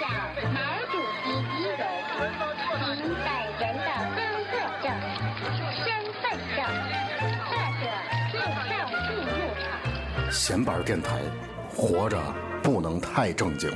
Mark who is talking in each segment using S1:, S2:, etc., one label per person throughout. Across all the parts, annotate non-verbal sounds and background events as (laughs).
S1: 家长毛主席遗容，您本人的工作证、身份证，或者护照记录。
S2: 闲板电台，活着不能太正经。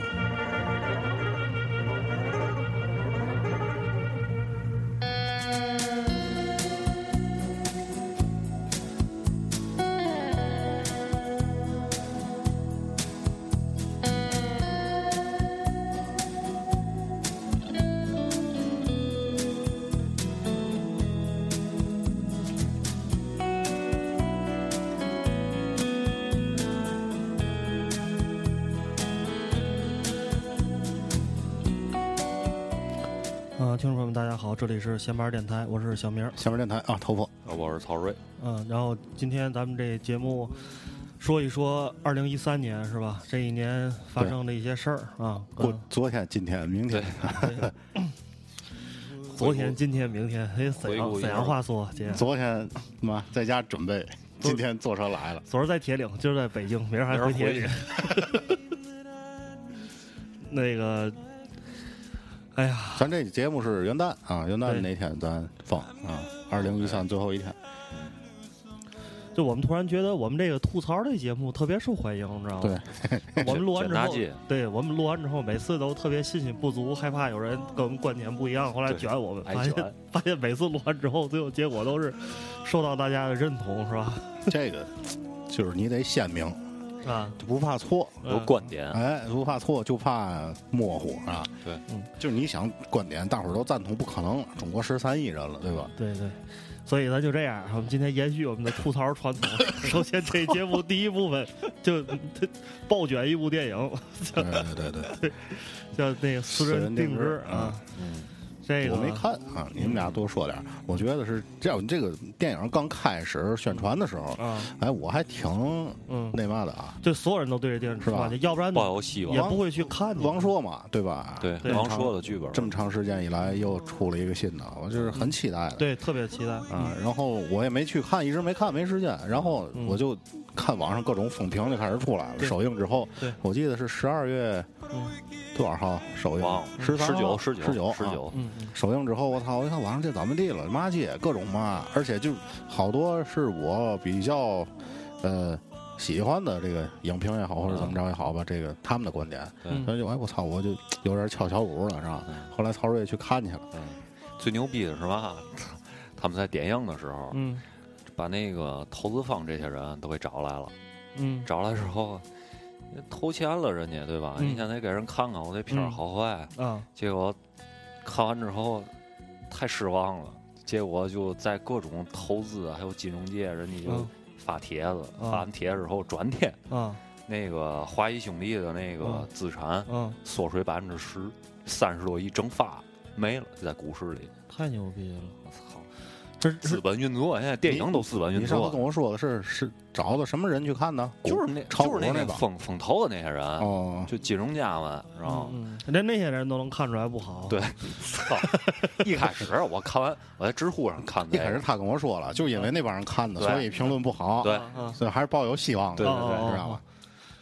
S3: 嗯、听众朋友们，大家好，这里是闲班电台，我是小明儿。
S2: 闲板电台啊，头发
S4: 啊，我是曹睿，
S3: 嗯、然后今天咱们这节目说一说二零一三年是吧？这一年发生的一些事儿啊，
S2: 过
S3: 嗯
S2: 昨天、今天、明天，
S3: (laughs) 昨天、今天、明天，哎，怎
S4: 回
S3: 样
S4: 顾一下
S3: 怎样话说，姐？
S2: 昨天妈在家准备，今天坐车来了。
S3: 昨儿在铁岭，今儿在北京，明儿还回铁岭。 (laughs) 那个，哎呀，
S2: 咱这节目是元旦啊，元旦
S3: 对
S2: 那天咱放啊，二零一三最后一天。
S3: 就我们突然觉得我们这个吐槽类节目特别受欢迎，你知道吗？
S2: 对，
S3: (laughs) 我们录完之
S4: 卷
S3: 后
S4: 大街，
S3: 对我们录完之后，每次都特别信心不足，害怕有人跟我们观点不一样，后来
S4: 对
S3: 卷我们，
S4: 挨
S3: 发现
S4: 卷
S3: 发现每次录完之后，最后结果都是受到大家的认同，是吧？
S2: (laughs) 这个就是你得鲜明，
S3: 啊，
S2: 就不怕错，
S4: 有观点，
S2: 哎，不怕错，就怕模糊啊。
S4: 对
S3: 嗯，
S2: 就是你想观点，大伙儿都赞同，不可能。中国十三亿人了，对吧？
S3: 对对，所以咱就这样，我们今天延续我们的吐槽传统。 (laughs) 首先，这节目第一部分就爆卷一部电影，
S2: 对对对对，
S3: (laughs) 叫那个私人定制啊。这个
S2: 我没看啊，你们俩多说点儿。我觉得是这样，这个电影刚开始宣传的时候，
S3: 啊，
S2: 哎，我还挺
S3: 嗯，
S2: 那嘛的啊。
S3: 对，所有人都对这电影充满
S2: 是吧
S3: 要不然
S5: 抱有希
S3: 也
S5: 望。
S3: 不会去看你
S2: 王朔嘛，对吧？
S5: 对，
S3: 对
S5: 王朔的剧本，
S2: 这么长时间以来又出了一个新的，我就是很期待的。
S3: 对，特别期待。
S2: 啊，然后我也没去看，一直没看，没时间。然后
S3: 嗯
S2: 我就看网上各种风评就开始出来了。
S3: 对
S2: 首映之后
S3: 对，
S2: 我记得是十二月
S3: 嗯
S2: 多少号首
S5: 哇
S2: 映
S5: 哦？
S2: 十
S5: 十九
S2: 十
S5: 十
S2: 九
S5: 九
S2: 十
S5: 十。
S2: 啊
S5: 九，
S3: 嗯，嗯
S2: 首映之后，我操！我一看网上这怎么地了？骂街，各种骂，而且就好多是我比较呃喜欢的这个影评也好，或者怎么着也好吧，这个他们的观点，
S3: 嗯
S2: 所以就哎我操，我就有点敲小鼓了，是吧？后来曹睿去看去了，
S5: 最牛逼的是嘛？ (laughs) 他们在点映的时候，
S3: 嗯
S5: 把那个投资方这些人都给找来了。
S3: 嗯，
S5: 找来之后，投钱了人家，对吧？
S3: 嗯
S5: 你想得给人看看我这片儿
S3: 嗯
S5: 好坏。
S3: 啊，
S5: 结果看完之后太失望了，结果就在各种投资啊还有金融界，人家就
S3: 嗯
S5: 发帖子，
S3: 啊
S5: 发完帖之后转天，
S3: 啊
S5: 那个华谊兄弟的那个
S3: 嗯
S5: 资产
S3: 啊，
S5: 缩水百分之十，三十多亿蒸发没了，在股市里。
S3: 太牛逼了！
S5: 我操，
S3: 这
S5: 资
S3: 是
S5: 本运作，现在电影都资本
S2: 你
S5: 运
S2: 上次
S5: 作
S2: 跟，我说的是是找的什么人去看呢？
S5: 就是那，
S2: 炒
S5: 就是
S2: 股那
S5: 那
S2: 个
S5: 个风风投的那些人，
S2: 哦，
S5: 就金融家们，知道吗？
S3: 嗯，嗯连那些人都能看出来不好。
S5: (laughs) 对，操！一开始我看完，我在知乎上看
S2: 一
S5: 的，
S2: 开始他跟我说了，就
S3: 嗯
S2: 因为那帮人看的，
S5: 对
S2: 所以评论不好，
S5: 对
S3: 啊，
S2: 所以还是抱有希望的，
S5: 对
S3: 哦
S5: 对对
S2: 知道吧？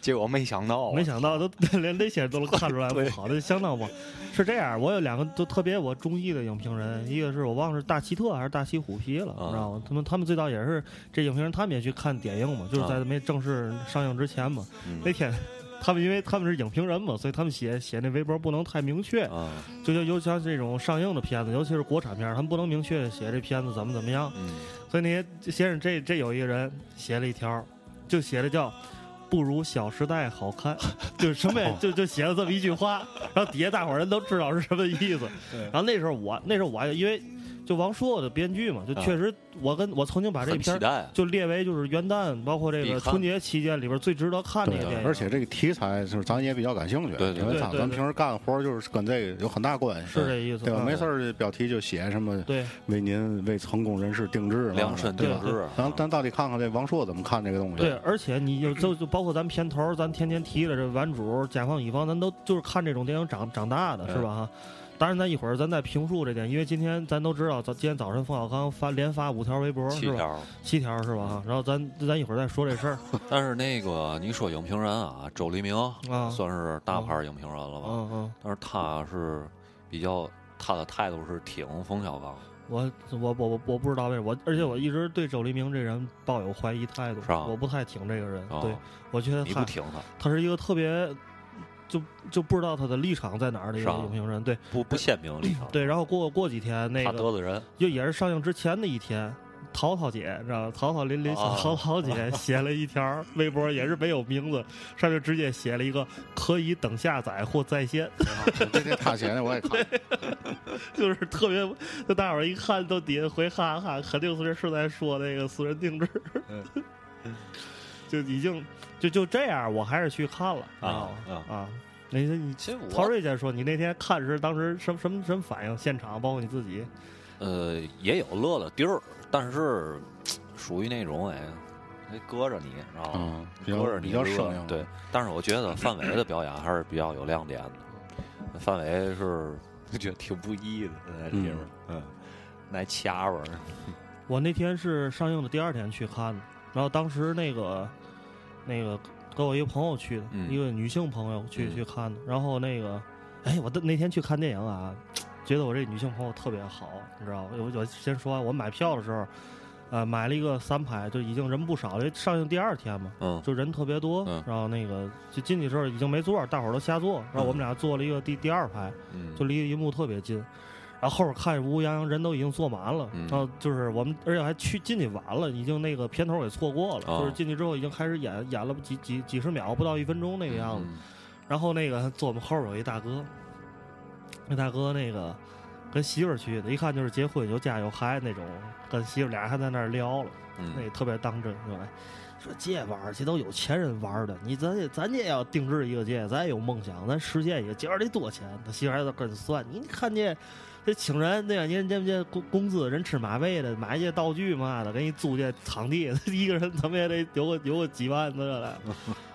S5: 结果没想到啊，
S3: 没想到都 (laughs) 连那些人都能看
S2: (laughs)
S3: 出来不好，这相当不好。是这样，我有两个都特别我中意的影评人，一个是我忘了是大奇特还是大西虎皮了，
S5: 啊
S3: 你知道吗？他们他们最早也是这影评人，他们也去看点映嘛，就是在没正式上映之前嘛。
S5: 嗯
S3: 那天他们因为他们是影评人嘛，所以他们写写那微博不能太明确，
S5: 啊，
S3: 就就尤其像这种上映的片子，尤其是国产片儿，他们不能明确写这片子怎么怎么样。
S5: 嗯，
S3: 所以那些先生这这有一个人写了一条，就写的叫“不如《小时代》好看”，就是什
S5: (laughs)
S3: 么也就就写了这么一句话，然后底下大伙儿人都知道是什么意思。然后那时候我那时候我还因为就王朔的编剧嘛，就确实我跟我曾经把这
S5: 啊很
S3: 片
S5: 期
S3: 儿
S5: 待啊。
S3: 就列为就是元旦包括这
S5: 必
S3: 个
S5: 看
S3: 春节期间里边最值得看的一
S2: 对
S3: 个电，影，
S2: 而且这个题材就是咱也比较感兴趣，
S5: 对对
S2: 因为
S3: 对
S2: 咱
S3: 对
S2: 咱
S3: 对
S2: 平时干活就是跟这个有很大关系，
S3: 是这意思，
S2: 对吧？
S3: 嗯
S2: 没事儿，标题就写什么
S3: 对
S2: 为您为成功人士定制嘛，
S5: 量身
S2: 对
S5: 定
S2: 吧？
S5: 制，啊
S2: 咱咱到底看看这王朔怎么看这个东西？
S3: 对，而且你有就就包括咱片头儿，咱天天提的这顽主、甲方乙方，咱都就是看这种电影长长大
S5: 哎
S3: 的，是吧？哈，当然，咱一会儿咱再评述这点，因为今天咱都知道，早今天早晨冯小刚发连发五条微博
S5: 七
S3: 是吧？
S5: 条。
S3: 七条是吧？哈，然后咱咱一会儿再说这
S5: (laughs)
S3: 事儿
S5: (laughs) 但是那个你说影评人啊，周黎明
S3: 啊，
S5: 算是大牌影评人了吧？
S3: 嗯嗯，
S5: 但是他是比较他的态度是挺冯小刚，
S3: 我我我我我不知道为什么，我而且我一直对周黎明这人抱有怀疑态度，
S5: 是吧
S3: 我不太挺这个人，
S5: 啊
S3: 对我觉得
S5: 你
S3: 他
S5: 不挺他，
S3: 他是一个特别就就不知道他的立场在哪儿的一个
S5: 是吧啊
S3: 影评人，对。
S5: 不不鲜明立场，
S3: 对，然后过过几天那
S5: 他
S3: 个
S5: 得罪人，
S3: 就也是上映之前的一天，淘淘姐，知道吧淘淘林林小
S5: 啊
S3: 淘淘姐写了一条微博，也是没有名字，上面直接写了一个可以等下载或在
S5: (laughs)
S3: 线，
S2: 这这他写的我也看，
S3: (laughs) 就是特别，就大伙儿一看都底下回哈哈，肯定是是在说那个私人定制，
S5: 嗯
S3: (laughs) 就已经就就这样，我还是去看了
S5: 啊
S3: 啊啊！那你你
S5: 其实我
S3: 陶瑞先说，你那天看是当时什么什么什么反应？现场包括你自己，
S5: 呃，也有乐乐地儿，但是属于那种哎，还搁着你，知道吗？
S2: 嗯，比较
S5: 搁着你
S2: 比较
S5: 乐
S2: 生硬，
S5: 对，。但是我觉得范
S3: (clears throat)
S5: 伟的表演还是比较有亮点的，范伟是我觉得挺不易的，在这地方，嗯，那掐吧，
S3: 我那天是上映的第二天去看的，然后当时那个那个跟我一个朋友去的，
S5: 嗯
S3: 一个女性朋友去、
S5: 嗯
S3: 去看的，然后那个，哎，我的那天去看电影啊，觉得我这女性朋友特别好，你知道吗？我我先说完，啊我买票的时候，呃，买了一个三排，就已经人不少了，因为上映第二天嘛，
S5: 嗯
S3: 就人特别多，
S5: 嗯
S3: 然后那个就进去之后已经没座儿，大伙儿都瞎坐，然后我们俩坐了一个第第二排，
S5: 嗯
S3: 就离银幕特别近。然后后边看乌泱泱人都已经坐满了，
S5: 嗯
S3: 然后就是我们，而且还去进去晚了，已经那个片头给错过了，
S5: 哦
S3: 就是进去之后已经开始演演了几几几十秒，不到一分钟那个样子。
S5: 嗯
S3: 然后那个坐我们后边有一大哥，那大哥那个跟媳妇儿去的，一看就是结婚有家有孩子那种，跟媳妇儿俩还在那儿聊了，那
S5: 嗯
S3: 也特别当真，说哎，说这玩意儿这都有钱人玩儿的，你咱也咱也要定制一个这，咱也有梦想，咱实现一个，今儿得多钱？他媳妇儿还在跟着算，你看这这请人对吧？您这这工工资人吃马喂的，买这道具嘛的，给你租这场地， (laughs) 一个人怎么也得有个有个几万的来。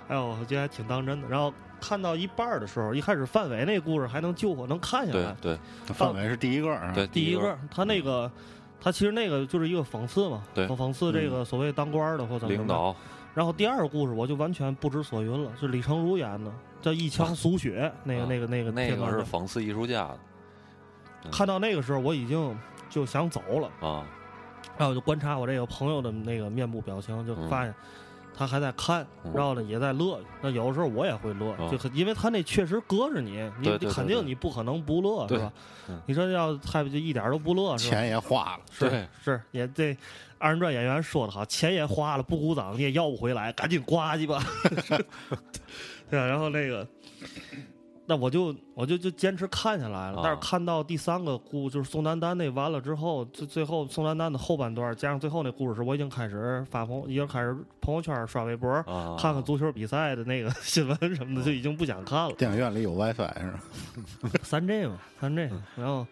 S3: 哎呦，我觉得还挺当真的。然后看到一半儿的时候，一开始范伟那故事还能救我，能看下来
S5: 对。对
S2: (laughs) 范伟是第一个，是吧
S5: 对，
S3: 第一
S5: 个
S3: 个，他那个，他其实那个就是一个讽刺嘛，
S5: 对嗯
S3: 讽刺这个所谓当官儿的或怎么
S5: 领
S3: 着。
S5: 导，
S3: 然后第二个故事我就完全不知所云了，是李成儒演的，叫《一
S5: (laughs)
S3: 腔俗血》那个、
S5: 啊
S3: 那个那个
S5: 那
S3: 片
S5: 个
S3: 段
S5: 是讽刺艺术家
S3: 看到那个时候我已经就想走了，
S5: 的啊，
S3: 然后我就观察我这个朋友的那个面部表情，就
S5: 嗯
S3: 发现他还在看，
S5: 嗯
S3: 然后呢也在乐。那有的时候我也会乐，
S5: 啊
S3: 就很因为他那确实隔着你，你
S5: 对对
S3: 你
S5: 对
S3: 肯
S5: 对
S3: 定你不可能不乐
S5: 对
S3: 哦是吧
S5: 嗯？
S3: 你说要太就一点儿都不乐是吧？
S2: 钱也花了，
S5: 对，
S3: 是也这二人转演员说的好，钱也花了，不鼓掌你也要不回来，赶紧呱
S2: (laughs)
S3: 唧吧。对啊，然后那个，那我就我就就坚持看下来了，
S5: 啊
S3: 但是看到第三个故就是宋丹丹那完了之后，最最后宋丹丹的后半段加上最后那故事时，我已经开始发朋友，已经开始朋友圈刷微博。
S5: 啊，
S3: 看看足球比赛的那个新闻什么的，就已经不想看了。
S2: 电影院里有 WiFi 是吧？
S3: (laughs) 三 G 嘛，三 G。然
S5: 嗯
S3: 后，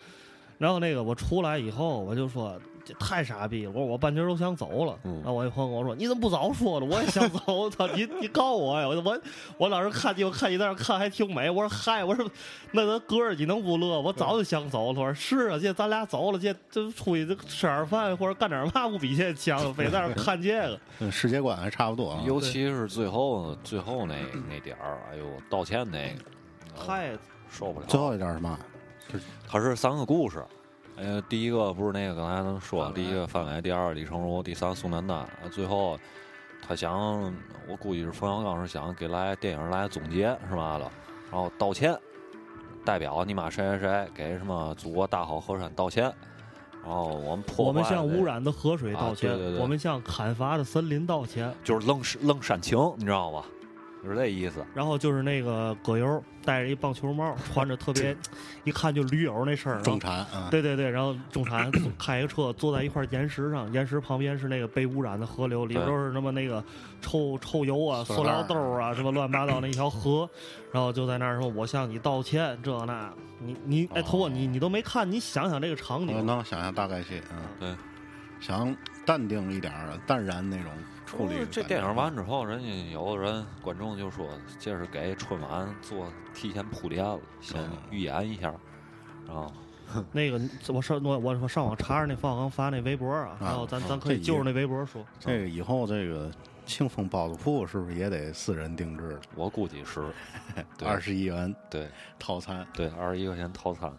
S3: 然后那个我出来以后，我就说这太傻逼了，我说我半截都想走了。
S5: 嗯
S3: 然后我一朋友跟我说：“你怎么不早说呢？我也想走，我操你你告我呀！我我我老是看你，我看你在那儿看还挺美。我说嗨，我说那咱哥儿你能不乐？我早就想走了。我说是啊，这咱俩走了，这这出去吃点饭或者干点嘛，不比这强？非在那儿看啊这个。
S2: 嗯世界观还差不多
S3: 嗯
S2: 啊。
S5: 尤其是最后最后
S2: (clears throat)
S5: 那那点儿，哎呦，道歉那个
S3: 太
S5: 受不了。
S2: 最后一点是嘛？
S5: 它是三个故事，呃，第一个不是那个刚才咱说，第一个范伟，第二李成儒，第三宋丹丹，呃最后他想，我估计是冯小刚是想给来电影来总结是嘛的，然后道歉，代表你妈谁谁谁给什么祖国大好河山道歉，然后我们 (laughs) 破
S3: 我
S5: 坏
S3: 们向
S5: 了
S3: 污染的河水道歉，
S5: 啊对对对
S3: 我们向砍伐的森林道歉。
S5: 就是愣是愣煽情，你知道吧？就是这意思。
S3: 然后就是那个葛优戴着一棒
S2: (laughs)
S3: 球帽，穿着特别，一看就驴友那身儿。然后
S2: 中产啊，
S3: 对对对，然后仲禅开一个车，坐在一块岩石上，岩石旁边是那个被污染的河流，里边
S5: 对
S3: 都是什么那个臭臭油啊、
S2: 塑
S3: 塑
S2: 料
S3: 料
S2: 袋
S3: 豆儿啊，什么乱七八糟那一条河，然后就在那儿说我向你道歉，这那，你你哎，
S2: 哦
S3: 头哥你你都没看，你想想这个场
S2: 我
S3: 景，
S2: 能想象大概戏
S3: 嗯
S2: 啊，
S5: 对，
S2: 想淡定一点儿，淡然那种处理。
S5: 哦
S3: 哦
S5: 这电影完，之后，人家有的人观众就说这是给春晚做提前铺垫了，先
S2: 嗯
S5: 预演一下，然后
S3: 那个我上我我我上网查查那方刚发那微博啊，然后咱
S2: 啊
S3: 咱可以
S2: 这
S3: 就着那微博说，嗯
S2: 这个以后这个庆丰包子铺是不是也得私人定制了？
S5: 我估
S2: (laughs)
S5: 计是对
S2: 二十一元
S5: 对
S2: 套餐，
S5: 对二十一块钱套餐，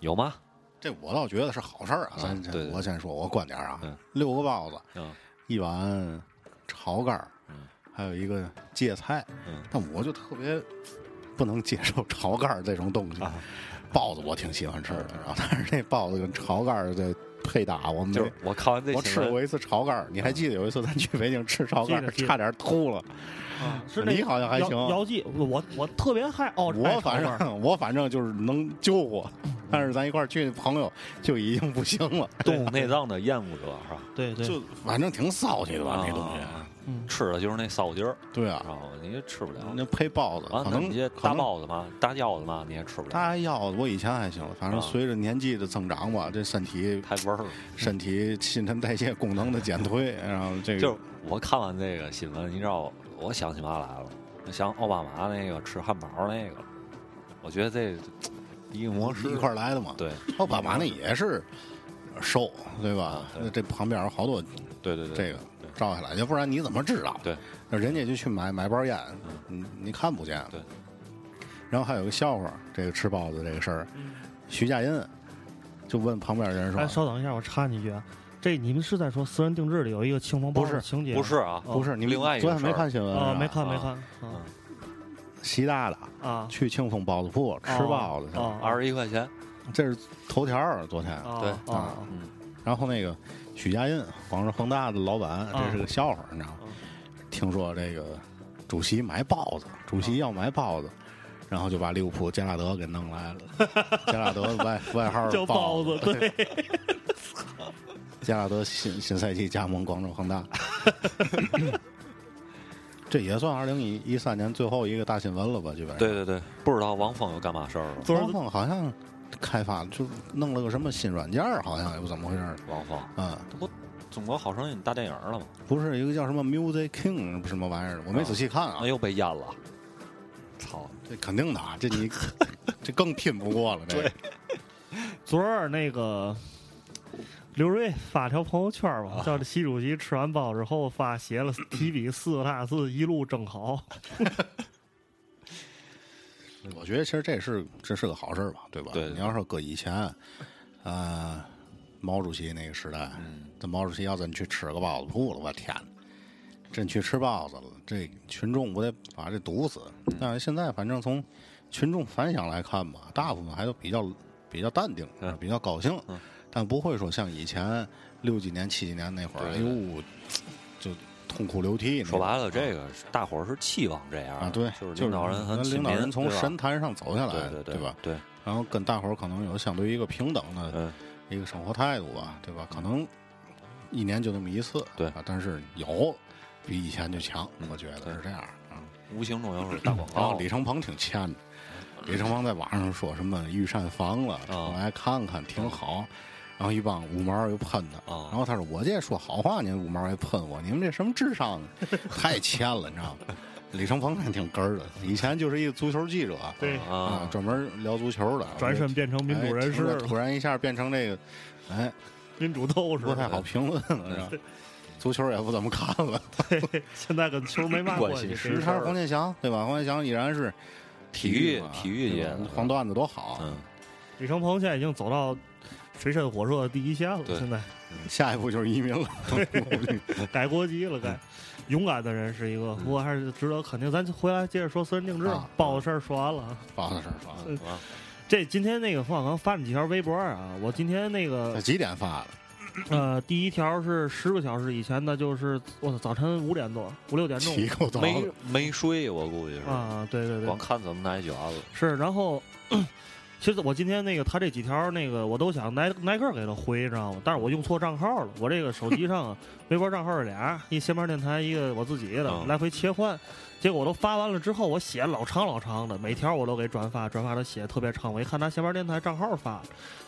S5: 有吗？
S2: 这我倒觉得是好事儿啊。
S5: 啊
S2: 咱
S5: 对
S2: 这我先说，我观点啊
S5: 嗯，
S2: 六个包子，
S5: 嗯，
S2: 一碗炒肝儿
S5: 嗯，
S2: 还有一个芥菜
S5: 嗯。
S2: 但我就特别不能接受炒肝儿这种东西
S5: 啊。
S2: 包子我挺喜欢吃的，然后但是那包子跟炒肝儿的配搭，我
S5: 就
S2: 没
S5: 是我看完这
S2: 我
S5: 新
S2: 吃
S5: 闻，
S2: 过一次炒肝儿，你还记得有一次咱去北京吃炒肝
S3: 记
S2: 儿，
S3: 得记得
S2: 差点吐了。
S3: 啊，是那
S2: 你好像还行
S3: 姚姚记，我我特别害哦，爱
S2: 我
S3: 炒
S2: 反
S3: 肝儿
S2: 正我反正就是能救活，但是咱一块儿去的朋友就已经不行了，
S5: 动物内脏的厌恶者是吧？
S3: 对对，
S2: 就反正挺骚气的吧
S5: 啊
S2: 那东西。
S3: 嗯
S5: 吃的就是那骚劲儿，
S2: 对
S5: 然
S2: 啊，
S5: 后你也吃不了。
S2: 那配包子
S5: 完
S2: 可
S5: 了，
S2: 能
S5: 你这
S2: 可
S5: 大
S2: 能
S5: 包子嘛，大饺子嘛，你也吃不了，
S2: 大腰子我以前还行，反正
S5: 啊
S2: 随着年纪的增长吧，这身体
S5: 太味儿了。
S2: 身体新陈代谢功能的减
S5: (laughs)
S2: 退，然后这
S5: 就是
S2: 个
S5: 我看完这个新闻，你知道我想起嘛来了？我想奥巴马那个吃汉堡那个，我觉得这一个模式
S2: 一块儿来的嘛。
S5: 对
S2: 奥巴马那也是瘦，对吧
S5: 啊？对
S2: 那这旁边有好多
S5: 对对对，
S2: 这个
S5: 对
S2: 照下来，要不然你怎么知道？
S5: 对，嗯
S2: 那人家就去买买包烟，你你看不见。
S5: 对。
S2: 然后还有个笑话，这个吃包子这个事儿，
S3: 嗯
S2: 徐佳印就问旁边的人
S3: 哎，
S2: 说
S3: 稍等一下，我插你一句啊，这你们是在说私人定制里有一个清风包
S2: 不是
S3: 的情节吗？
S5: 不是啊，：“
S3: 哦
S2: 不是，你们
S5: 另外一个
S2: 昨天没
S5: 事儿
S2: 看新闻
S3: 啊，
S2: 是吧
S3: 没看没
S5: 啊
S3: 看
S5: 嗯
S3: 啊
S2: 习大大
S3: 啊，
S2: 去庆丰包子铺吃包子去了，
S3: 啊
S5: 二十一块钱，
S2: 这是头条儿昨天。嗯
S3: 啊
S5: 对
S3: 啊啊
S2: 然后那个许家印，广州恒大的老板，
S3: 哦
S2: 这是个笑话，你知道吗
S3: 啊？
S2: 听说这个主席买包子，主席要买包子，然后就把利物浦杰拉德给弄来
S3: (laughs)
S2: 了。杰拉德外外号
S3: 叫包
S2: 子 (laughs)
S3: 子，，对，
S2: 杰拉德新新赛季加盟广州
S3: (laughs)
S2: 恒大，这也算二零一一三年最后一个大新闻了吧？基本上。
S5: 对对对，不知道王峰又干嘛事儿了？
S3: 昨儿
S2: 汪峰好像开发就是弄了个什么新软件儿，好像也不怎么回事儿。
S5: 王峰，
S2: 嗯，
S5: 中国好声音大电影了嘛？
S2: 不是一个叫什么 Music King 不是什么玩意儿的，我没仔细看啊
S5: 那。又被淹了，操！
S2: 这肯定的，啊，这
S5: (laughs)
S2: 你这更拼不过了。这个
S3: 昨儿那个刘瑞发条朋友圈
S2: 啊
S3: 吧，叫这习主席吃完包之后发写了提笔四个大字，一路正好。
S2: 我觉得其实这是这是个好事儿吧，对吧？
S5: 对
S2: 你要说搁以前，呃，毛主席那个时代，
S5: 嗯
S2: 这毛主席要真去吃个包子铺了，我天，真去吃包子了，这群众不得把这堵死？
S5: 嗯
S2: 但是现在反正从群众反响来看吧，大部分还都比较比较淡定，
S5: 嗯
S2: 比较高兴，
S5: 嗯
S2: 但不会说像以前六几年、七几年那会儿，
S5: 对对
S2: 哎呦，就痛哭流涕那种。
S5: 说白了，
S2: 啊
S5: 这个是大伙儿是期望这样
S2: 啊，对，
S5: 就是
S2: 就
S5: 领导人很
S2: 领导
S5: 亲
S2: 人
S5: 民
S2: 从
S5: 对吧
S2: 神坛上走下来
S5: 对
S2: 的，
S5: 对
S2: 对吧？？
S5: 对，
S2: 然后跟大伙儿可能有相对一个平等的
S5: 嗯，
S2: 一个生活态度吧，对吧？可能一年就那么一次，
S5: 对
S2: 啊，但是有比以前就强，
S5: 嗯
S2: 我觉得
S5: 对
S2: 是这样啊。
S5: 无形中又是打广
S2: 然后
S5: 告
S2: 李，承鹏挺欠的，李承鹏在网上说什么御膳房了，
S5: 啊嗯
S2: 我来看看，挺好。然后一帮五毛又喷他，
S5: 啊
S2: 然后他说：“我这说好话，你们五毛还喷我，你们这什么智商呢？太欠了，你知道吗？”李承鹏还挺哏儿的，以前就是一个足球记者，
S3: 对，
S2: 啊，
S5: 啊，
S2: 专门聊足球的，
S3: 转身变成民主人士
S2: 哎
S3: 了
S2: 突，然一下变成这个，哎，
S3: 民主斗士
S2: 不太
S3: 了，
S2: 好评论
S3: (laughs)
S2: 了，是吧？足球也不怎么看了。
S3: 现在跟球没嘛
S5: 关系
S3: 系。
S5: 是
S3: 这
S2: 你
S3: 事
S2: 看
S3: 儿
S2: 黄健翔，对吧？黄健翔依然是
S5: 体育
S2: 嘛
S5: 体育
S2: 对
S5: 界
S2: 吧
S5: 的
S2: 黄段子多好。啊
S5: 嗯，
S3: 李承鹏现在已经走到水深火热的第一线了，
S5: 对
S3: 现在。
S2: 嗯下一步就是移民了，
S3: (laughs)
S2: 嗯
S3: 改国籍了，该。勇敢的人是一个，不过还是值得肯定。咱就回来接着说私人定制
S2: 啊，
S3: 包的事儿说完了啊。
S2: 包子事儿，包子。
S5: 啊
S3: 这今天那个冯小刚发了几条微博啊，我今天那
S2: 他
S3: 个
S2: 几点发的？
S3: 呃，第一条是十个小时以前的，就是我操，早晨五点多五六点钟
S2: 起一口早
S5: 没没睡，我估计是，
S3: 啊，对对对
S5: 光，看怎么啊拿一脚子。
S3: 是。然后，其实我今天那个他这几条那个我都想挨挨个给他回，你知道吗？但是我用错账号了，我这个手机上啊微博账号是俩，一闲班电台，一个我自己的，
S5: 嗯
S3: 来回切换。结果我都发完了之后，我写老长老长的，每条我都给转发，转发他写的特别长。我一看他闲班电台账号发的，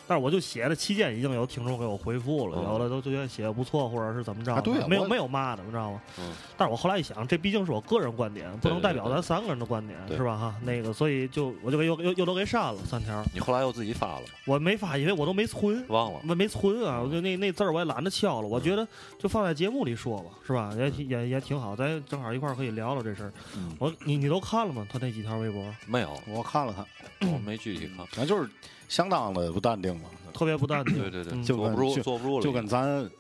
S3: 但是我就写的期间已经有听众给我回复了，
S5: 嗯
S3: 有的都觉得写的不错，或者是怎么着的，
S2: 啊对啊
S3: 没有
S2: 我
S3: 没有骂的，你知道吗？
S5: 嗯
S3: 但是我后来一想，这毕竟是我个人观点，不能
S5: 对对
S3: 代表
S5: 对
S3: 咱三个人的观点，
S5: 对
S3: 是吧？哈，那个，所以就我就给又又又都给删了三条，
S5: 你后来又自己发了，
S3: 我没发，因为我都没存，
S5: 忘了。嗯
S3: 没没存啊，我就那那字儿我也懒得敲了，我觉得就放在节目里说吧，是吧？也挺也也挺好，咱正好一块儿可以聊聊这事儿。
S5: 嗯
S3: 我你你都看了吗？他那几条微博
S5: 没有，
S2: 我看了看，
S5: 我没具体看。
S2: 咱就是相当的不淡定嘛，
S3: (clears throat) 特别不淡定，
S5: 对对对，
S3: 嗯
S5: 坐不住，
S2: 就
S5: 坐不住了已
S2: 就
S5: 经，
S2: 跟咱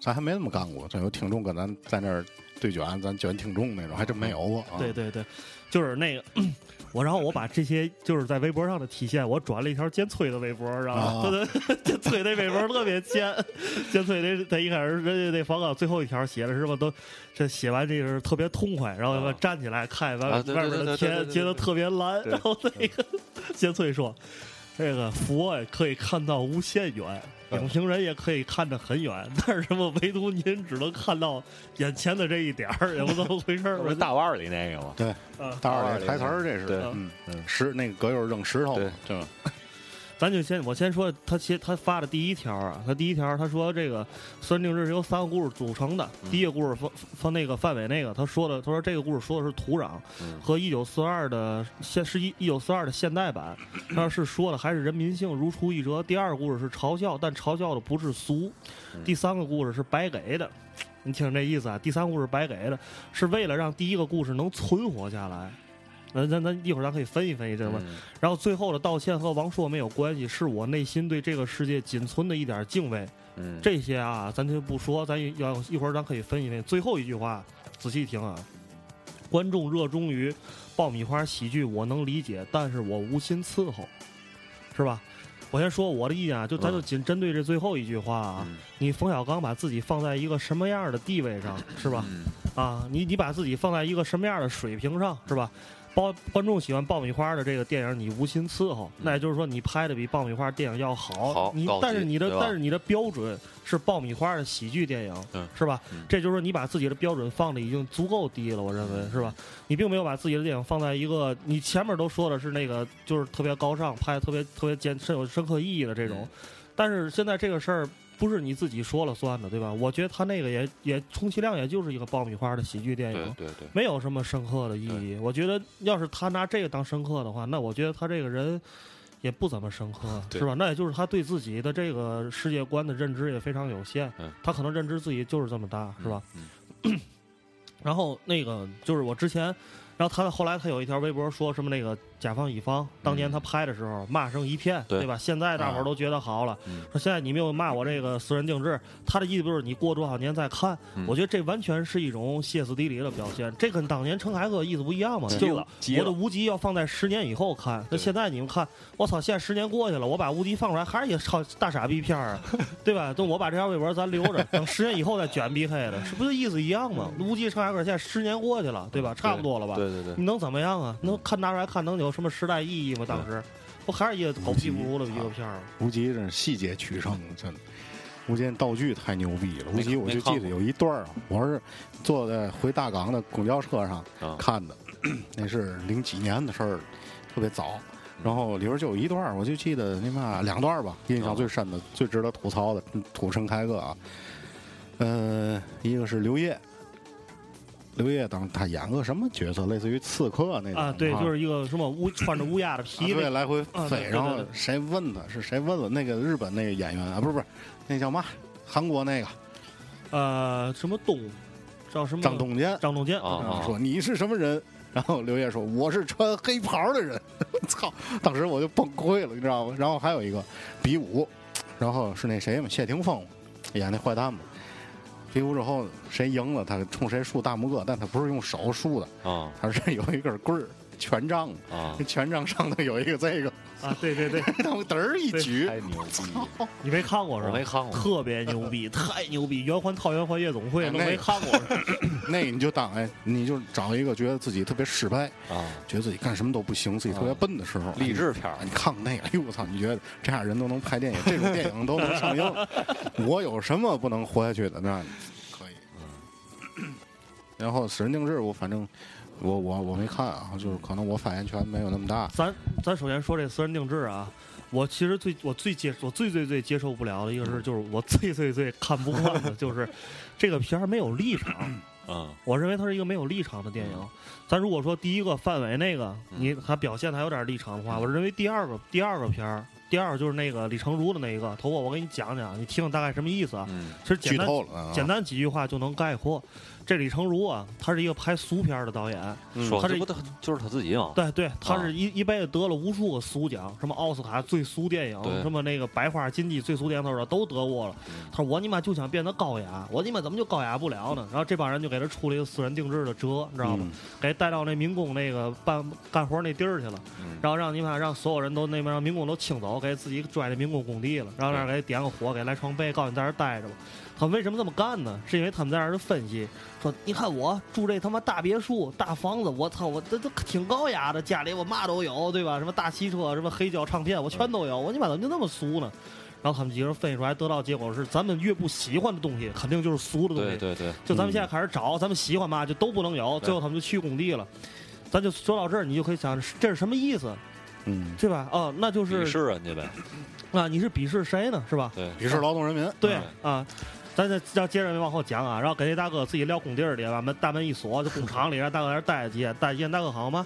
S2: 咱还没那么干过，咱有听众跟咱在那儿对卷，咱卷听众那种，还真没有过啊。
S3: 对对对，就是那个，我然后我把这些就是在微博上的体现，我转了一条尖脆的微博，然后
S2: 啊
S3: 他的尖脆那微博特别尖，尖脆那他一开始人家那访稿最后一条写的是吧，都这写完这是特别痛快，然后他妈
S5: 啊
S3: 站起来看完
S5: 啊对对
S3: 外面的
S5: 对对对对
S3: 天，
S5: 对
S3: 觉得特别蓝，
S5: 对
S3: 然后那
S5: (laughs)
S3: 个尖脆说。这个佛呀可以看到无限
S5: 啊
S3: 远，影评人也可以看得很远，但是什么唯独您只能看到眼前的这一点儿，也不知道怎么回
S5: (laughs)
S3: 事儿。
S5: 不是大腕儿里那个吗？
S2: 对，
S3: 啊，
S2: 大二这台词儿这是，
S5: 对
S2: 嗯
S5: 嗯，
S2: 石那个葛优扔石头嘛，对吧？
S3: 咱就先我先说他先他发的第一条啊，他第一条他说这个《孙定志》是由三个故事组成的，第一个故事范范那个范伟那个他说的，他说这个故事说的是土壤
S5: 嗯
S3: 和一九四二的现是一一九四二的现代版，但是说的还是人民性如出一辙。第二个故事是嘲笑，但嘲笑的不是俗，第三个故事是白给的。你听这意思啊？第三个故事白给的，是为了让第一个故事能存活下来。咱咱咱一会儿咱可以分析分析这个问题。
S5: 嗯
S3: 然后最后的道歉和王朔没有关系，是我内心对这个世界仅存的一点敬畏。
S5: 嗯，
S3: 这些啊，咱就不说，咱要一会儿咱可以分析分析。最后一句话，仔细听啊，观众热衷于爆米花喜剧，我能理解，但是我无心伺候，是吧？我先说我的意见啊，就咱就
S5: 嗯
S3: 仅针对这最后一句话啊，
S5: 嗯
S3: 你冯小刚把自己放在一个什么样的地位上，是吧？
S5: 嗯
S3: 啊，你你把自己放在一个什么样的水平上，是吧？包观众喜欢爆米花的这个电影，你无心伺候，那也就是说你拍的比爆米花电影要好。
S5: 嗯好
S3: 你
S5: 高级
S3: 但是你的
S5: 对吧
S3: 但是你的标准是爆米花的喜剧电影，
S5: 嗯
S3: 是吧？
S5: 嗯
S3: 这就是说你把自己的标准放的已经足够低了，我认为是吧？你并没有把自己的电影放在一个你前面都说的是那个就是特别高尚，拍的特别特别坚深有深刻意义的这
S5: 嗯
S3: 种，但是现在这个事儿不是你自己说了算的，对吧？我觉得他那个也也充其量也就是一个爆米花的喜剧电
S5: 对
S3: 影，
S5: 对对，
S3: 没有什么深刻的意义。我觉得要是他拿这个当深刻的话，那我觉得他这个人也不怎么深刻，
S5: (laughs) 对
S3: 是吧？那也就是他对自己的这个世界观的认知也非常有限，
S5: 嗯
S3: 他可能认知自己就是这么大，是吧？
S5: 嗯？
S3: (coughs) 然后那个就是我之前，然后他后来他有一条微博说什么那个甲方乙方，当年他拍的时候骂声一片，
S5: 嗯对啊
S3: 对吧？现在大伙儿都觉得好了
S5: 嗯，
S3: 说现在你没有骂我这个私人定制，他的意思就是你过多少年再看
S5: 嗯，
S3: 我觉得这完全是一种歇斯底里的表现，这跟当年陈凯歌意思不一样嘛，
S5: 急
S3: 就
S5: 了急
S3: 我的
S5: 了，
S3: 无极要放在十年以后看，那
S5: 对
S3: 现在你们看，我操，现在十年过去了，我把无极放出来还是也超大傻逼片儿啊，对吧？等我把这条微博咱留着，等十年以后再卷 BK 的，是不是意思一样吗？无极上海现在十年过去了，对吧？差不多了吧？
S5: 对对对，
S2: 嗯
S3: 你能怎么样啊？能看拿出来看能有什么时代意义吗？当时不还是一个狗屁不如的一个片儿吗？
S2: 无极真是细节取胜，真的。无极道具太牛逼了，无
S5: 没
S2: 极我就记得有一段儿啊，我是坐在回大港的公交车上
S5: 啊
S2: 看的， (clears throat) 那是零几年的事儿，特别早。然后里边就有一段儿，我就记得那嘛两段儿吧，印象最深的、最值得吐槽的，吐陈开个啊。呃，一个是刘烨，刘烨当他演个什么角色，类似于刺客那种
S3: 啊，对，
S2: 哈
S3: 就是一个什么乌穿着乌鸦的
S2: 一
S3: 皮
S2: 对，
S3: 的，
S2: 来回
S3: 啊对
S2: 飞
S3: 对，
S2: 然后
S3: 对对
S2: 谁问他是谁问了那个日本那个演员啊，不是不是，那叫嘛？韩国那个
S3: 呃，什么东，叫什么
S2: 张东健，
S3: 张东健
S5: 啊
S2: 然后说你是什么人？然后刘烨说我是穿黑袍的人， (laughs) 操！当时我就崩溃了，你知道吗？然后还有一个比武，然后是那谁嘛，谢霆锋演那坏蛋嘛。比武之后谁赢了，他冲谁竖大拇哥，但他不是用手竖的，
S5: 啊
S2: 他是有一根棍儿权杖嘛，
S5: 啊
S2: 那，权杖上头有一个这个，
S3: 啊，
S2: (laughs)
S3: 对对对，
S2: 他们嘚儿一举，
S5: 太牛逼了！
S3: 你没看过是吧？
S5: 我没看过
S3: 特别牛逼，太牛逼！圆环套圆环夜总会
S2: 哎
S3: 都
S2: 那
S3: 没
S2: 个
S3: 看过是吧，
S2: (clears throat) 那你就当哎，你就找一个觉得自己特别失败，
S5: 啊，
S2: 觉得自己干什么都不行，自己特别笨的时候，
S5: 励志片儿
S2: 哎你看看那个，哎呦我操！你觉得这样人都能拍电影，这种电影都能上
S5: (laughs)
S2: 映，我有什么不能活下去的？那可以。
S5: 嗯
S2: 然后《神定制》，我反正我我我没看啊，就是可能我发言权没有那么大。
S3: 咱咱首先说这私人定制啊，我其实最我最接我最最最接受不了的一个是，就是我最最最看不惯的就是这个片儿没有立场，
S5: 嗯
S3: 我认为它是一个没有立场的电影。咱如果说第一个范围那个
S2: 嗯
S3: 你他表现还有点立场的话，我认为第二个第二个片儿。第二个就是那个李成儒的那一个，头发我给你讲讲，你听听大概什么意思啊？
S5: 嗯
S3: 其实简
S2: 剧
S3: 单
S2: 透了啊，
S3: 简单几句话就能概括。这李成儒啊，他是一个拍俗片儿的导演，
S5: 嗯，说
S3: 他
S5: 这
S3: 这
S5: 不他就是他自己吗？
S3: 对对，他
S5: 啊
S3: 是一、一辈子得了无数个俗奖，什么奥斯卡最俗电
S5: 对
S3: 影，什么那个白花金鸡最俗电影，他说都得过了。他说我你妈就想变得高雅，我你妈怎么就高雅不了呢？然后这帮人就给他出了一个私人定制的辙，你知道吗？
S2: 嗯
S3: 给带到那民工那个办干活那地儿去了，
S5: 嗯
S3: 然后让你妈让所有人都那边让民工都清走，给自己拽那民工工地了，然后让人给点个火，给来床被，告诉你在这儿待着吧。他们为什么这么干呢？是因为他们在那儿就分析说，你看我住这他妈大别墅、大房子，我操，我这这挺高雅的，家里我嘛都有，对吧？什么大汽车、什么黑胶唱片，我全都有，我你妈怎么就那么俗呢？然后他们几个人分析出来，得到结果是，咱们越不喜欢的东西，肯定就是俗的东西。
S5: 对对对，嗯
S3: 就咱们现在开始找，咱们喜欢嘛就都不能有，
S5: 对
S3: 最后他们就去工地了。咱就说到这儿，你就可以想这是什么意思，
S2: 嗯，
S3: 对吧？哦，那就
S5: 鄙
S3: 是
S5: 视人家呗，
S3: 啊，你是鄙视谁呢？是吧？
S5: 对，
S2: 鄙视劳动人民。
S3: 对
S5: 嗯
S3: 啊，咱再要接着往后讲啊，然后给那大哥自己撂工地儿里，把门大门一锁，就工厂里让大哥在那儿待几天，待几天大哥好吗？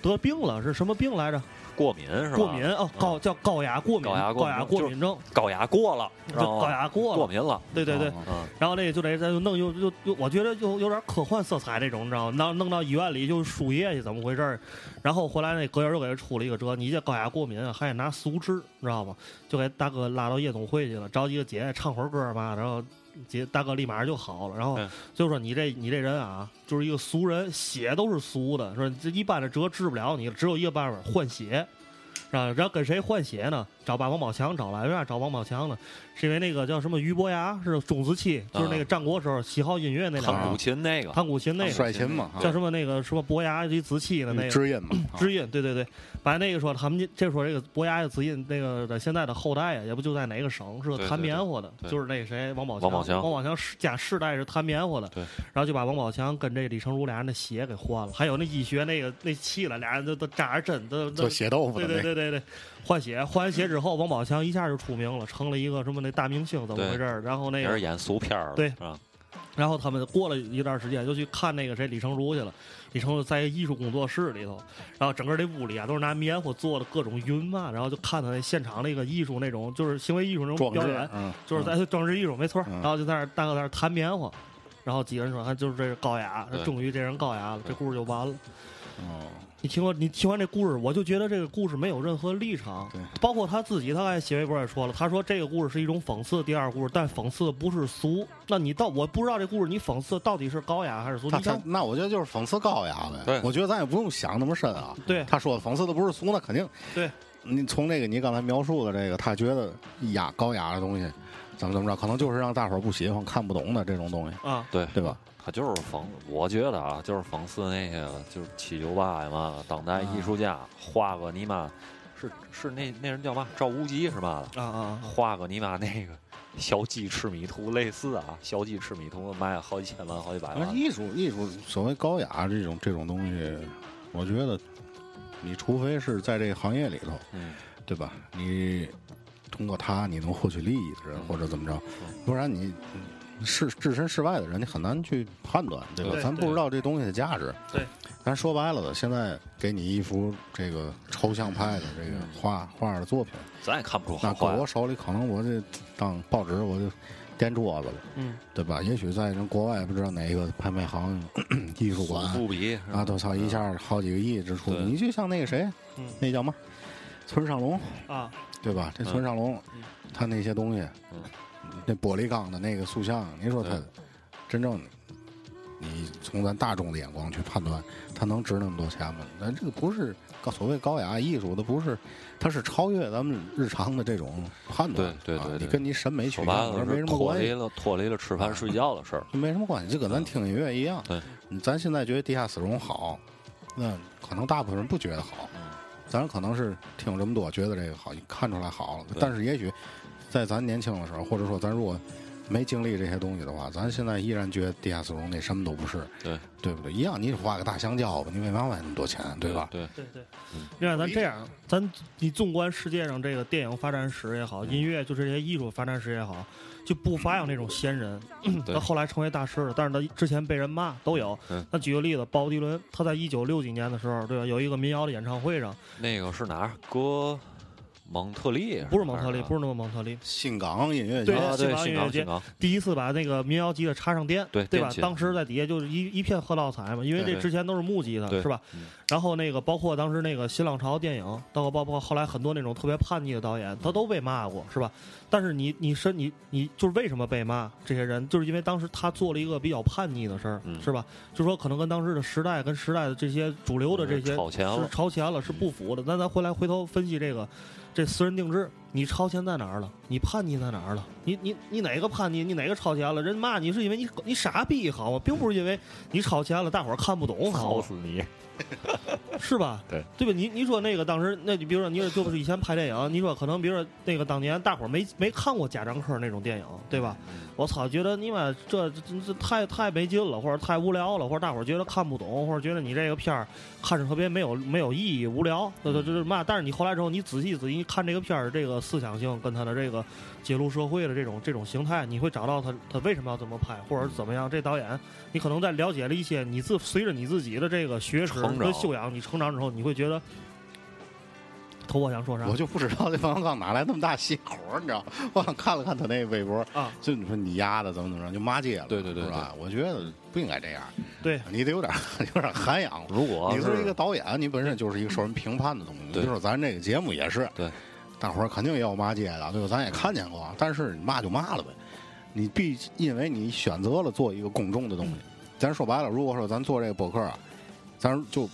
S3: 得病了，是什么病来着？
S5: 过敏是吧？
S3: 过敏哦，高叫高雅过敏，
S5: 高雅过敏
S3: 高雅过敏症，
S5: 高压过了，
S3: 就
S5: 知道
S3: 高
S5: 吗？
S3: 雅过
S5: 过
S3: 了，
S5: 敏了，
S3: 对对对。
S5: 嗯，
S3: 然后那个就得再就弄又又又，我觉得又有点科幻色彩那种，你知道吗？弄弄到医院里就输液去，怎么回事儿？然后回来那隔爷又给他出了一个这，你这高压过敏啊，还得拿俗治，你知道吗？就给大哥拉到夜总会去了，找几个姐姐唱会儿歌嘛，然
S5: (laughs)
S3: 后姐大哥立马就好了。然后
S5: 嗯
S3: 就说你这你这人啊，就是一个俗人，血都是俗的，说你这一般的折治不了你，只有一个办法换血。啊，然后跟谁换血呢？找把王宝强找来，为啥找王宝强呢？是因为那个叫什么俞伯牙是钟子期，就是那个战国时候喜好音乐那两
S5: 弹
S3: 个
S5: 古，琴那个，
S3: 弹古琴那个
S2: 帅琴嘛，啊
S3: 叫什么那个什么伯牙及子期的那个
S2: 知音嘛，啊
S3: 知音，对对对，把那个说他们这这说这个伯牙的子印那个的现在的后代啊，也不就在哪个省是个
S5: 对
S3: 弹
S5: 对
S3: 棉花的，
S5: 对
S3: 就是那个谁王宝
S5: 王宝强
S3: 王宝强世家世代是弹棉花的，
S5: 对，
S3: 然后就把王宝强跟这李成儒俩人的鞋给换了，还有那医学那个那气了，俩人都都扎着针，都都
S2: 做血豆腐
S3: 对
S2: 的
S3: 对
S2: 那个，
S3: 对对对，换血换完血之后，王宝强一下就出名了，成了一个什么那大明星，怎么
S5: 对
S3: 回事儿？然后那
S5: 也
S3: 个
S5: 是演俗片儿的，
S3: 对
S5: 是吧？
S3: 然后他们过了一段时间，就去看那个谁李成儒去了。李成儒在一个艺术工作室里头，然后整个这屋里啊都是拿棉花做的各种云嘛，然后就看他那现场那个艺术那种就是行为艺术那种
S2: 壮
S3: 表
S2: 志
S3: 演，，
S2: 嗯，
S3: 就是在装置艺术没错儿。
S2: 嗯
S3: 然后就在那儿大哥在那儿弹棉花，然后几个人说他就是这是高雅
S5: 对，
S3: 终于这人高雅了，这故事就完了。
S2: 哦，
S3: 你听过你听完这故事，我就觉得这个故事没有任何立场
S2: 对，
S3: 包括他自己，他刚才写微博也说了，他说这个故事是一种讽刺第二故事，但讽刺的不是俗。那你到我不知道这故事你讽刺到底是高雅还是俗？
S2: 他
S3: 你
S2: 他
S3: 想
S2: 那我觉得就是讽刺高雅
S5: 对
S2: 呗。我觉得咱也不用想那么深啊。
S3: 对
S2: 他说的讽刺的不是俗，那肯定。
S3: 对，
S2: 你从这个你刚才描述的这个，他觉得雅高雅的东西，怎么怎么着，可能就是让大伙儿不喜欢、看不懂的这种东西，
S3: 啊，
S5: 对
S2: 对吧？
S5: 他就是讽，我觉得啊，就是讽刺那些就是七九八呀嘛，当代艺术
S3: 啊
S5: 家画个你妈，是是那那人叫嘛？赵无极是嘛
S3: 啊
S5: 的？
S3: 啊
S5: 画个你妈那个小鸡吃米图类似啊，小鸡吃米图卖好几千万、好几百
S2: 而
S3: 哎
S5: 万，
S2: 艺术艺术所谓高雅这种这种东西，我觉得你除非是在这个行业里头，
S5: 嗯，
S2: 对吧？你通过它你能获取利益的人，或者怎么着，不然你嗯是置身事外的人，你很难去判断，对吧？
S3: 对
S2: 咱
S3: 对
S2: 不知道这东西的价值。
S3: 对，
S2: 咱说白了的，现在给你一幅这个抽象派的这个画画的作品，
S5: 咱也看不出
S2: 那
S5: 好
S2: 搁
S5: 坏啊
S2: 我。手里，可能我这当报纸我就颠桌子了，
S3: 嗯，
S2: 对吧？也许在人国外不知道哪个拍卖行、 (clears throat) 艺术
S5: 祖
S2: 馆
S5: 父比是吧
S2: 啊，都操一下好几个亿支出。
S5: 对
S2: 你就像那个谁
S3: 嗯，
S2: 那叫嘛，村上龙，
S3: 啊，
S2: 对吧？这村上龙，他那些东西
S5: 嗯，
S2: 那玻璃钢的那个塑像，你说他
S5: 对
S2: 真正你从咱大众的眼光去判断，它能值那么多钱吗？咱这个不是高所谓高雅艺术，它不是，它是超越咱们日常的这种判断。
S5: 对对
S2: 啊
S5: 对
S2: 你
S5: 对
S2: 跟你审美取
S5: 说白
S2: 向
S5: 了
S2: 没
S5: 是
S2: 什么
S5: 脱
S2: 关
S5: 离
S2: 系，
S5: 了脱离了吃饭睡觉的事
S2: (laughs)
S5: 儿。
S2: 没什么关系，就跟咱听音乐一样。
S5: 对，
S2: 咱现在觉得地下丝绒好，那可能大部分人不觉得
S5: 嗯
S2: 好，咱可能是听这么多觉得这个好，看出来好了
S5: 对，
S2: 但是也许在咱年轻的时候，或者说咱如果没经历这些东西的话，咱现在依然觉得地下丝绒那什么都不是，
S5: 对
S2: 对不对？一样，你画个大香蕉吧，你为嘛买那么多钱，对吧？
S5: 对，
S3: 对对，另外咱这样，咱你纵观世界上这个电影发展史也
S2: 嗯
S3: 好，音乐就这些艺术发展史也好，就不乏有那种先人，(clears throat)
S5: 对
S3: 他后来成为大师了，但是他之前被人骂都有
S5: 嗯。
S3: 那举个例子，鲍勃迪伦，他在一九六几年的时候，对吧，有一个民谣的演唱会上，
S5: 那个是哪儿？哥蒙特利啊吧？
S3: 不是蒙特利，
S5: 还
S3: 不是那么蒙特利，
S2: 新港音乐
S3: 对
S2: 节
S5: 啊，对，
S3: 新港音
S5: 新港
S3: 乐节
S5: 新港，
S3: 第一次把那个民谣吉他插上电，
S5: 对
S3: 对吧
S5: 电？琴
S3: 当时在底下就是一一片喝倒彩嘛，因为
S2: 对
S3: 这之前都是木吉他，
S5: 对
S3: 是吧
S5: 嗯？
S3: 然后那个包括当时那个新浪潮电影，包括包括后来很多那种特别叛逆的导演，他都被骂过，是吧？但是你你身你你就是为什么被骂？这些人就是因为当时他做了一个比较叛逆的事儿，
S5: 嗯
S3: 是吧？就说可能跟当时的时代跟时代的这些主流的这些
S5: 超前了
S3: 是超前了，是不符的。那咱回来回头分析这个，这私人定制，你超前在哪儿了？你叛逆在哪儿了？你你你哪个叛逆？你哪个超前了？人骂你是因为你你傻逼好吗？并不是因为你超前了，大伙儿看不懂好吗
S5: 死你！
S3: (laughs) 是吧？
S5: 对
S3: 对吧？你你说那个当时，那你比如说，你说就是以前拍电影，你说可能比如说那个当年大伙儿没没看过贾樟柯那种电影，对吧？
S5: 嗯
S3: 我操，觉得你妈这这这太太没劲了，或者太无聊了，或者大伙儿觉得看不懂，或者觉得你这个片儿看着特别没有没有意义、无聊，这
S5: 嗯
S3: 这这是嘛？但是你后来之后，你仔细仔细看这个片儿，这个思想性跟他的这个揭露社会的这种这种形态，你会找到他他为什么要这么拍，或者是怎么样？这导演，你可能在了解了一些你自随着你自己的这个学识
S5: 成长
S3: 跟修养，你成长之后，你会觉得。头我想说啥
S2: 我就不知道这冯小刚哪来那么大邪火，你知道？吗？我想看了看他那微博，
S3: 啊？
S2: 就你说你丫的怎么怎么着就骂街了，
S5: 对对对
S2: 是吧？我觉得不应该这样，
S3: 对，
S2: 你得有点 (laughs) 有点涵养。
S5: 如果
S2: 你
S5: 是
S2: 是一个导演，你本身就是一个受人评判的东西。
S5: 对
S2: 就是咱这个节目也是，
S5: 对，
S2: 大伙儿肯定也有骂街的，对吧？咱也看见过，啊但是你骂就骂了呗。你必因为你选择了做一个公众的东西，
S5: 嗯
S2: 咱说白了，如果说咱做这个博客啊，咱就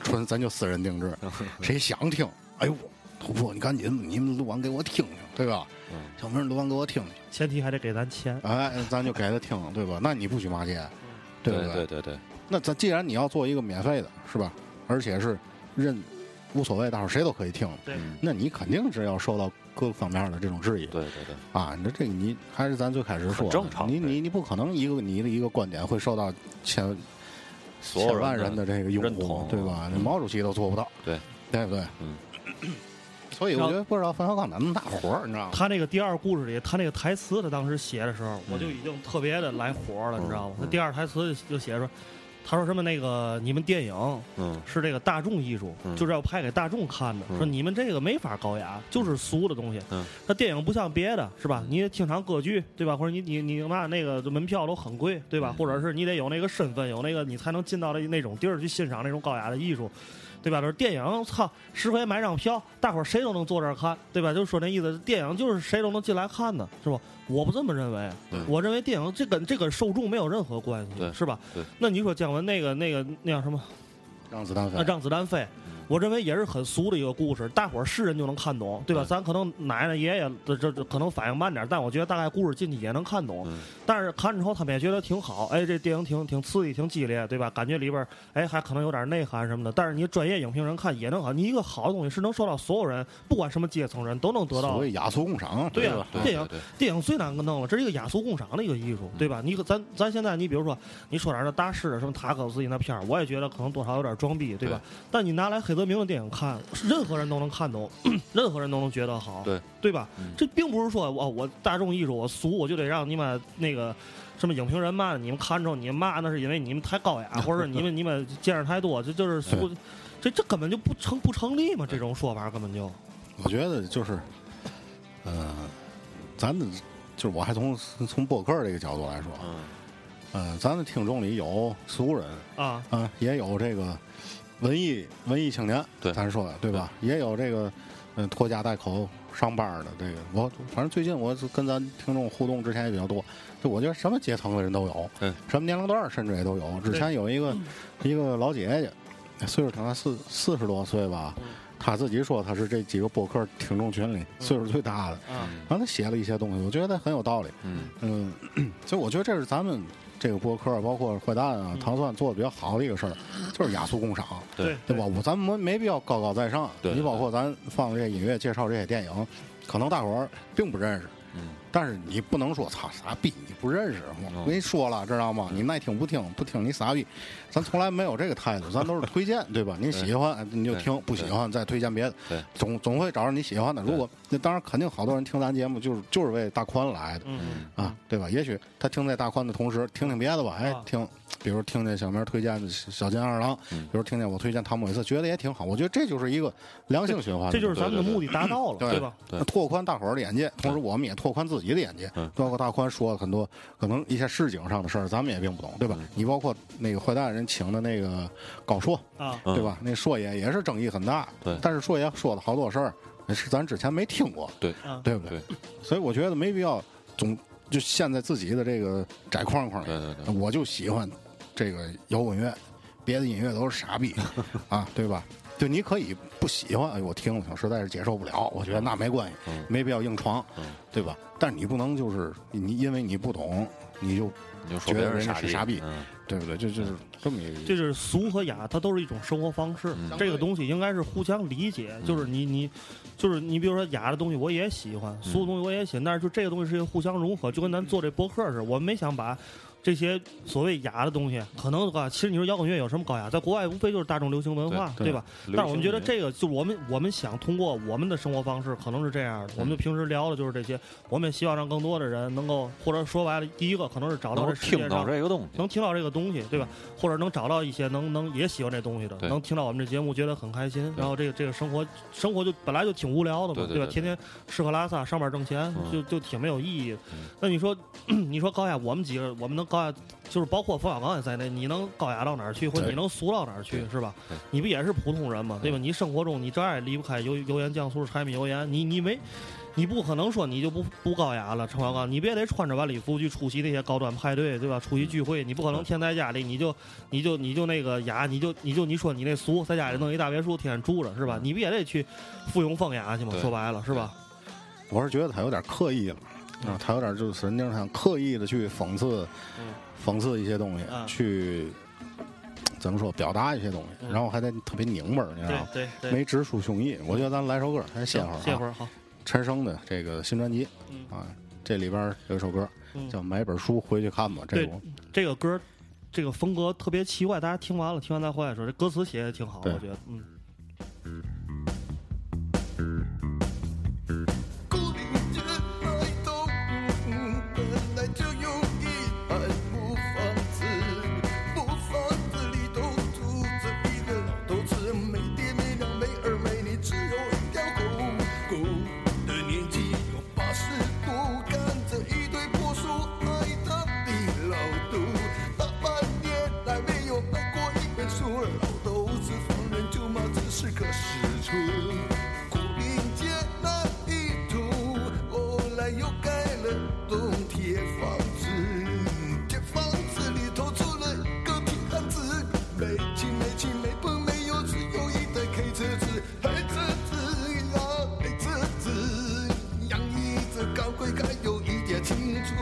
S2: 纯咱就私人定制，
S5: 嗯
S2: 谁想听，哎呦，头破你赶紧你们录完给我听听，对吧？
S5: 嗯
S2: 小明录完给我听听。
S3: 前提还得给咱钱。
S2: 哎，咱就给他听，对吧？那你不许骂街，对不
S5: 对对对对，
S2: 那咱既然你要做一个免费的，是吧？而且是认无所谓，大伙儿谁都可以听，
S3: 对
S5: 嗯
S2: 那你肯定是要受到各个方面的这种质疑
S5: 对对对，
S2: 啊！你说这个你还是咱最开始说的，
S5: 很正常
S2: 你
S5: 对
S2: 你你不可能一个你的一个观点会受到千
S5: 所有
S2: 千万人
S5: 的
S2: 的这个拥
S5: 认
S2: 护
S5: 同，
S2: 对吧？那
S5: 嗯
S2: 毛主席都做不到，
S5: 对
S2: 对不对？
S5: 嗯。
S2: 所以我觉得不知道冯小刚哪那么大活儿，你知道吗？
S3: 他那个第二故事里，他那个台词，他当时写的时候，我
S5: 嗯
S3: 就已经特别的来活了，你知道吗？他第二台词就写说，他说什么那个你们电影
S5: 嗯，
S3: 是这个大众艺术，
S5: 嗯
S3: 就是要拍给大众看的，
S5: 嗯
S3: 说你们这个没法高雅，就是俗的东西。
S5: 嗯，
S3: 他电影不像别的，是吧？你听场歌剧，对吧？或者你你你嘛那个门票都很贵，对吧？
S5: 嗯
S3: 或者是你得有那个身份，有那个你才能进到那种地儿去欣赏那种高雅的艺术。对吧？就是电影，操，十块钱买张票，大伙儿谁都能坐这儿看，对吧？就是说那意思，电影就是谁都能进来看的，是吧？我不这么认为
S5: 对，
S3: 我认为电影这跟这跟受众没有任何关系
S5: 对，
S3: 是吧
S5: 对？
S3: 那你说姜文那个那个那叫什么？
S2: 让子弹飞
S3: 啊，，让子弹飞，我认为也是很俗的一个故事，大伙儿是人就能看懂，对吧？
S5: 嗯
S3: 咱可能奶奶爷爷这这这可能反应慢点儿，但我觉得大概故事进去也能看懂。
S5: 嗯
S3: 但是看之后他们也觉得挺好，哎，这电影挺挺刺激、挺激烈，对吧？感觉里边儿哎还可能有点内涵什么的。但是你专业影评人看也能好，你一个好的东西是能受到所有人，不管什么阶层人都能得到
S2: 所。谓雅俗共赏，
S3: 对
S2: 吧
S3: 啊？
S5: 嗯对
S3: 电影
S5: 对对嗯
S3: 电影最难弄了，这是一个雅俗共赏的一个艺术，对吧？你可咱咱现在，你比如说，你说点儿那大师的什么塔可夫斯基那片儿，我也觉得可能多少有点装逼，对吧？但你拿来黑泽明的电影看，任何人都能看懂， (clears throat) 任何人都能觉得好，
S5: 对
S3: 对吧？
S5: 嗯
S3: 这并不是说我我大众艺术我俗，我就得让你们那个什么影评人骂你们看着你们骂，那是因为你们太高雅，或者你
S5: (laughs)
S3: 们你们见识太多，这就是俗，这这根本就不成不成立嘛，这种说法根本就
S2: 我觉得就是，呃，咱的就是我还从从播客这个角度来说，啊
S5: 嗯
S2: 呃，咱的听众里有俗人啊、
S3: 啊，
S2: 也有这个文艺文艺青年，
S5: 对
S2: 咱说的对吧？也有这个嗯、呃拖家带口上班儿的这个，我反正最近我跟咱听众互动之前也比较多，就我觉得什么阶层的人都有，
S5: 嗯
S2: 什么年龄段儿甚至也都有。之前有一
S3: 嗯
S2: 个一个老姐姐，岁数挺大，四四十多岁吧，
S3: 嗯
S2: 她自己说她是这几个博客听众群里岁数最大的，
S3: 啊，
S2: 然后她写了一些东西，我觉得很有道理。
S5: 嗯
S2: 嗯，所以我觉得这是咱们这个播客，包括坏蛋啊、糖蒜做的比较好的一个事儿，就是雅俗共赏，
S5: 对
S2: 对吧？我咱们没必要高高在上。
S5: 对
S2: 你包括咱放这音乐介绍这些电影，可能大伙儿并不认识，
S5: 嗯
S2: 但是你不能说操傻逼你不认识，我跟你说了，知道吗？
S5: 嗯
S2: 你爱听不听，不听你傻逼，咱从来没有这个态度，咱都是推荐，对吧？你喜欢哎你就听，不喜欢再推荐别的，
S5: 对
S2: 总总会找着你喜欢的。如果那当然肯定好多人听咱节目就是就是为大宽来的，
S3: 嗯，
S2: 啊，对吧？也许他听在大宽的同时，听听别的吧。哎
S3: 啊，
S2: 听，比如听见小明推荐的小小金二郎，
S5: 嗯
S2: 比如听见我推荐汤姆·韦斯，觉得也挺好。我觉得这就是一个良性循环，
S3: 这就是咱们的
S5: 对对对
S3: 目的达到了，
S2: 对
S3: 吧？
S5: 对
S2: 拓宽大伙儿的眼界，同时我们也拓宽自己的眼界
S5: 嗯。
S2: 包括大宽说了很多可能一些市井上的事儿，咱们也并不懂，对
S5: 嗯
S2: 吧？你包括那个坏蛋人请的那个高硕，
S3: 啊，
S5: 嗯
S2: 对吧？那硕爷也是争议很大，
S5: 对
S2: 但是硕爷说了好多事儿是咱之前没听过，
S5: 对
S3: 嗯
S2: 对不对？所以我觉得没必要总就陷在自己的这个窄框框里。
S5: 对对对
S2: 我就喜欢这个摇滚乐，别的音乐都是傻
S5: (laughs)
S2: 逼啊，对吧？就你可以不喜欢，哎，我听了挺实在是接受不了，我觉得那没关系，
S5: 嗯
S2: 没必要硬闯，
S5: 嗯
S2: 对吧？但是你不能就是你因为你不懂，你就
S5: 你就
S2: 觉
S5: 说别
S2: 得
S5: 人
S2: 人家
S5: 傻
S2: 是傻逼
S5: 嗯
S2: 对不对？这就是这么一个意思。
S3: 这是俗和雅，它都是一种生活方式。
S5: 嗯
S3: 这个东西应该是互相理解，就是你你，就是你，比如说雅的东西我也喜欢，俗的东西我也喜欢，但是就这个东西是一个互相融合，就跟咱做这播客似的，我们没想把。这些所谓雅的东西，可能的话，其实你说摇滚乐有什么高雅？在国外无非就是大众流行文化，
S2: 对对
S3: 吧？
S5: 流行
S3: 但是我们觉得
S5: 音乐
S3: 这个，就我们我们想通过我们的生活方式，可能是这样的。我们
S5: 嗯
S3: 就平时聊的就是这些，我们也希望让更多的人能够，或者说白了，第一个可能是找到
S5: 能
S3: 这世界
S5: 听
S3: 上
S5: 到这个东西，嗯
S3: 能听到这个东西，对吧？或者能找到一些能能也喜欢这东西的，
S5: 对
S3: 能听到我们这节目觉得很开心。
S5: 对
S3: 然后这个这个生活生活就本来就挺无聊的嘛，
S5: 对对
S3: 吧？
S5: 对
S3: 天天吃喝拉撒，上班挣钱，
S5: 嗯
S3: 就就挺没有意义的
S5: 嗯。
S3: 那你说， (clears throat) 你说高雅，我们几个我们能高雅，就是包括冯小刚也在内，你能高雅到哪儿去，或者
S2: 对
S3: 你能俗到哪儿去，
S5: 对
S3: 是吧
S5: 对？嗯
S3: 你不也是普通人嘛，对吧？你生活中你照样也离不开油油盐酱醋柴米油盐，你你没。你不可能说你就不不高雅了，陈小刚，你别得穿着晚礼服去出席那些高端派对，对吧？出席聚会，你不
S5: 嗯
S3: 可能天天在家里你就你就你就那个雅，你就你就你说你那俗，在家里弄一大别墅，天天住着是吧？你不也得去附庸风雅去嘛？
S5: 嗯对
S3: 说白了是吧？
S2: 我是觉得他有点刻意了，啊，他有点就是神经上刻意的去讽刺，
S3: 嗯
S2: 讽刺一些东西，
S3: 嗯
S2: 去怎么说表达一些东西，
S3: 嗯
S2: 然后还得特别拧巴儿，你知道
S3: 对
S2: 吗？
S3: 对对，
S2: 没直抒胸臆，我觉得咱来首歌，先歇会儿、啊。
S3: 歇会儿好。
S2: 陈升的这个新专辑
S3: 嗯
S2: 啊，这里边有一首歌
S3: 嗯
S2: 叫《买本书回去看吧》，这
S3: 对
S2: 种
S3: 这个歌，这个风格特别奇怪，大家听完了听完再回来说，这歌词写的挺好，
S2: 对
S3: 我觉得嗯。
S6: 孤零一来到，本来就有一排木房子，木房子里头住着一个老头子，没爹没娘没儿没女，只有一条狗。狗的年纪有八十多，看着一堆破书，爱他的老头，大半年来没有买过一本书，老头子放任就骂，只是个死虫。古林街那一头，后来又盖了栋铁房子，铁房子里头住了一个铁汉子，没亲没亲没朋没友，只有一台黑车子，黑车子呀黑车子，洋溢着高贵，还有一点青春，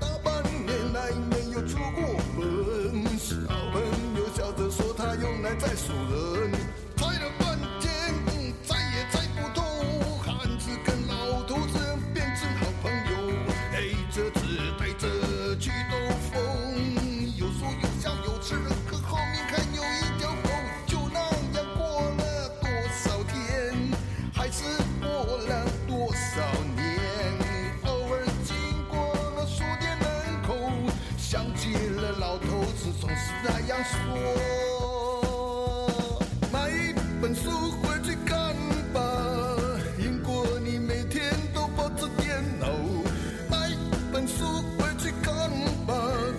S6: 大半年来没有出过门，小朋友笑着说他用来在数人，踹了半天。再也猜不透，汉子跟老头子变成好朋友，黑车子带着去兜风，有说有笑有吃的，可后面还有一条狗，就那样过了多少天，还是过了多少年，偶尔经过了书店门口，想起了老头子总是那样说。买一本书回去看吧，如果你每天都抱着电脑，买一本书回去看吧，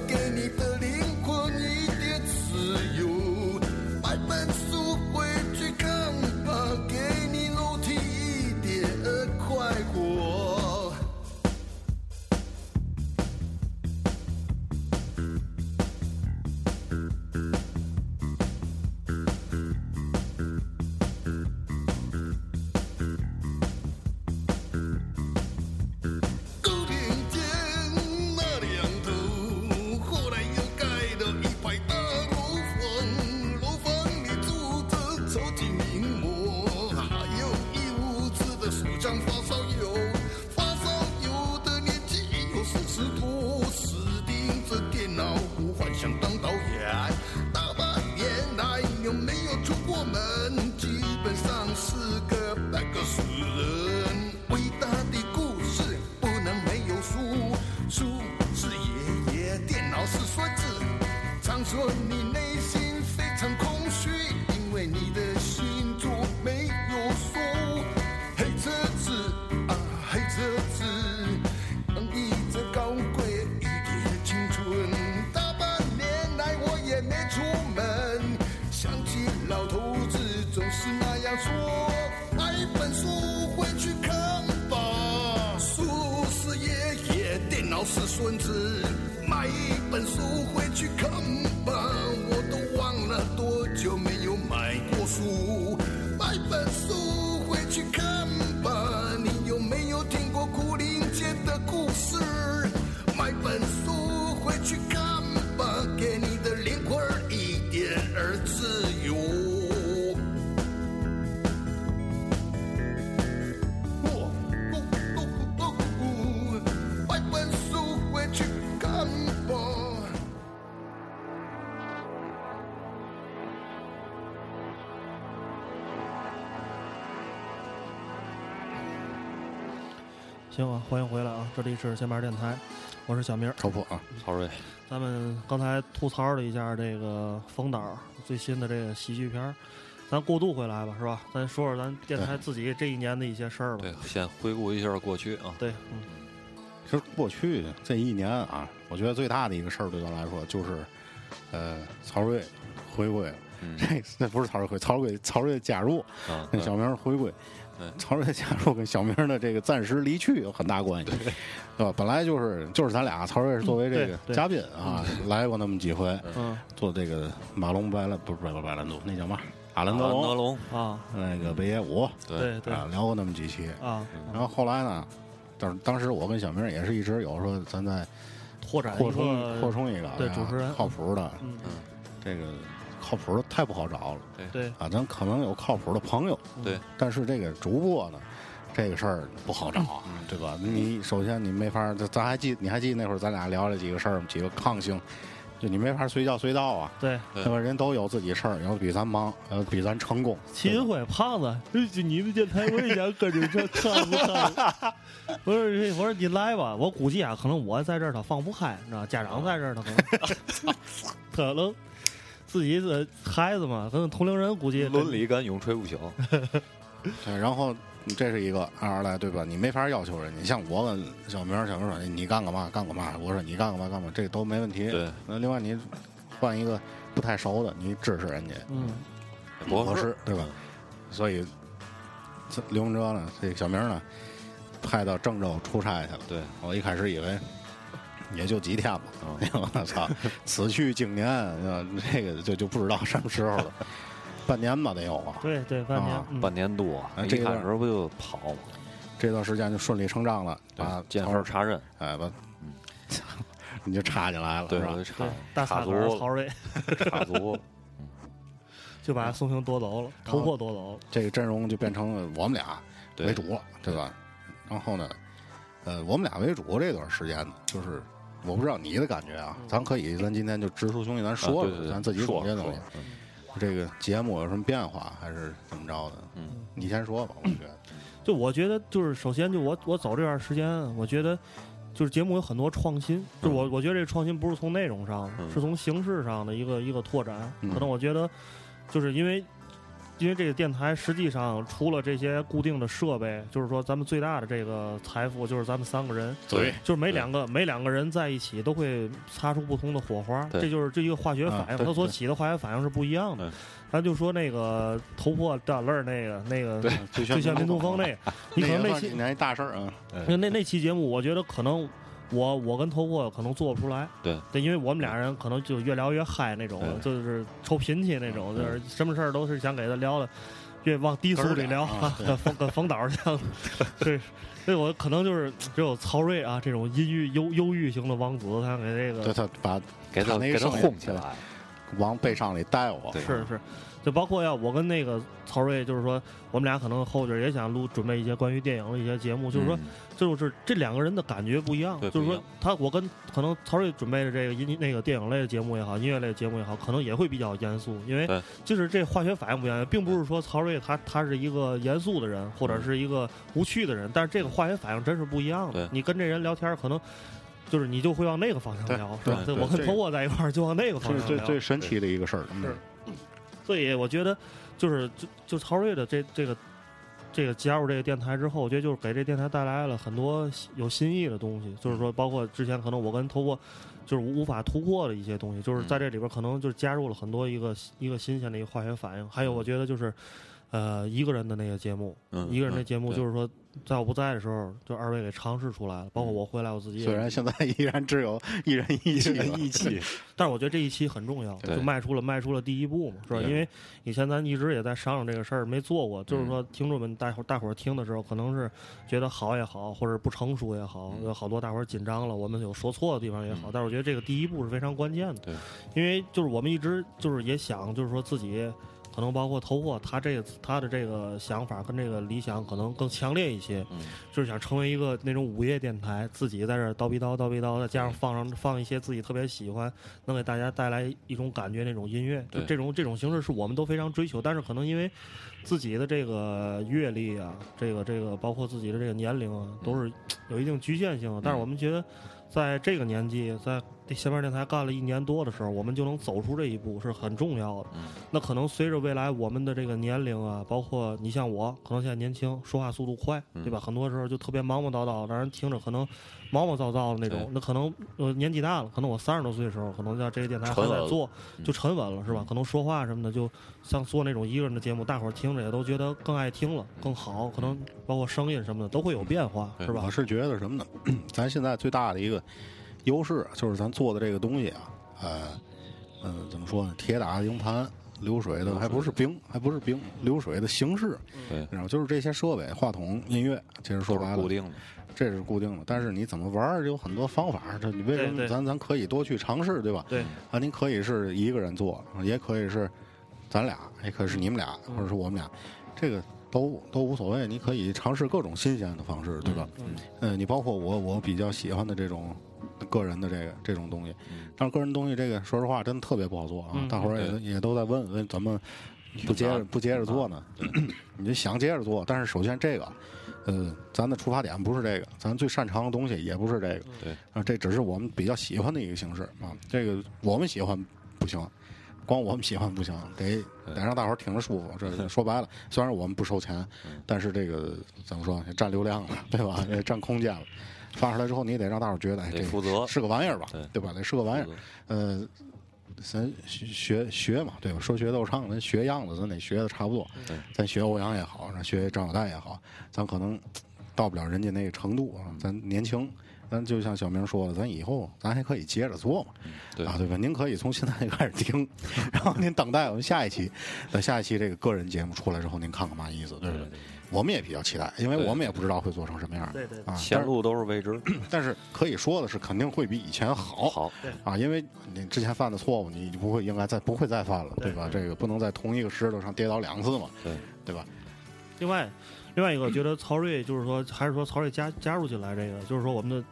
S6: 给你的灵魂一点自由。买本书回去看吧，给你肉体一点宽有没有出过门，基本上是个半个死人。伟大的故事不能没有书，书是爷爷，电脑是孙子。常说你内心非常空虚，因为你的心中没有书。黑车子啊，黑车子，洋溢着高贵一点的青春。大半年来我也没出门，想起老头子总是那样说：买本书回去看吧，书是爷爷，电脑是孙子。买一本书回去看吧，我都忘了多久没有买过书，买本书回去看吧。你有没有听过苦林街的故事？买本书回去看吧，给你的灵魂一点儿自由。我不不不不，买本书回去看吧。
S3: 行啊，欢迎回来啊！这里是闲班电台，我是小明儿。
S2: 靠谱啊！
S5: 曹睿，
S3: 咱们刚才吐槽了一下这个冯导最新的这个喜剧片儿，咱过渡回来吧，是吧？咱说说咱电台自己这一年的一些事儿吧。
S5: 对，先回顾一下过去啊，
S3: 对，嗯，
S2: 其实过去这一年啊，我觉得最大的一个事儿对咱来说就是，呃，曹睿回归了。这那不是曹睿回，曹睿曹睿加入，
S5: 嗯啊，
S2: 跟小明回归
S5: 嗯，
S2: 曹睿加入跟小明的这个暂时离去有很大关系，对吧？本来就是就是咱俩，曹睿是作为这
S3: 嗯
S2: 个
S3: 对对
S2: 嘉宾啊，来过那么几回，
S3: 嗯
S2: 做这个马龙白兰不是不是白兰度，那叫嘛？阿兰德
S5: 德
S2: 龙，
S5: 龙，
S3: 啊，
S2: 那个北野武
S3: 对对
S2: 啊，聊过那么几期。嗯
S3: 啊，
S2: 然后后来呢，当当时我跟小明也是一直有说，咱再
S3: 拓展一
S2: 扩充
S3: 个
S2: 扩充一个，
S3: 对
S2: 哎呀
S3: 主持人
S2: 靠谱的，
S3: 嗯
S2: 这个靠谱的太不好找了
S3: 对嗯
S2: 啊！咱可能有靠谱的朋友，
S5: 对，
S2: 但是这个主播呢，这个事儿不好找啊，
S3: 嗯
S2: 对吧？你首先你没法儿，咱咱还记你还记得那会儿咱俩聊了几个事儿吗？几个抗性，就你没法儿随叫随到啊，
S3: 对，
S5: 对
S2: 对吧？人都有自己事儿，有比咱忙，有比咱成功，
S3: 秦
S2: 对吧
S3: 桧胖子，哎你们电台我也想跟着这看不看？ (laughs) 不是，我说你来吧，我估计啊，可能我在这儿他放不开，你知道，家长在这儿他可能， (laughs) 可能自己的孩子嘛，可能同龄人估计
S5: 伦理感永垂不
S3: (laughs)
S5: 朽，
S2: 对，然后这是一个二来，对吧？你没法要求人家。像我跟小明儿，小明儿说你干干嘛干干嘛，我说你干干嘛干嘛，这都没问题。
S5: 对，
S2: 那另外你换一个不太熟的，你支持人家
S3: 嗯，
S5: 不
S2: 合
S5: 合
S2: 适
S5: 适，
S2: 对吧？所以这刘洪哲呢，这小明儿呢，派到郑州出差去了。
S5: 对，嗯
S2: 我一开始以为也就几天吧，哎我操， (laughs) 此去经年，呃这个就就不知道什么时候
S5: (laughs)
S2: 了，半年吧得有啊。
S3: 对对，半年
S2: 啊，
S3: 嗯
S5: 半年多，
S2: 哎
S5: 一
S2: 这个
S5: 开始不就跑嘛，
S2: 这段时间就顺理成章了，把
S5: 对，见
S2: 曹
S5: 缝插针，嗯
S2: 哎吧， (laughs) 你就插进来了，
S5: 对，
S2: 是
S5: 我
S2: 吧
S3: 对
S5: 就？插，
S3: 大
S5: 啊插
S3: 傻
S5: 足
S3: 子
S5: 了
S3: 曹睿
S5: (laughs) 插足了，嗯
S3: (laughs) 就把宋兴夺走了，头破夺走了，
S2: 这个阵容就变成了我们俩
S5: 对
S2: 为主了，对吧？然后呢，呃，我们俩为主这段时间呢，就是我不知道你的感觉啊，
S3: 嗯
S2: 咱可以，咱今天就直抒胸臆，咱说
S5: 啊对对
S2: 说，
S5: 对
S2: 咱自己
S5: 说
S2: 总结
S5: 说
S2: 总结
S5: 嗯
S2: 这个节目有什么变化，还是怎么着的？
S5: 嗯，
S2: 你先说吧，我觉得，
S3: 就我觉得，就是首先就我我走这段时间，啊我觉得就是节目有很多创新，就我我觉得这创新不是从内容上，
S5: 嗯
S3: 是从形式上的一个一个拓展。
S2: 嗯
S3: 可能我觉得，就是因为因为这个电台实际上除了这些固定的设备，就是说咱们最大的这个财富就是咱们三个人，
S2: 对，
S3: 就是每
S5: 对
S3: 两个每两个人在一起都会擦出不同的火花，
S5: 对
S3: 这就是这一个化学反
S2: 啊
S3: 应，
S2: 对
S3: 它所起的化学反应是不一样的
S5: 对。
S3: 咱就说那个头破大泪儿那个那个
S2: 最
S3: 就像民族风那，个，你可能
S2: 那也
S3: 那
S2: 算
S3: 期
S2: 是那一大事儿
S5: (laughs)
S2: 啊，
S3: 那那那期节目，我觉得可能我我跟头破可能做不出来，
S5: 对
S3: 因为我们俩人可能就越聊越嗨那种，
S5: 对
S3: 就是臭贫气那种，就是什么事儿都是想给他聊的。越往低俗里聊，
S2: 嘚儿点
S3: (laughs)
S2: 儿啊对
S3: 跟冯跟冯导这样，
S2: (laughs)
S3: 对，所以我可能就是只有曹睿啊这种阴郁忧忧郁型的王子，他给这
S2: 对
S3: 个
S2: 他把
S5: 给
S2: 他
S5: 他
S2: 那
S5: 给他
S2: 声音
S5: 轰起来，
S2: 往背上里带我。
S5: 对
S3: 是是，就包括呀，我跟那个曹睿，就是说，我们俩可能后边也想录准备一些关于电影的一些节目，就是说，
S5: 嗯
S3: 就是这两个人的感觉不一样，
S5: 对
S3: 就是
S5: 不
S3: 说
S5: 一样
S3: 他我跟可能曹睿准备的这个音那个电影类的节目也好，音乐类的节目也好，可能也会比较严肃，因为
S5: 对
S3: 就是这化学反应不一样，并不是说曹睿他他是一个严肃的人
S5: 嗯
S3: 或者是一个无趣的人，但是这个化学反应真是不一样的
S5: 对，
S3: 你跟这人聊天可能。就是你就会往那个方向
S2: 对
S3: 聊，是
S2: 对
S3: 吧？
S5: 对
S3: 我跟
S2: 这
S3: 头沃在一块儿就往那个方
S2: 这
S3: 向
S2: 是
S3: 聊。
S2: 最最神奇的一个事儿。嗯
S3: 是所以我觉得就是就就曹睿的这这个这个加入这个电台之后，我觉得就是给这电台带来了很多有新意的东西，就是
S5: 嗯
S3: 说包括之前可能我跟头过。就是无法突破的一些东西，就是
S5: 嗯
S3: 在这里边可能就是加入了很多一个一个新鲜的一个化学反应，还有我觉得就是，呃，一个人的那个节目，
S5: 嗯
S3: 一个人的节目
S5: 嗯
S3: 就是说，在我不在的时候，就二位给尝试出来了，包
S5: 嗯
S3: 括我回来我自己也
S2: 虽然现在依然只有一
S3: (laughs)
S2: 人一气，
S7: 义气，
S3: 但是我觉得这一期很重要，
S5: 对
S3: 就迈出了迈出了第一步嘛，是吧？
S5: 对
S3: 因为以前咱一直也在商量这个事儿，没做过。
S2: 嗯
S3: 就是说，听众们大伙大伙儿听的时候，可能是觉得好也好，或者不成熟也好，
S2: 嗯
S3: 有好多大伙儿紧张了，我们有说错的地方也好。但是我觉得这个第一步是非常关键的，
S5: 对，
S3: 因为就是我们一直就是也想，就是说自己。可能包括头货，他这个他的这个想法跟这个理想可能更强烈一些，
S5: 嗯
S3: 就是想成为一个那种午夜电台，自己在这儿叨逼叨叨逼叨，再加上放上放一些自己特别喜欢，能给大家带来一种感觉，那种音乐，就
S5: 对
S3: 这种这种形式是我们都非常追求，但是可能因为自己的这个阅历啊，这个这个包括自己的这个年龄啊，都
S5: 嗯
S3: 是有一定局限性的。但是我们觉得，在这个年纪，在下边电台干了一年多的时候，我们就能走出这一步是很重要
S5: 嗯
S3: 的。那可能随着未来我们的这个年龄啊，包括你像我，可能现在年轻，说话速度快，
S5: 嗯
S3: 对吧？很多时候就特别忙忙叨叨，让人听着可能毛毛躁躁的那种
S5: 对。
S3: 那可能呃年纪大了，可能我三十多岁的时候，可能在这个电台还
S5: 沉稳
S3: 在
S5: 了
S3: 做，就沉稳了，是吧？可能说话什么的，就像做那种一个人的节目，大伙儿听着也都觉得更爱听了，更好。可能包括声音什么的都会有变化，
S5: 对
S3: 是吧
S2: 我？ (laughs) 是觉得什么呢？咱现在最大的一个优势啊就是咱做的这个东西啊，呃，嗯、怎么说呢？铁打的营盘，流水的还不是冰，还不是冰，流水的形式。
S5: 对，
S2: 然后就是这些设备、话筒、音乐，其实说
S5: 都
S2: 白
S5: 是
S2: 了
S5: 固，定的，
S2: 这是固定的。但是你怎么玩儿，有很多方法。这你为什
S3: 对
S2: 么
S3: 对
S2: 咱咱可以多去尝试，对吧？
S3: 对
S2: 啊，您可以是一个人做，也可以是咱俩，也可以是你们俩，或者是我们俩，这个都都无所谓。你可以尝试各种新鲜的方式，对吧？嗯，呃，你包括我，我比较喜欢的这种个人的这个这种东西，但是个人东西这个，说实话，真的特别不好做啊。
S3: 嗯
S2: 大伙儿也
S5: 对
S2: 也都在问问怎么不接着不接着做呢？你就想接着做，但是首先这个。呃，咱的出发点不是这个，咱最擅长的东西也不是这个，
S5: 对
S2: 啊，这只是我们比较喜欢的一个形式啊。这个我们喜欢不行，光我们喜欢不行，得得让大伙儿听着舒服。这
S5: (laughs)
S2: 个说白了，虽然我们不收钱，
S5: 嗯
S2: 但是这个怎么说，也占流量了，对吧？ (laughs) 也占空间了。发出来之后，你也得让大伙儿觉得，哎，
S5: 得
S2: 这
S5: 负责
S2: 是个玩意儿吧
S5: 对，
S2: 对吧？得是个玩意儿
S5: 负责。
S2: 呃，咱学学学嘛，对吧？说学逗唱，咱学样子，咱得学的差不多。
S3: 嗯
S2: 咱学欧阳也好，咱学张小戴也好，咱可能到不了人家那个程度啊。咱年轻，咱就像小明说的，咱以后咱还可以接着做嘛，
S5: 嗯对
S2: 啊，对吧？您可以从现在开始
S5: (laughs)
S2: 听，然后您等待我们下一期，等下一期这个个人节目出来之后，您看看嘛意思，对不对？我们也比较期待，因为
S5: 对
S2: 我们也不知道会做成什么样儿。
S3: 对对对
S2: 啊，但
S5: 前
S2: 是
S5: 路都是未知。
S2: (clears throat) 但是可以说的是，肯定会比以前好。
S5: 好，
S2: 啊，因为你之前犯的错误，你就不会应该再不会再犯了，对吧？这个不能在同一个石头上跌倒两次嘛，
S5: 对
S2: 对吧？
S3: 另外，另外一个，我觉得曹睿就是说，还是说曹睿加加入进来这个，就是说我们的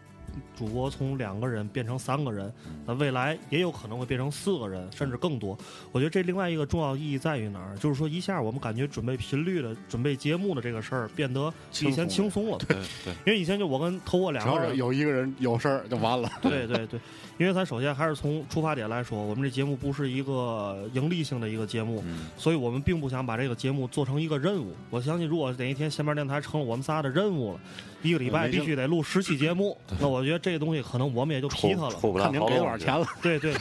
S3: 主播从两个人变成三个人，那未来也有可能会变成四个人，甚至更多。我觉得这另外一个重要意义在于哪儿？就是说，一下我们感觉准备频率的、准备节目的这个事儿变得比以前轻
S2: 轻
S3: 松了，
S5: 对对
S3: 因为以前就我跟头我两
S2: 只
S3: 个
S2: 要
S3: 人
S2: 有。有一个人有事儿就完了。
S3: 对对对，因为咱首先还是从出发点来说，我们这节目不是一个盈利性的一个节目，
S5: 嗯
S3: 所以我们并不想把这个节目做成一个任务。我相信，如果哪一天闲边电台成了我们仨的任务了，一个礼拜
S2: 没劲
S3: 必须得录十期节目，那我觉得这个东西可能我们也就
S5: 出
S3: 皮他了。
S5: 出不来
S2: 看您
S5: 好
S2: 给
S5: 多
S2: 多少
S5: 东西
S2: 钱了？
S3: 对对，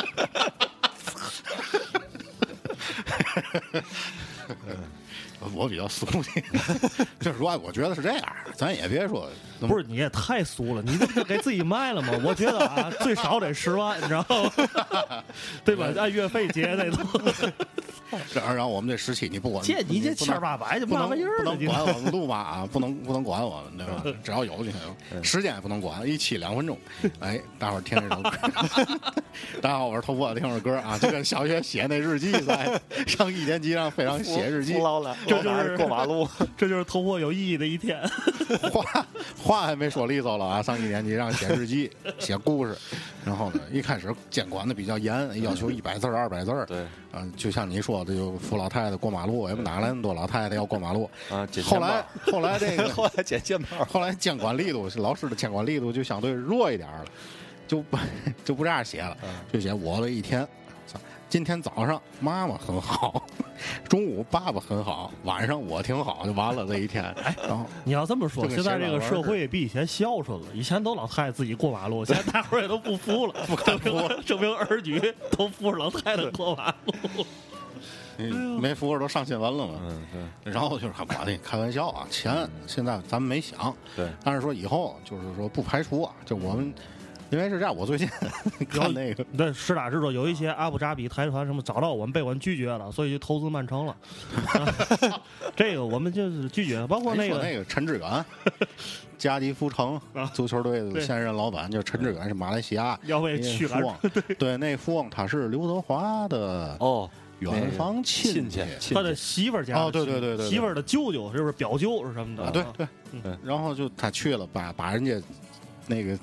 S2: (laughs) 我比较俗气，就是说，我觉得是这样，咱也别说，
S3: 不是你也太俗了，你这不就给自己卖了吗？我觉得啊， (laughs) 最少得十万，你知道吗？对吧？按月费结那都。
S2: 这然后我们这十七你不管，
S3: 借你这
S2: 不能
S3: 千儿八百就
S2: 不
S3: 嘛
S2: 能
S3: 玩意儿
S2: 不
S3: 呢
S2: 能
S3: 你
S2: 管我们路马啊，不能不能管我们对
S3: (laughs)
S2: 吧？只要有就行，时间也不能管，一期两分钟。哎，大伙儿听这首歌，大家好，我是头发，听首歌啊，就跟小学写那日记
S7: (laughs)
S2: 在上一年级上非常写日记，
S7: 捞了，
S3: 这就是
S7: 过
S2: (laughs)
S7: 马路。
S3: 这就是突破有意义的一
S7: (laughs)
S3: 天。
S2: 话话还没说利索了啊！上一年级让写日
S7: (laughs)
S2: 记、写故事，然后呢，一开始监管的比较严，
S7: (laughs)
S2: 要求一百字儿、二百字儿。
S5: 对，
S2: 嗯，就像你说的，就扶老太太过马路，也不哪来那么多老太太要过马路
S5: 啊捡钱
S2: 后来后来
S5: (laughs)
S2: 这
S3: (laughs)
S2: 个
S7: 后来捡钱包，
S2: 后来监管力度，老师的监管力度就相对弱一点儿了，就不就不这样写了，
S3: 嗯
S2: 就写我的一天。今天早上妈妈很好，中午爸爸很好，晚上我挺好，就完了这一天。哎，然后
S3: 你要这么说，
S2: 这个
S3: 现在这个社会比以前孝顺了，以前都老太太自己过马路，现在大伙儿也都不服
S2: (laughs)
S3: 了，证明证明儿女都扶着老太太过马路。啊
S2: 嗯，没服着都上新闻了嘛。
S5: 嗯，对，
S2: 然后就是我那开玩笑啊，钱
S3: 嗯
S2: 现在咱们没想，
S5: 对
S2: 但是说以后就是说不排除啊，就我
S3: 嗯
S2: 们因为是这样，我最近
S3: (laughs)
S2: 看那个
S3: 那实打实说，有一些阿布扎比财团什么找到我们，被我们拒绝了，所以就投资曼城了。 (laughs) 啊这个我们就是拒绝，包括
S2: 哎
S3: 那
S2: 说
S3: 个
S2: 那个陈志
S3: (laughs)
S2: 远，加迪福城
S3: 啊
S2: 足球队的
S3: 对
S2: 现任老板，就是陈志远是马来西亚
S3: 要被
S2: 那
S3: 驱
S2: 富
S3: 赶
S2: 翁，对，那富翁他是刘德华的
S5: 哦，
S2: 远房亲戚。
S5: 戚
S3: 他的媳妇儿家
S2: 哦对对对对对
S3: 媳妇儿的舅舅是不是表舅是什么的？
S2: 啊，对对，
S5: 嗯
S2: 然后就他去了，把把人家那个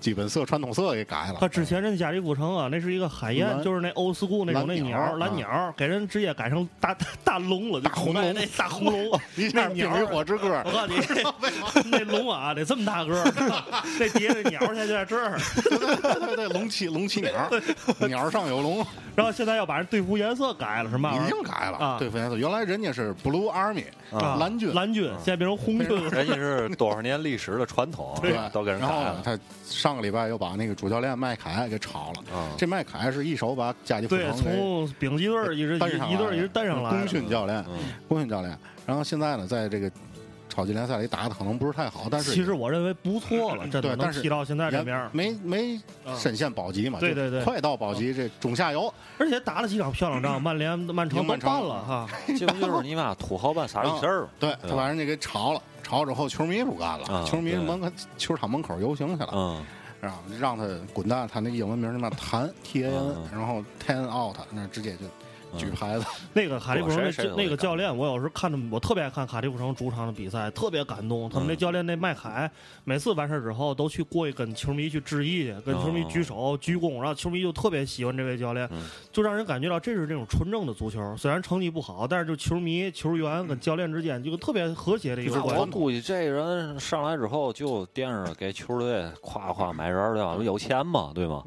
S2: 基本色、传统色给改了。
S3: 他之前人家里不成啊，那是一个海燕，
S2: 蓝
S3: 就是那欧斯库那种那
S2: 蓝鸟啊
S3: 鸟蓝鸟，给人直接改成大大大龙了，就
S2: 大红
S3: 古代
S2: 龙，
S3: 那大红龙啊
S2: (laughs) 一
S3: 那
S2: 下《
S3: 鸟
S2: 冰与火之歌》
S3: 我
S2: (laughs)
S3: 告诉你， (laughs) 那龙啊得这么大个儿，那底下那鸟现在就在这
S2: (laughs)
S3: 儿，
S2: 对对对，龙骑龙骑鸟，鸟上有龙，
S3: 然后现在要把人队服颜色改了是嘛玩
S2: 已
S3: 意
S2: 经改了。
S3: 啊
S2: 对，冯先生，原来人家是 Blue Army
S3: 儿？啊
S2: 蓝军，
S3: 蓝军现在变成红军了，
S5: 人家是多少年历史的传统，啊
S2: 对，
S5: 都给人改
S2: 然后呢
S5: 了，
S2: 他上个礼拜又把那个主教练麦凯给炒了。
S5: 啊
S2: 这麦凯是一手把加利福
S3: 对，
S2: 城给
S3: 从丙级队儿一直
S2: 带上来
S3: 一队儿一直带上来
S2: 功
S3: 了，
S2: 勋教练，
S5: 嗯，
S2: 功勋教练。然后现在呢，在这个超级联赛里打的可能不是太好，哦但是嗯
S3: 其实我认为不错了，真
S2: 对
S3: 的能
S2: 但是
S3: 踢到现在这
S2: 也
S3: 面儿，嗯
S2: 没没深陷保级嘛，
S3: 对
S2: 就
S3: 对对
S2: 快到保级这中下游。
S3: 而且打了几场漂亮仗，曼联、曼城
S2: 赢
S3: 都
S2: 曼城嗯
S3: 办了哈。
S5: 这不就是你妈土豪办傻逼事儿吗？
S2: 对
S5: 对
S2: 他把人家给炒了，炒之后球迷不干了
S5: 啊，
S2: 球迷
S5: 对
S2: 门口球场门口游行去了。
S5: 嗯，
S2: 然后让他滚蛋，他那英文名他妈谭 T A N，
S5: 嗯
S2: 然后 Ten out，那直接就举牌子，
S3: 那个卡利夫城
S5: 我
S3: 那
S5: 谁
S3: 教那
S5: 谁都得
S3: 个
S5: 干
S3: 教练，我有时看着我特别爱看卡利夫城主场的比赛，特别感动。他们那
S5: 嗯
S3: 教练那麦凯，每次完事儿之后都去过去跟球迷去致意去，跟球迷
S2: 哦
S3: 举手鞠躬，然后球迷就特别喜欢这位教练
S5: 嗯，
S3: 就让人感觉到这是这种纯正的足球。虽然成绩不好，但是就球迷、球员跟教练之间就特别和谐的一
S2: 嗯就
S3: 个
S2: 是
S3: 关 (laughs)
S5: 我
S3: 系。
S5: 估计这人上来之后就惦着给球队夸夸买人儿对吧？有钱嘛对
S2: 嗯
S5: 吗？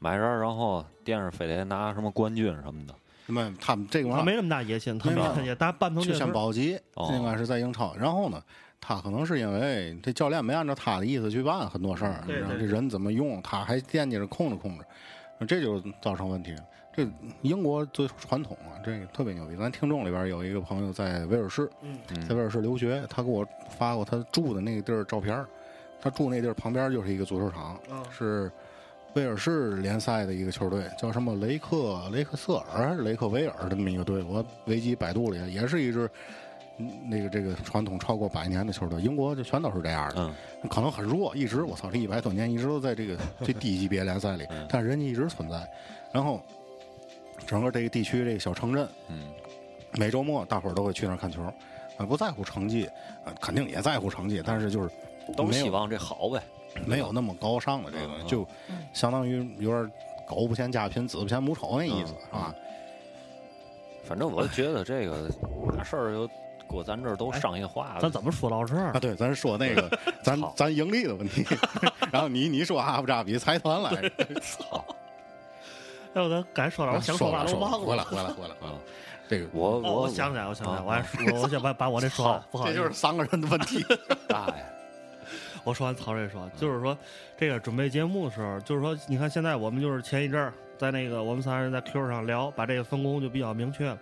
S5: 买人儿，然后惦着非得拿什么冠军什么的。
S2: 他们他们这个
S3: 他
S2: 玩意
S3: 没那么大野心，他
S2: 没
S3: 没
S2: 有
S3: 那么大野，大家半
S2: 儿
S3: 层
S2: 去
S3: 电
S2: 向
S3: 视。
S2: 保级，
S5: 哦
S2: 应该是在英超。然后呢，他可能是因为这教练没按照他的意思去办很多事儿，
S3: 对
S2: 然后
S3: 对
S2: 这人怎么用，他还惦记着控制控制，这就造成问题。这英国最传统啊，这个特别牛逼。咱听众里边有一个朋友在威尔士，
S3: 嗯
S2: 在威尔士留学，他给我发过他住的那个地儿照片儿他住那地儿旁边就是一个足球场，
S3: 嗯
S2: 是威尔士联赛的一个球队，叫什么雷克雷克瑟尔还是雷克维尔这么一个队。我维基百度了一下，也是一支嗯那个这个传统超过百年的球队。英国就全都是这样的，
S5: 嗯
S2: 可能很弱，一直我操这一百多年一直都在这个最低级别联赛里，
S5: 嗯
S2: 但是人家一直存在。然后整个这个地区这个小城镇，
S5: 嗯，
S2: 每周末大伙儿都会去那儿看球，啊，不在乎成绩，啊，肯定也在乎成绩，但是就是
S5: 都
S2: 没有
S5: 希望这好呗。
S2: 没有那么高尚的这个东西，
S5: 嗯
S2: 就相当于有点狗不嫌家贫，子不嫌母丑那意思，
S5: 嗯
S2: 是吧？
S5: 反正我觉得这个哪事儿就搁咱这儿都商业化了。
S3: 哎咱怎么说到这儿
S2: 啊，？对，咱说那个咱
S5: 好
S2: (laughs) 咱盈利的问题，然后你你说阿布扎比财团来着，啊
S3: 要不咱该说了，哎我想
S2: 说
S3: 嘛
S2: 了
S3: 都
S2: 说了
S3: 忘
S2: 回来
S3: 了。
S2: 回来回来回来
S5: 嗯，
S2: 这个
S5: 我
S3: 哦，
S5: 我
S3: 我想起来，我想起来，
S5: 啊
S3: 我还说，我想把把我这说完，不好意
S2: 这
S3: 思，
S2: 就是三个人的问题，
S5: 大爷，
S3: 我说完曹睿说，就是说这个准备节目的时候，就是说你看现在我们就是前一阵儿在那个我们仨人在 Q 上聊，把这个分工就比较明确了。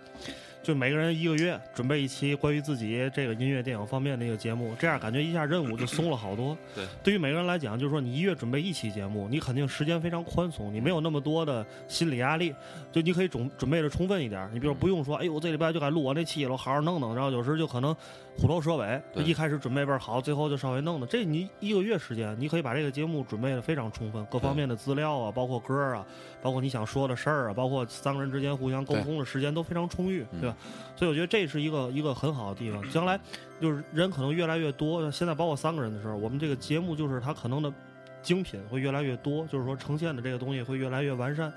S3: 就每个人一个月准备一期关于自己这个音乐电影方面的一个节目，这样感觉一下任务就松了好多。
S5: 对，嗯
S3: 对于每个人来讲，就是说你一月准备一期节目，你肯定时间非常宽松，你没有那么多的心理压力，就你可以准准备的充分一点。你比如不用说，哎呦，我这礼拜就该录完这期了，我好好弄弄，然后有时就可能虎头蛇尾，
S5: 对
S3: 一开始准备倍儿好，最后就稍微弄的。这你一个月时间，你可以把这个节目准备的非常充分，各方面的资料啊，包括歌啊，包括你想说的事儿啊，包括三个人之间互相沟通的时间都非常充裕，对吧？所以我觉得这是一个一个很好的地方。将来就是人可能越来越多，现在包括三个人的时候，我们这个节目就是它可能的精品会越来越多，就是说呈现的这个东西会越来越完善，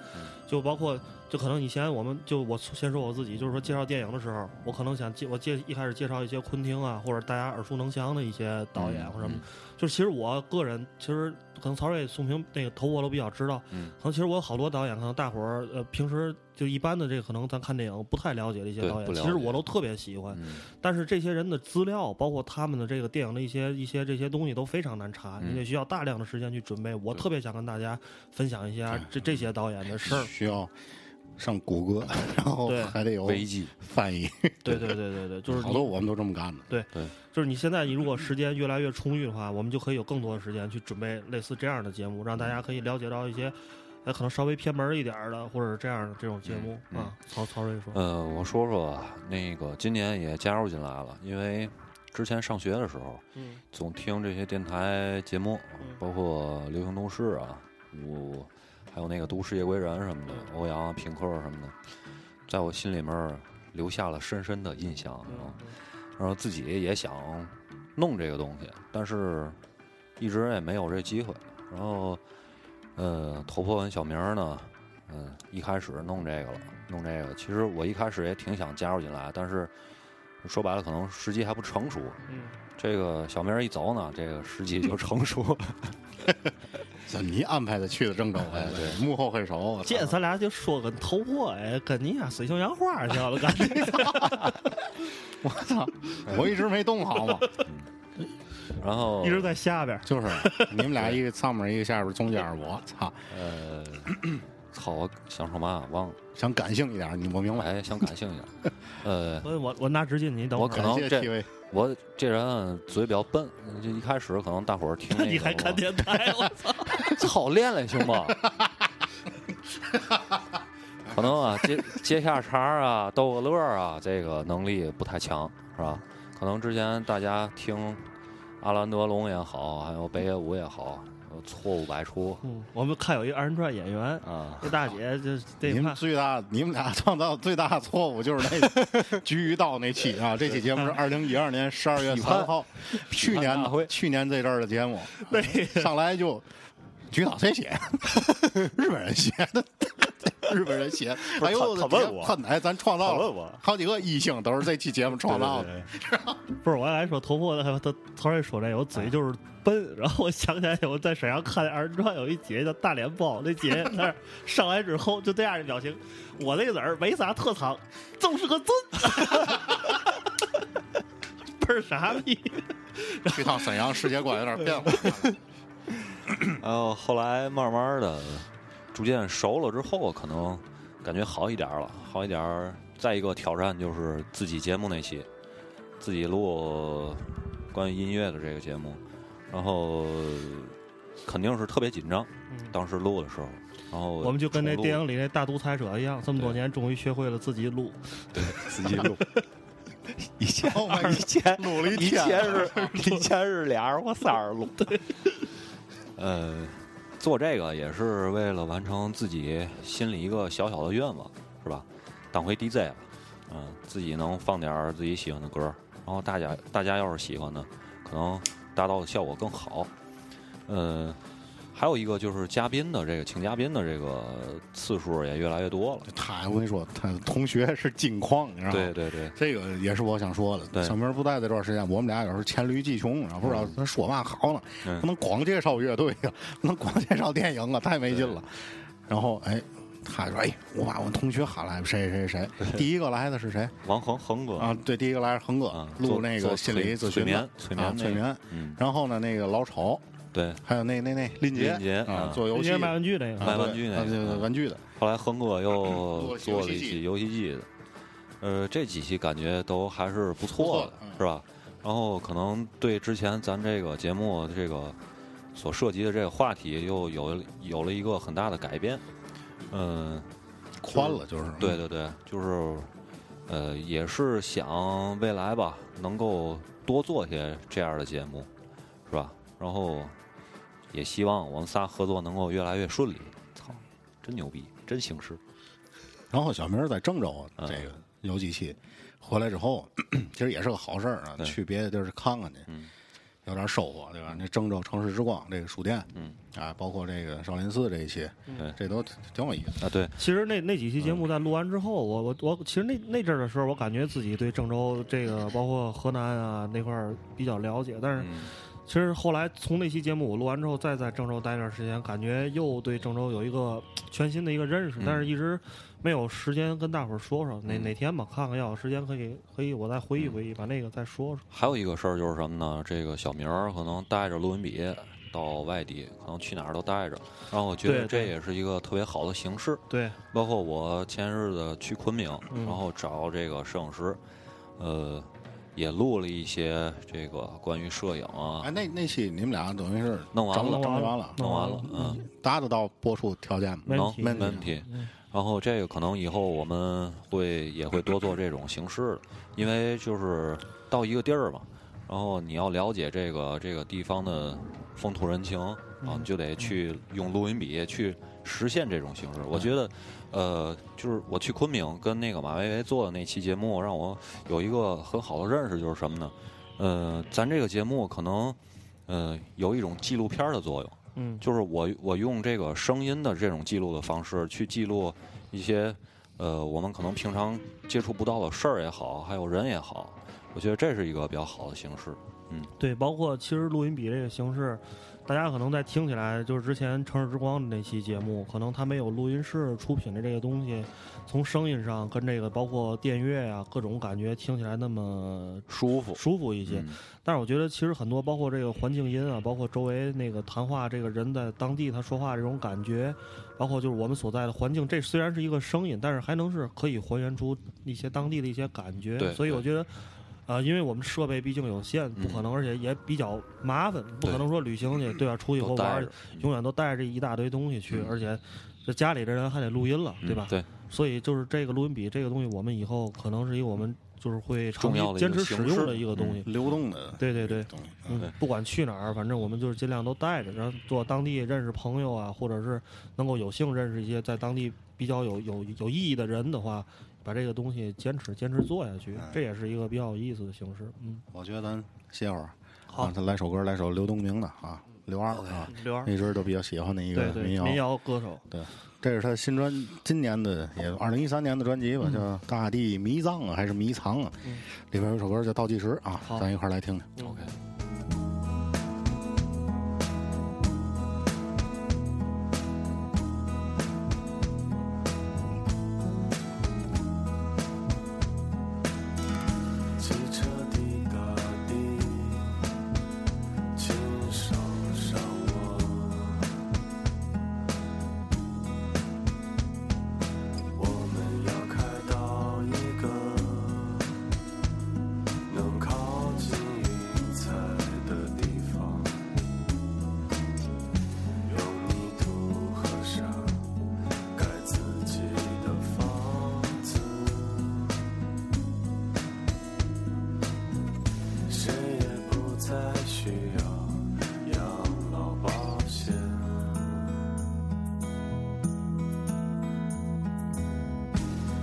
S3: 就包括就可能以前我们就我先说我自己，就是说介绍电影的时候，我可能想介我介一开始介绍一些昆汀啊，或者大家耳熟能详的一些导演或者什么，就是其实我个人其实可能曹睿、宋平那个头我都比较知道，
S5: 嗯
S3: 可能其实我有好多导演，可能大伙儿呃平时就一般的这个可能咱看电影不太了解的一些
S5: 对
S3: 导
S5: 不
S3: 演，
S5: 了
S3: 其实
S5: 解
S3: 我都特别喜欢，
S5: 嗯
S3: 但是这些人的资料，包括他们的这个电影的一些一些这些东西都非常难查，
S5: 嗯
S3: 你得需要大量的时间去准备。我
S5: 对
S3: 特别想跟大家分享一下这这些导演的事儿。
S2: (laughs) 需要上谷歌， (laughs) 然后
S3: 对
S2: 还得有
S5: 危机，
S2: 翻译，
S3: 对对对对对，就是
S2: 好多
S3: 你
S2: 我们都这么干的。
S3: 就是你现在你如果时间越来越充裕的话，我们就可以有更多的时间去准备类似这样的节目，让大家可以了解到一些，呃，可能稍微偏门一点儿的，或者是这样的这种节目、
S5: 嗯
S3: 啊。曹曹睿说，
S5: 呃，我说说啊那个今年也加入进来了，因为之前上学的时候
S3: 嗯
S5: 总听这些电台节目
S3: 嗯，
S5: 包括《流行都市》啊，我还有那个《都市夜归人》什么的，
S3: 嗯
S5: 欧阳啊、平克什么的，在我心里面儿留下了深深的印象
S3: 嗯
S5: 啊。然后自己也想弄这个东西，但是一直也没有这机会。然后，呃，头破跟小明儿呢，嗯、一开始弄这个了，弄这个。其实我一开始也挺想加入进来，但是说白了，可能时机还不成熟。
S3: 嗯，
S5: 这个小明儿一走呢，这个时机就成熟了。
S2: 怎 (laughs) 么你安排的去的郑州来
S5: 哎对
S2: 了？幕后黑手，我操
S3: 这咱俩就说跟头破哎，跟你俩水性杨花儿去了，感觉。
S2: (laughs) 我操！我一直没动好吗？
S5: 然后
S3: 一直在下边儿。
S2: 就是你们俩一个上面一个下边，中间是我操！
S5: 呃，操，我想说嘛忘了，
S2: 想感性一点，你我明白。
S5: 哎，想感性一点，呃。
S3: 我我我拿纸巾， (laughs) 你等
S5: 我
S3: 会
S5: 可
S3: 儿。
S5: 能
S2: 感谢
S5: 这
S2: TV，
S5: 我这人嘴比较笨，就一开始可能大伙
S3: (laughs)
S5: 儿听那
S3: 你
S5: 个
S3: 还看
S5: 我
S3: 电台？我操！
S5: (laughs) 操练练行吗？可能啊，接接下茬儿啊，逗个乐儿啊，这个能力不太强，是吧？可能之前大家听阿兰德龙也好，还有北野武也好，呃错误百出
S3: 嗯，我们看有一二人转演员，
S5: 啊。
S3: 这大姐这这
S2: 你们
S3: 看
S2: 最大，你们俩创造最大的错误哦就是那 (laughs) 菊鱼道那期啊！这期节目是二零一二年十二月三
S7: (laughs)
S2: 号，去
S5: 批判大会
S2: 年去年在这儿的节目，上来就菊岛谁写？ (laughs) 日本人写的， (laughs) 日本人写。哎呦，
S7: 他他问我
S2: 看来咱创造
S7: 他问我
S2: 了好几个异性，都是这期节目创造的。
S3: 不是我来说头破的，他头儿也说这个，我
S2: 哎
S3: 嘴就是笨。然后我想起来，我在沈阳看二人转有一姐叫大脸包，那姐
S2: (laughs)
S3: 那儿上来之后就这样的表情，我那个人儿没啥特长，就是个尊， (laughs) 倍儿傻逼。
S2: 去趟沈阳，世界观有点变
S7: (laughs)
S2: 化。
S5: 然后后来慢慢的，逐渐熟了之后，可能感觉好一点儿了，好一点儿。再一个挑战就是自己节目那期，自己录关于音乐的这个节目，然后肯定是特别紧张，当时录的时候，然后
S3: 嗯我们就跟那
S5: 重录
S3: 电影里那大独裁者一样，这么多
S5: 对
S3: 年终于学会了自己录。
S5: 对自己录，
S2: 以前
S5: 哦以前
S2: 努了一
S5: 以
S2: 天
S5: 前是以前是俩人，我仨
S3: (laughs)
S5: 人录。呃，做这个也是为了完成自己心里一个小小的愿望，是吧？当回 DJ 了，嗯、自己能放点儿自己喜欢的歌儿，然后大家大家要是喜欢的，可能达到的效果更好。呃，还有一个就是嘉宾的这个请嘉宾的这个次数也越来越多了。
S2: 哎他，我跟你说，他同学是金矿，你知道吗？
S5: 对对对，
S2: 这个也是我想说
S5: 对
S2: 的。小明不在的这段时间，我们俩有时候黔驴技穷，然后不知道他说嘛好呢，
S5: 嗯
S2: 不能光介绍乐队啊，不能光介绍电影啊，太没劲了。然后哎，他说哎，我把我同学喊来，谁谁谁，第一个来的是谁
S5: 王恒恒哥
S2: 啊？对，第一个来是恒哥
S5: 啊，做
S2: 录那
S5: 做
S2: 个心理
S5: 催
S2: 咨询的
S5: 催眠
S2: 啊催
S5: 催眠那个
S2: 眠。
S5: 嗯，
S2: 然后呢，那个老丑，
S5: 对。
S2: 还有那那那林
S5: 林杰啊
S2: 啊，做游
S3: 今
S2: 戏
S3: 天卖玩具那
S2: 啊
S3: 个，
S5: 卖玩具
S2: 对
S5: 那个
S2: 啊对对
S5: 嗯
S2: 玩具的，
S5: 后来亨哥又做了一期游戏机的，呃，这几期感觉都还是不错的，
S2: 嗯
S5: 是吧？然后可能对之前咱这个节目这个所涉及的这个话题又有有了一个很大的改变，嗯，
S2: 呃宽了就是
S5: 对对对，就是呃，也是想未来吧，能够多做些这样的节目，是吧？然后也希望我们仨合作能够越来越顺利。操，真牛逼，真行事。
S2: 然后小明儿在郑州啊
S5: 嗯
S2: 这个有几期，回来之后， (clears throat) 其实也是个好事儿啊，去别的地儿看看去，
S5: 嗯
S2: 有点收获，对吧？那郑州城市之光这个书店，嗯，啊，包括这个少林寺这一期，
S5: 对
S2: 这都挺挺有意思。
S5: 嗯啊，对，
S3: 其实那那几期节目在录完之后，我我我，其实那那阵儿的时候，我感觉自己对郑州这个，包括河南啊那块儿比较了解。但是
S5: 嗯
S3: 其实后来从那期节目我录完之后，再在郑州待一段时间，感觉又对郑州有一个全新的一个认识
S5: 嗯。
S3: 但是一直没有时间跟大伙儿说说，哪
S5: 嗯
S3: 哪天吧，看看要有时间可以可以我再回忆回忆，把那个再说说。
S5: 还有一个事儿就是什么呢？这个小明儿可能带着录音笔到外地，可能去哪儿都带着。然后我觉得
S3: 对
S5: 这
S3: 对
S5: 也是一个特别好的形式。
S3: 对，
S5: 包括我前日子去昆明，
S3: 嗯
S5: 然后找这个摄影师，呃，也录了一些这个关于摄影啊
S2: 哎，，那那期你们俩等于是
S5: 弄完
S2: 整
S5: 了
S2: 整理完了，
S5: 弄完了，嗯，
S2: 达得到播出条件吗？
S3: 没问
S5: 能
S3: 题
S5: 没问题。然后这个可能以后我们会也会多做这种形式的，因为就是到一个地儿嘛，然后你要了解这个这个地方的风土人情啊，你就得去用录音笔去实现这种形式。我觉得，呃，就是我去昆明跟那个马薇薇做的那期节目，让我有一个很好的认识，就是什么呢？呃，咱这个节目可能，呃，有一种纪录片儿的作用。
S3: 嗯，
S5: 就是我我用这个声音的这种记录的方式去记录一些呃我们可能平常接触不到的事儿也好，还有人也好，我觉得这是一个比较好的形式。
S3: 对，包括其实录音笔这个形式，大家可能在听起来，就是之前《城市之光》那期节目，可能它没有录音室出品的这个东西，从声音上跟这个包括电乐呀、各种感觉听起来那么
S5: 舒服
S3: 舒服一些。
S5: 嗯
S3: 但是我觉得其实很多，包括这个环境音啊，包括周围那个谈话，这个人在当地他说话这种感觉，包括就是我们所在的环境，这虽然是一个声音，但是还能是可以还原出一些当地的一些感觉。
S5: 对
S3: 所以
S5: 对
S3: 我觉得。啊，因为我们设备毕竟有限，不
S5: 嗯
S3: 可能，而且也比较麻烦，不可能说旅行去，对吧、出去
S5: 都
S3: 后
S5: 带
S3: 玩
S5: 着，嗯
S3: 永远都带着这一大堆东西去，而且这家里的人还得录音了，对吧？
S5: 嗯对，
S3: 所以就是这个录音笔这个东西，我们以后可能是一个我们就是会长
S5: 重要
S3: 期
S5: 的一个
S3: 坚持
S5: 形
S3: 使用
S5: 式
S3: 的一个东西。
S2: 嗯流动的
S3: 对对对，
S2: 东西，嗯
S3: 嗯，不管去哪儿，反正我们就是尽量都带着，然后做当地认识朋友啊，或者是能够有幸认识一些在当地比较有有有意义的人的话，把这个东西坚持坚持做下
S2: 嗯
S3: 去，这也是一个比较有意思的形式。嗯，
S2: 我觉得咱歇会儿，
S3: 好
S2: 啊，再来首歌，来首刘东明的啊，刘二啊，
S3: 刘二，
S2: 一直都比较喜欢的一
S3: 对
S2: 个
S3: 对，民
S2: 谣。
S3: 谣歌手，
S2: 对，这是他新专今年的，也二零一三年的专
S3: 嗯
S2: 辑吧，叫《大地迷藏》啊，还是迷藏啊？里边有首歌叫《倒计时》啊，
S3: 好
S2: 咱一块儿来听听。
S3: 嗯
S5: OK。
S8: 汽车滴答滴，请捎上我。我们要开到一个能靠近云彩的地方，用泥土和沙盖自己的房子。谁也不再需要养老保险。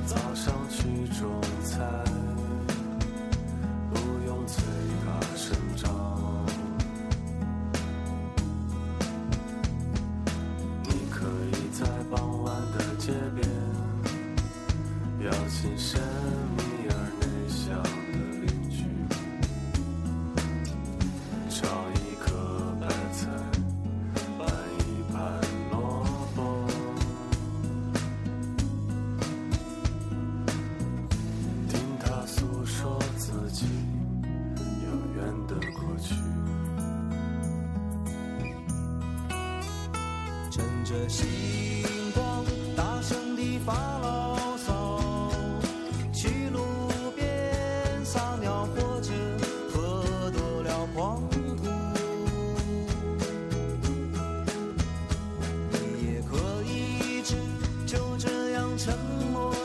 S8: 早上去种菜，不用催它生长。你可以在傍晚的街边，邀请神秘而内向的邻居。炒一颗白菜，拌一盘萝卜，听他诉说自己遥远的过去。
S7: 趁着星光，大声地发牢骚，去路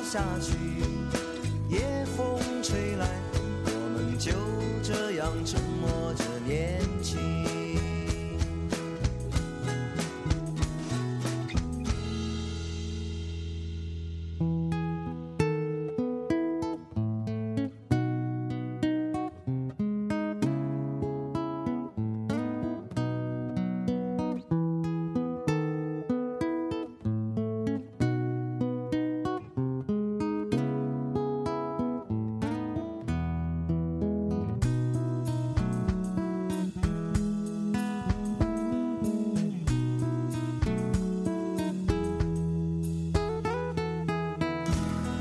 S7: 下去，夜风吹来，我们就这样沉默着年轻。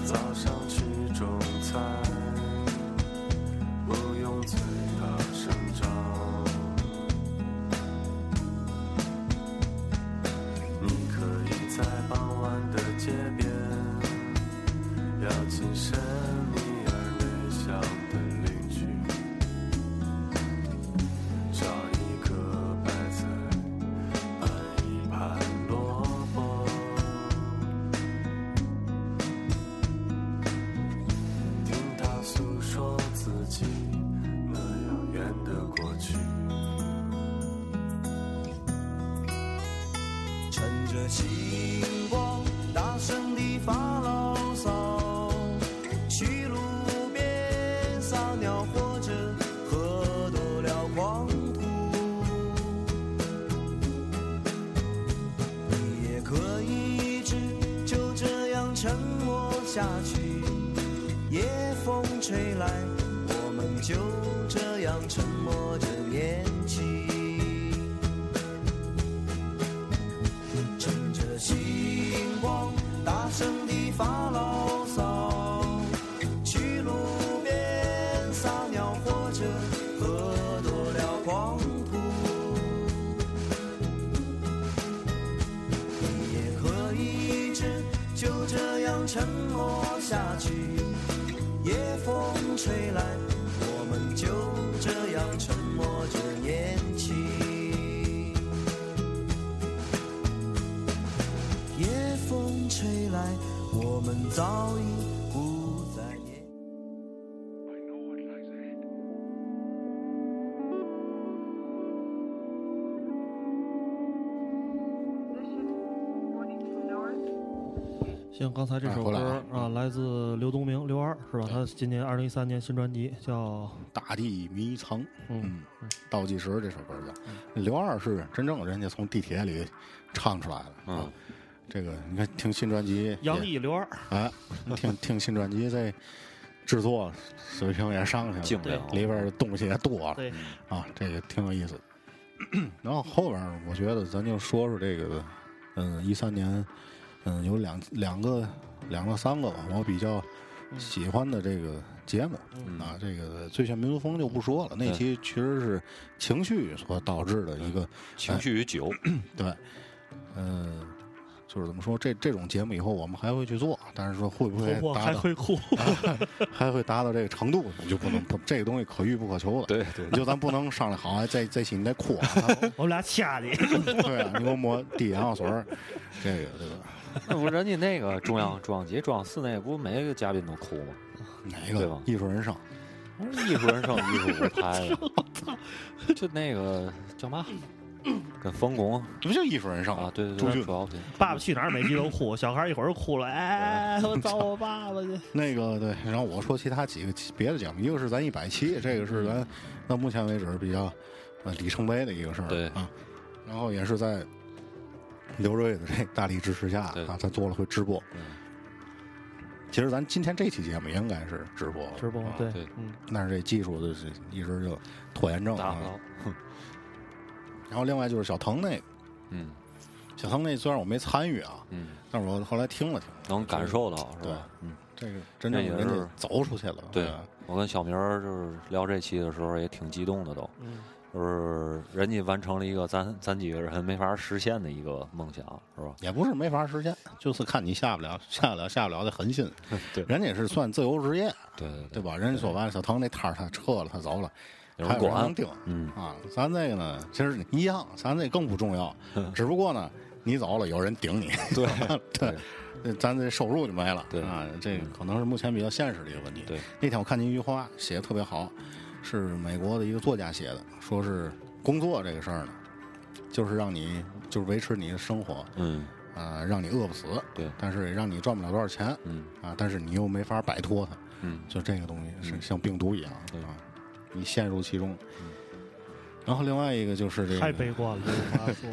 S7: 早上吃中餐，不用嘴巴伸张。你可以在傍晚的街边，邀请神秘而内向的邻居，找一颗白菜，拌一盘萝卜。听他诉说自己那遥远的过去，趁着星光，大声地发牢骚，去路边撒尿或者喝多了狂吐，你也可以一直就这样沉默下去。夜风吹来，我们就这样沉默着年纪，趁着星光，大声地发牢骚，去路边撒尿或者喝多了狂吐，你也可以一直就这样沉默下去。夜风吹来，我们就这样沉默着年轻。夜风吹来，我们早已不再年。
S3: 像刚才这
S2: 哎
S3: 首
S2: 回来
S3: 歌
S2: 了
S3: 啊，来自刘东明刘二是吧？他今年二零一三年新专辑叫
S2: 大地迷藏，
S3: 嗯，
S2: 倒计时这首歌叫。刘二是真正人家从地铁里唱出来的，啊
S5: 嗯，
S2: 这个你看听新专辑也，
S3: 杨毅刘二，
S2: 哎，听 (laughs) 听新专辑这制作水平也上去
S5: 进
S2: 了，
S5: 不了。
S2: 里边的东西也多了
S3: 对，
S5: 嗯
S2: 啊，这个挺有意思的。然后后边儿我觉得咱就说说这个，嗯，一三年，嗯，有两两个两个三个吧，我比较
S5: 嗯
S2: 喜欢的这个节目、啊，这个最炫民族风就不说了，那期其实是情绪所导致的一个
S5: 嗯
S2: 哎
S5: 情绪与酒，
S2: (clears throat) 对，嗯、就是怎么说，这这种节目以后我们还会去做，但是说会不会
S3: 突破
S2: 达
S3: 还
S2: 到
S3: 会哭， (laughs)
S5: (laughs)
S2: 还会达到这个程度，你就不能不这个东西可遇不可求的。
S5: 对对
S2: 你就咱不能上来好哎，这这期你得哭啊，
S3: (laughs) 我们俩掐你，
S2: (laughs) 对啊，你给我抹滴眼药水儿，这个对吧？ (laughs)
S5: 那不是人家那个中央中央节中央四那不每个嘉宾都哭吗？
S2: 哪
S5: 对
S2: 个
S5: 吧
S2: 艺术人生？
S5: 艺术人生艺术舞台，就那个叫嘛，跟冯巩
S2: 这不就艺术人生
S5: 啊
S2: 吗，？
S5: 对对
S2: 朱
S5: 对，
S2: 军
S5: 主要对，
S3: 爸爸去哪儿每集都哭，小孩儿一会儿哭了，哎，我找我爸爸去。
S2: 那个对，然后我说其他几个别的节目，一个是咱一百期，这个是咱到目前为止比较呃里程碑的一个事儿，
S5: 对
S2: 啊，然后也是在刘瑞的这大力支持下
S5: 对嗯
S2: 啊，咱做了回直播。其实咱今天这期节目应该是直播了，
S3: 直播
S2: 啊
S3: 对
S5: 对，
S3: 嗯，
S2: 但是这技术就是一直就拖延症
S5: 达
S2: 啊
S5: 不。到，
S2: 然后另外就是小腾那个，
S5: 嗯
S2: 小腾那虽然我没参与啊，
S5: 嗯，
S2: 但是我后来听了听，
S5: 能感受到是
S2: 对
S5: 吧？嗯，
S2: 这个真正
S5: 那也
S2: 人家
S5: 是
S2: 走出去了，
S5: 对
S2: 啊
S5: 我跟小明儿就是聊这期的时候也挺激动的都，
S3: 嗯
S5: 就是人家完成了一个咱咱几个人没法实现的一个梦想，是吧？
S2: 也不是没法实现，就是看你下不了，下不了，下不了的狠心。
S5: 嗯对
S2: 人家也是算自由职业，
S5: 对对
S2: 对吧？人家说白了，小唐那摊儿他撤了，他走了，
S5: 有
S2: 还
S5: 人
S2: 有人
S5: 管
S2: 能，盯
S5: 嗯
S2: 啊。咱这个呢，其实一样，咱这更不重要，只不过呢，你走了有人顶你，
S5: 嗯
S2: (laughs)
S5: 对
S2: 对，那咱这收入就没了，
S5: 对嗯
S2: 啊，这个可能是目前比较现实的一个问题。
S5: 对，
S2: 那天我看见一句话写的特别好，是美国的一个作家写的，说是工作这个事儿呢，就是让你就是维持你的生活，
S5: 嗯
S2: 啊，让你饿不死，
S5: 对
S2: 但是也让你赚不了多少钱，
S5: 嗯
S2: 啊，但是你又没法摆脱它，
S5: 嗯，嗯
S2: 就这个东西是像病毒一样、啊，你陷入其中。然后另外一个就是这个，
S3: 太悲观了，我妈说。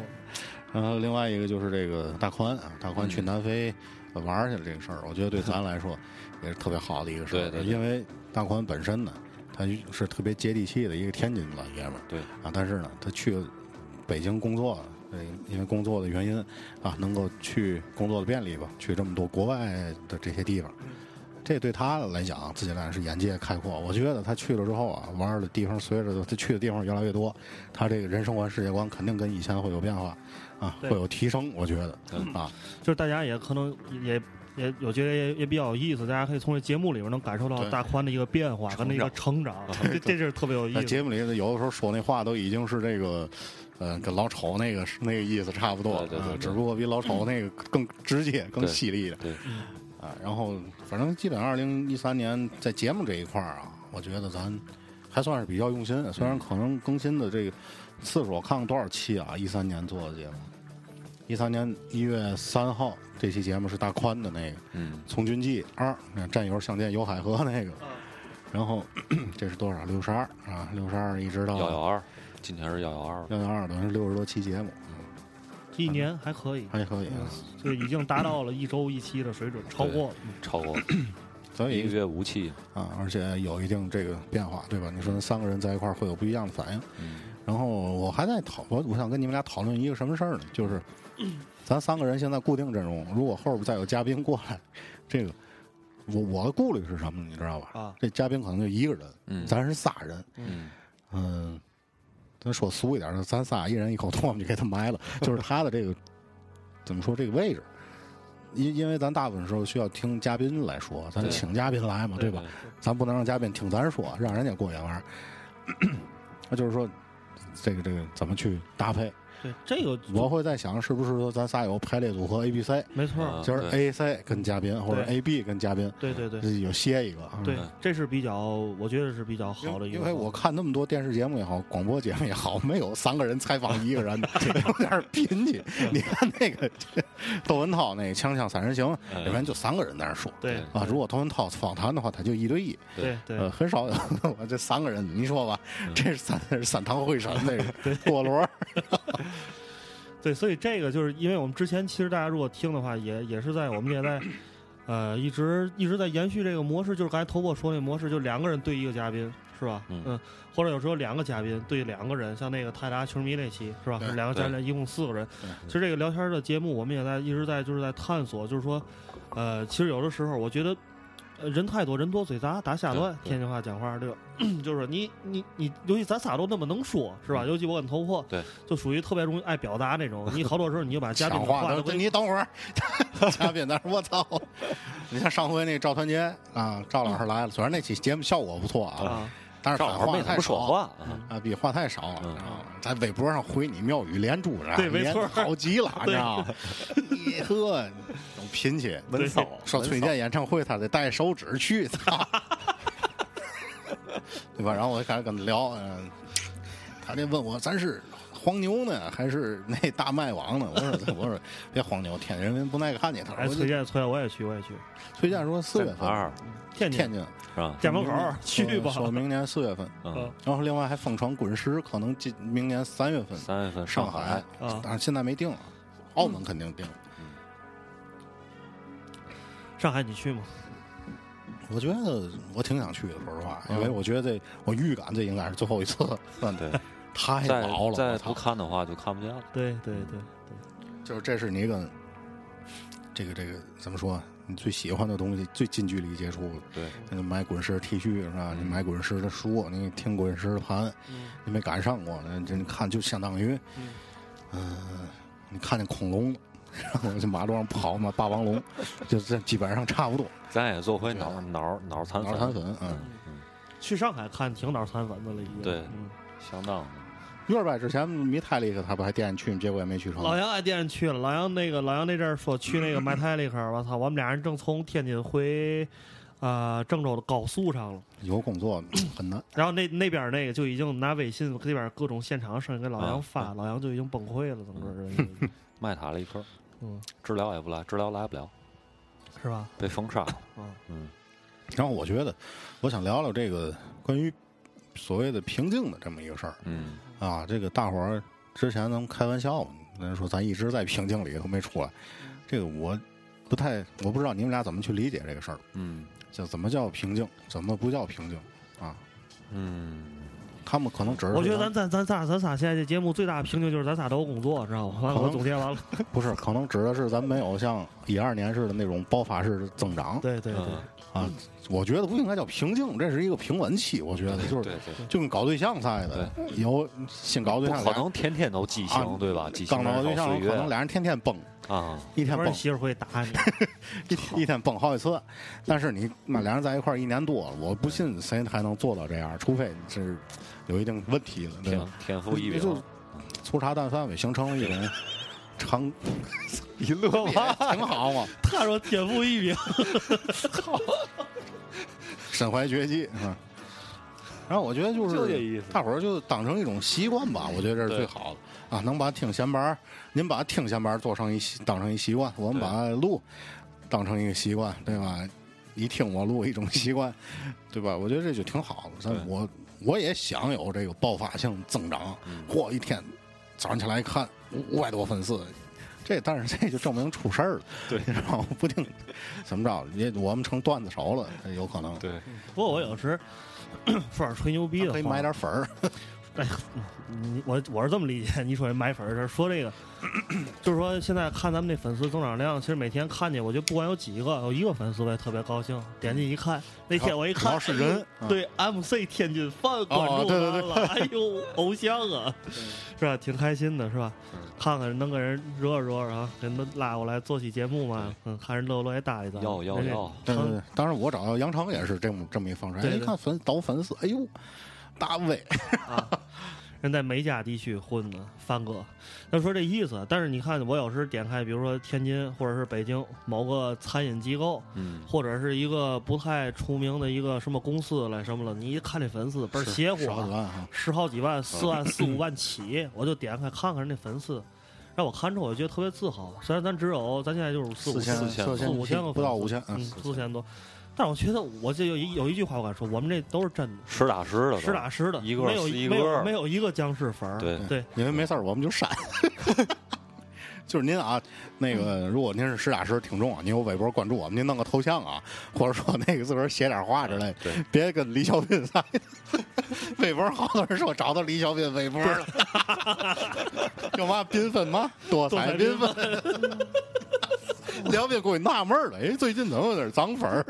S2: 然后另外一个就是这个大宽啊，大
S5: 嗯
S2: 宽去南非玩儿去了这个事儿，我觉得对咱来说也是特别好的一个事儿，
S5: 对对对
S2: 因为大宽本身呢，他是特别接地气的一个天津老爷们儿，
S5: 对
S2: 啊，但是呢，他去北京工作，呃，因为工作的原因啊，能够去工作的便利吧，去这么多国外的这些地方，这对他来讲，自己来是眼界开阔。我觉得他去了之后啊，玩儿的地方随着他去的地方越来越多，他这个人生观、世界观肯定跟以前会有变化，啊，会
S3: 对
S2: 有提升。我觉得
S5: 嗯
S2: 啊，
S3: 就是大家也可能也也有觉得也也比较有意思，大家可以从这节目里边能感受到
S2: 对啊
S3: 大宽的一个变化跟那个成长，这这是特别有
S2: 在
S3: 意
S2: 节
S3: 思。
S2: 目里有的时候说那话都已经是这个，呃，跟老丑那个那个意思差不多
S5: 对对对
S2: 啊
S5: 对
S2: 只不过比老丑那个更直接、更犀利一点。
S5: 对
S3: 嗯
S2: 啊，然后反正基本二零一三年在节目这一块儿啊，我觉得咱还算是比较用心，虽然可能更新的这个次数，我看看多少期啊？一三年做的节目，一三年一月三号这期节目是大宽的那个《
S5: 嗯
S2: 从军记二》，那战友相见游海河那个
S3: 嗯，
S2: 然后 (clears throat) 这是多少？六十二啊，六十二一直到
S5: 幺幺二，今天是幺幺二，
S2: 幺幺二，等于是六十多期节目，
S3: 一年还可以，嗯
S2: 还可以啊。
S3: 就已经达到了一周一期的水准，超过
S5: 超过
S2: (coughs) 所
S5: 一
S2: 以
S5: 个月五期，
S2: 啊，而且有一定这个变化，对吧？你说那三个人在一块儿会有不一样的反应。
S5: 嗯
S2: 然后我还在讨，我我想跟你们俩讨论一个什么事儿呢？
S3: (coughs)
S2: 就是咱三个人现在固定阵容，如果后边再有嘉宾过来，这个我我的顾虑是什么？你知道吧？
S3: 啊
S2: 这嘉宾可能就一个人，
S5: 嗯
S2: 咱是仨人，
S5: 嗯
S2: 嗯，咱说俗一点儿，咱仨一人一口 (laughs) 唾沫就给他埋了，就是他的这个怎么说这个位置。因因为咱大部分时候需要听嘉宾来说，咱
S5: 对
S2: 请嘉宾来嘛，对吧？？咱不能让嘉宾听咱说，让人家过眼玩儿。 (clears throat) 那就是说，这个这个怎么去搭配？
S3: 对这个
S2: 我会在想，是不是说咱仨有排列组合 A、B、C，
S3: 没错儿，
S5: 啊
S2: 就是 A、C 跟嘉宾，或者 A、B 跟嘉宾，
S3: 对对对
S2: 这有歇一个。
S3: 对
S5: 嗯，
S3: 这是比较我觉得是比较好的一个
S2: 因
S3: 方
S2: 为
S3: 法。
S2: 我看那么多电视节目也好，广播节目也好，没有三个人采访一个
S3: (laughs)
S2: 人的，有点贫气。你看那个窦文涛那《个《锵锵三人行》，里面就三个人在那说
S3: 嗯对
S2: 啊。如果窦文涛访谈的话，他就一对一，
S3: 对对嗯
S2: 呃，很少有 (laughs) 我这三个人，你说吧，这是三这是三堂会审那
S3: (laughs)
S2: 个菠萝，
S3: 对，所以这个就是因为我们之前其实大家如果听的话，也也是在我们也在，呃，一直一直在延续这个模式，就是刚才头破说那模式，就两个人对一个嘉宾，是吧？
S5: 嗯
S3: 或者有时候两个嘉宾对两个人，像那个泰达球迷那期是吧？
S2: 对
S3: 两个嘉
S5: 对
S3: 宾一共四个人
S2: 对。
S3: 其实这个聊天的节目，我们也在一直在就是在探索，就是说，呃，其实有的时候我觉得。呃人太多，人多嘴杂，打瞎乱。
S5: 对对
S3: 天津话讲话对吧？ (clears throat) 就是你你你，尤其咱仨都那么能说，是
S2: 嗯
S3: 吧？尤其我跟头破，
S5: 对，
S3: 就属于特别容易爱表达那种。你好多时候你就把嘉宾
S2: 抢
S3: 的
S2: 话
S3: 话都
S2: 都
S3: 给
S2: 你等会儿， (laughs) 嘉宾在那儿我操！ (laughs) 你像上回那赵团结啊，赵老师来了，虽然那期节目效果不错啊，
S3: 啊，
S2: 但是
S5: 嗯赵
S2: 反
S5: 老师
S2: 话
S5: 没怎
S2: 太
S5: 么说
S2: 少
S5: 话啊，
S2: 啊，比话太少了，
S5: 嗯
S2: 你知道吗？在微博上回你妙语连珠，然后
S3: 对没错
S2: 好极
S5: (laughs)
S2: 了，你
S3: 对
S2: 知道吗？你呵，有贫气，
S5: 闷骚，
S2: 说崔健演唱会，他得带手指去，操， (laughs) 对吧？然后我就开始跟他聊，嗯、他就问我咱是黄牛呢，还是那大麦王呢？我说我说别黄牛，天津人不耐看你。他
S3: 哎，
S2: 说我就
S3: 崔健，崔健我也去，我也去，
S2: 崔健嗯说四
S5: 在
S2: 月
S5: 哪
S2: 份
S5: 儿
S3: 天津
S2: 天津
S5: 是吧？
S3: 家门口儿去
S2: 哦
S3: 吧。
S2: 说明年四月份，
S5: 嗯
S3: 嗯，
S2: 然后另外还疯传滚石，可能今明年三月份
S5: 三月份
S2: 上
S5: 海
S2: 海，
S3: 啊
S2: 但是现在没定了，澳门肯定定了。
S3: 上海你去吗？
S2: 我觉得我挺想去的，说实话，因为我觉得这我预感这应该是最后一次，嗯，
S5: 嗯对，
S2: (laughs) 太
S5: 再
S2: 老了，
S5: 再
S2: 我操
S5: 不看的话就看不见了。
S3: 对对
S5: 嗯
S3: 对，
S2: 就是这是你一个这个这个怎么说？你最喜欢的东西，最近距离接触，
S5: 对，嗯
S2: 你买滚石 T 恤是吧？你买滚石的书，你听滚石的盘，你没赶上过，那这你看就相当于，嗯、你看见恐龙了， (laughs) 然后就马路上跑嘛，霸王龙，就这基本上差不多。
S5: 咱也做回脑脑脑残
S2: 脑
S5: 粉，
S2: 残粉，嗯，
S3: 去上海看挺脑残粉的了，已经。
S5: 对
S3: 嗯
S5: 相当的。
S2: 月儿拜之前迷太厉害，他不还惦记去吗？结果也没去成。
S3: 老杨俺惦记去了，老杨那个老杨那阵儿说去
S2: (clears throat)
S3: 那个埋汰里克儿，我操，我们俩人正从天津回。啊、郑州的高速上了，
S2: 有工作很难。
S3: 然后那那边儿那个就已经拿微信这边儿各种现场声音给老杨
S5: 啊
S3: 发，老杨就已经崩溃了，整个
S2: 嗯 (laughs)
S3: 人
S5: 卖塔了一颗，
S3: 嗯，
S5: 治疗也不来，治疗来不了，
S3: 是吧？
S5: 被封杀了。
S3: 啊，
S5: 嗯，
S2: 然后我觉得，我想聊聊这个关于所谓的平静的这么一个事儿
S5: 嗯，
S2: 啊。这个大伙儿之前咱们开玩笑嘛，咱说咱一直在平静里都没出来，这个我不太，我不知道你们俩怎么去理解这个事儿，
S5: 嗯，
S2: 就怎么叫平静，怎么不叫平静啊？
S5: 嗯，
S2: 他们可能只是
S3: 我觉得
S2: 咱
S3: 咱咱咱仨咱仨现在这节目最大的瓶颈就是咱仨都有工作，知道吗？完了，
S2: 可
S3: 我
S2: 能
S3: 总结完了，
S2: (laughs) 不是，可能指的是咱没有像一二年似的那种爆发式的增长。
S3: 对对对，
S5: 嗯
S2: 啊，我觉得不应该叫瓶颈，这是一个平稳期。我觉得就
S5: 对
S2: 是
S5: 对，
S2: 就跟搞对象似的，有先搞对
S5: 不
S2: 象，
S5: 可能天天都激
S2: 啊
S5: 情，对吧？激情
S2: 刚搞对象
S5: 岁
S2: 可能
S5: 月
S2: 俩人天天蹦，
S5: 啊，
S2: 一天
S3: 要不
S2: 蹦
S3: 然媳妇儿会打你。
S2: (laughs) 一一天蹦好几次。但是你那俩人在一块儿一年多了，我不信谁还能做到这样，除非是有一定问题了，对吧
S5: 天？天赋异
S2: 也就
S5: 禀，
S2: 粗茶淡饭呗，形成了一
S5: (laughs)
S2: 种长，
S5: 一
S2: (laughs)
S5: 乐吧，
S2: 挺好嘛，
S3: (laughs) 他说天赋异
S5: (laughs)
S3: 禀，
S2: (laughs) 身怀绝技是吧？然后我觉得就是
S5: 就这意思
S2: 大伙儿就当成一种习惯吧，我觉得这是最好的啊，能把听闲白儿，您把听闲白儿做成一习当成一习惯，我们
S5: 对
S2: 把录当成一个习惯，对吧？你听我录一种习惯，对吧？我觉得这就挺好的。
S5: 对
S2: 咱我我也想有这个爆发性增长，
S5: 嗯
S2: 嚯、一天早上起来一看五百多粉丝，这但是这就证明出事儿了，
S5: 对
S2: 你知道吗？不定怎么着，也我们成段子手了，有可能。
S5: 对，
S3: 不过我有时 (clears throat) 说点吹牛逼的
S2: 可以
S3: 话
S2: 买点粉儿，
S3: (laughs) 哎，你我我是这么理解，你说这买粉儿的事儿，说这个， (clears throat) 就是说现在看咱们这粉丝增长量，其实每天看见，我觉得不管有几个，有一个粉丝我也特别高兴。点进一看，那天我一
S2: 主
S3: 看，
S2: 要是啊人啊嗯哦
S3: 哎呦对 MC 天津饭关注
S2: 对对对
S3: 完了，哎
S2: (laughs)
S3: 呦，偶像啊，是吧？挺开心的，是吧？看看能给人热热啊，给人拉过来做期节目嘛，嗯，看人乐不乐意搭理咱。
S5: 要要
S3: 人家
S5: 要，
S2: 对
S3: 嗯
S2: 对对，当然我找到杨成也是这么这么一方式。
S3: 对
S2: 哎
S3: 对
S2: 一看粉倒粉丝，哎呦，大卫，
S3: 啊， (laughs) 人在梅家地区混的范哥，他说这意思。但是你看，我有时点开，比如说天津或者是北京某个餐饮机构，
S5: 嗯，
S3: 或者是一个不太出名的一个什么公司来什么了，你一看这粉丝倍儿邪乎
S2: 十好几
S3: 啊，
S2: 万哈，
S3: 十好几万、四万、四五万
S5: (laughs)
S3: 起，我就点开看看那粉丝。让我看着我就觉得特别自豪，虽然咱只有咱现在就是四五
S2: 千
S5: 四千
S2: 四
S3: 四五千个
S2: 不到
S3: 粉丝
S2: 五千，
S3: 嗯，
S2: 嗯，
S3: 四千多，但是我觉得我这有一有一句话我敢说，我们这都是真的，
S5: 实打实的都，
S3: 实打实的，
S5: 一个
S3: 没有
S5: 是一
S3: 没
S5: 个
S3: 有没有一个僵尸粉儿，
S5: 对
S3: 对，
S2: 嗯因为没事儿我们就删。 (laughs) 就是您啊，那个如果您是实打实听众啊，您有微博关注我们，您弄个头像啊，或者说那个自个儿写点话之类，
S5: 对
S2: 别跟李小斌似的。 (laughs) 微博好多人说找到李小斌微博了，
S5: (laughs)
S2: 有嘛缤纷吗？多彩缤纷。 (laughs) 梁斌估计纳闷儿了，哎，最近怎么有点涨粉儿？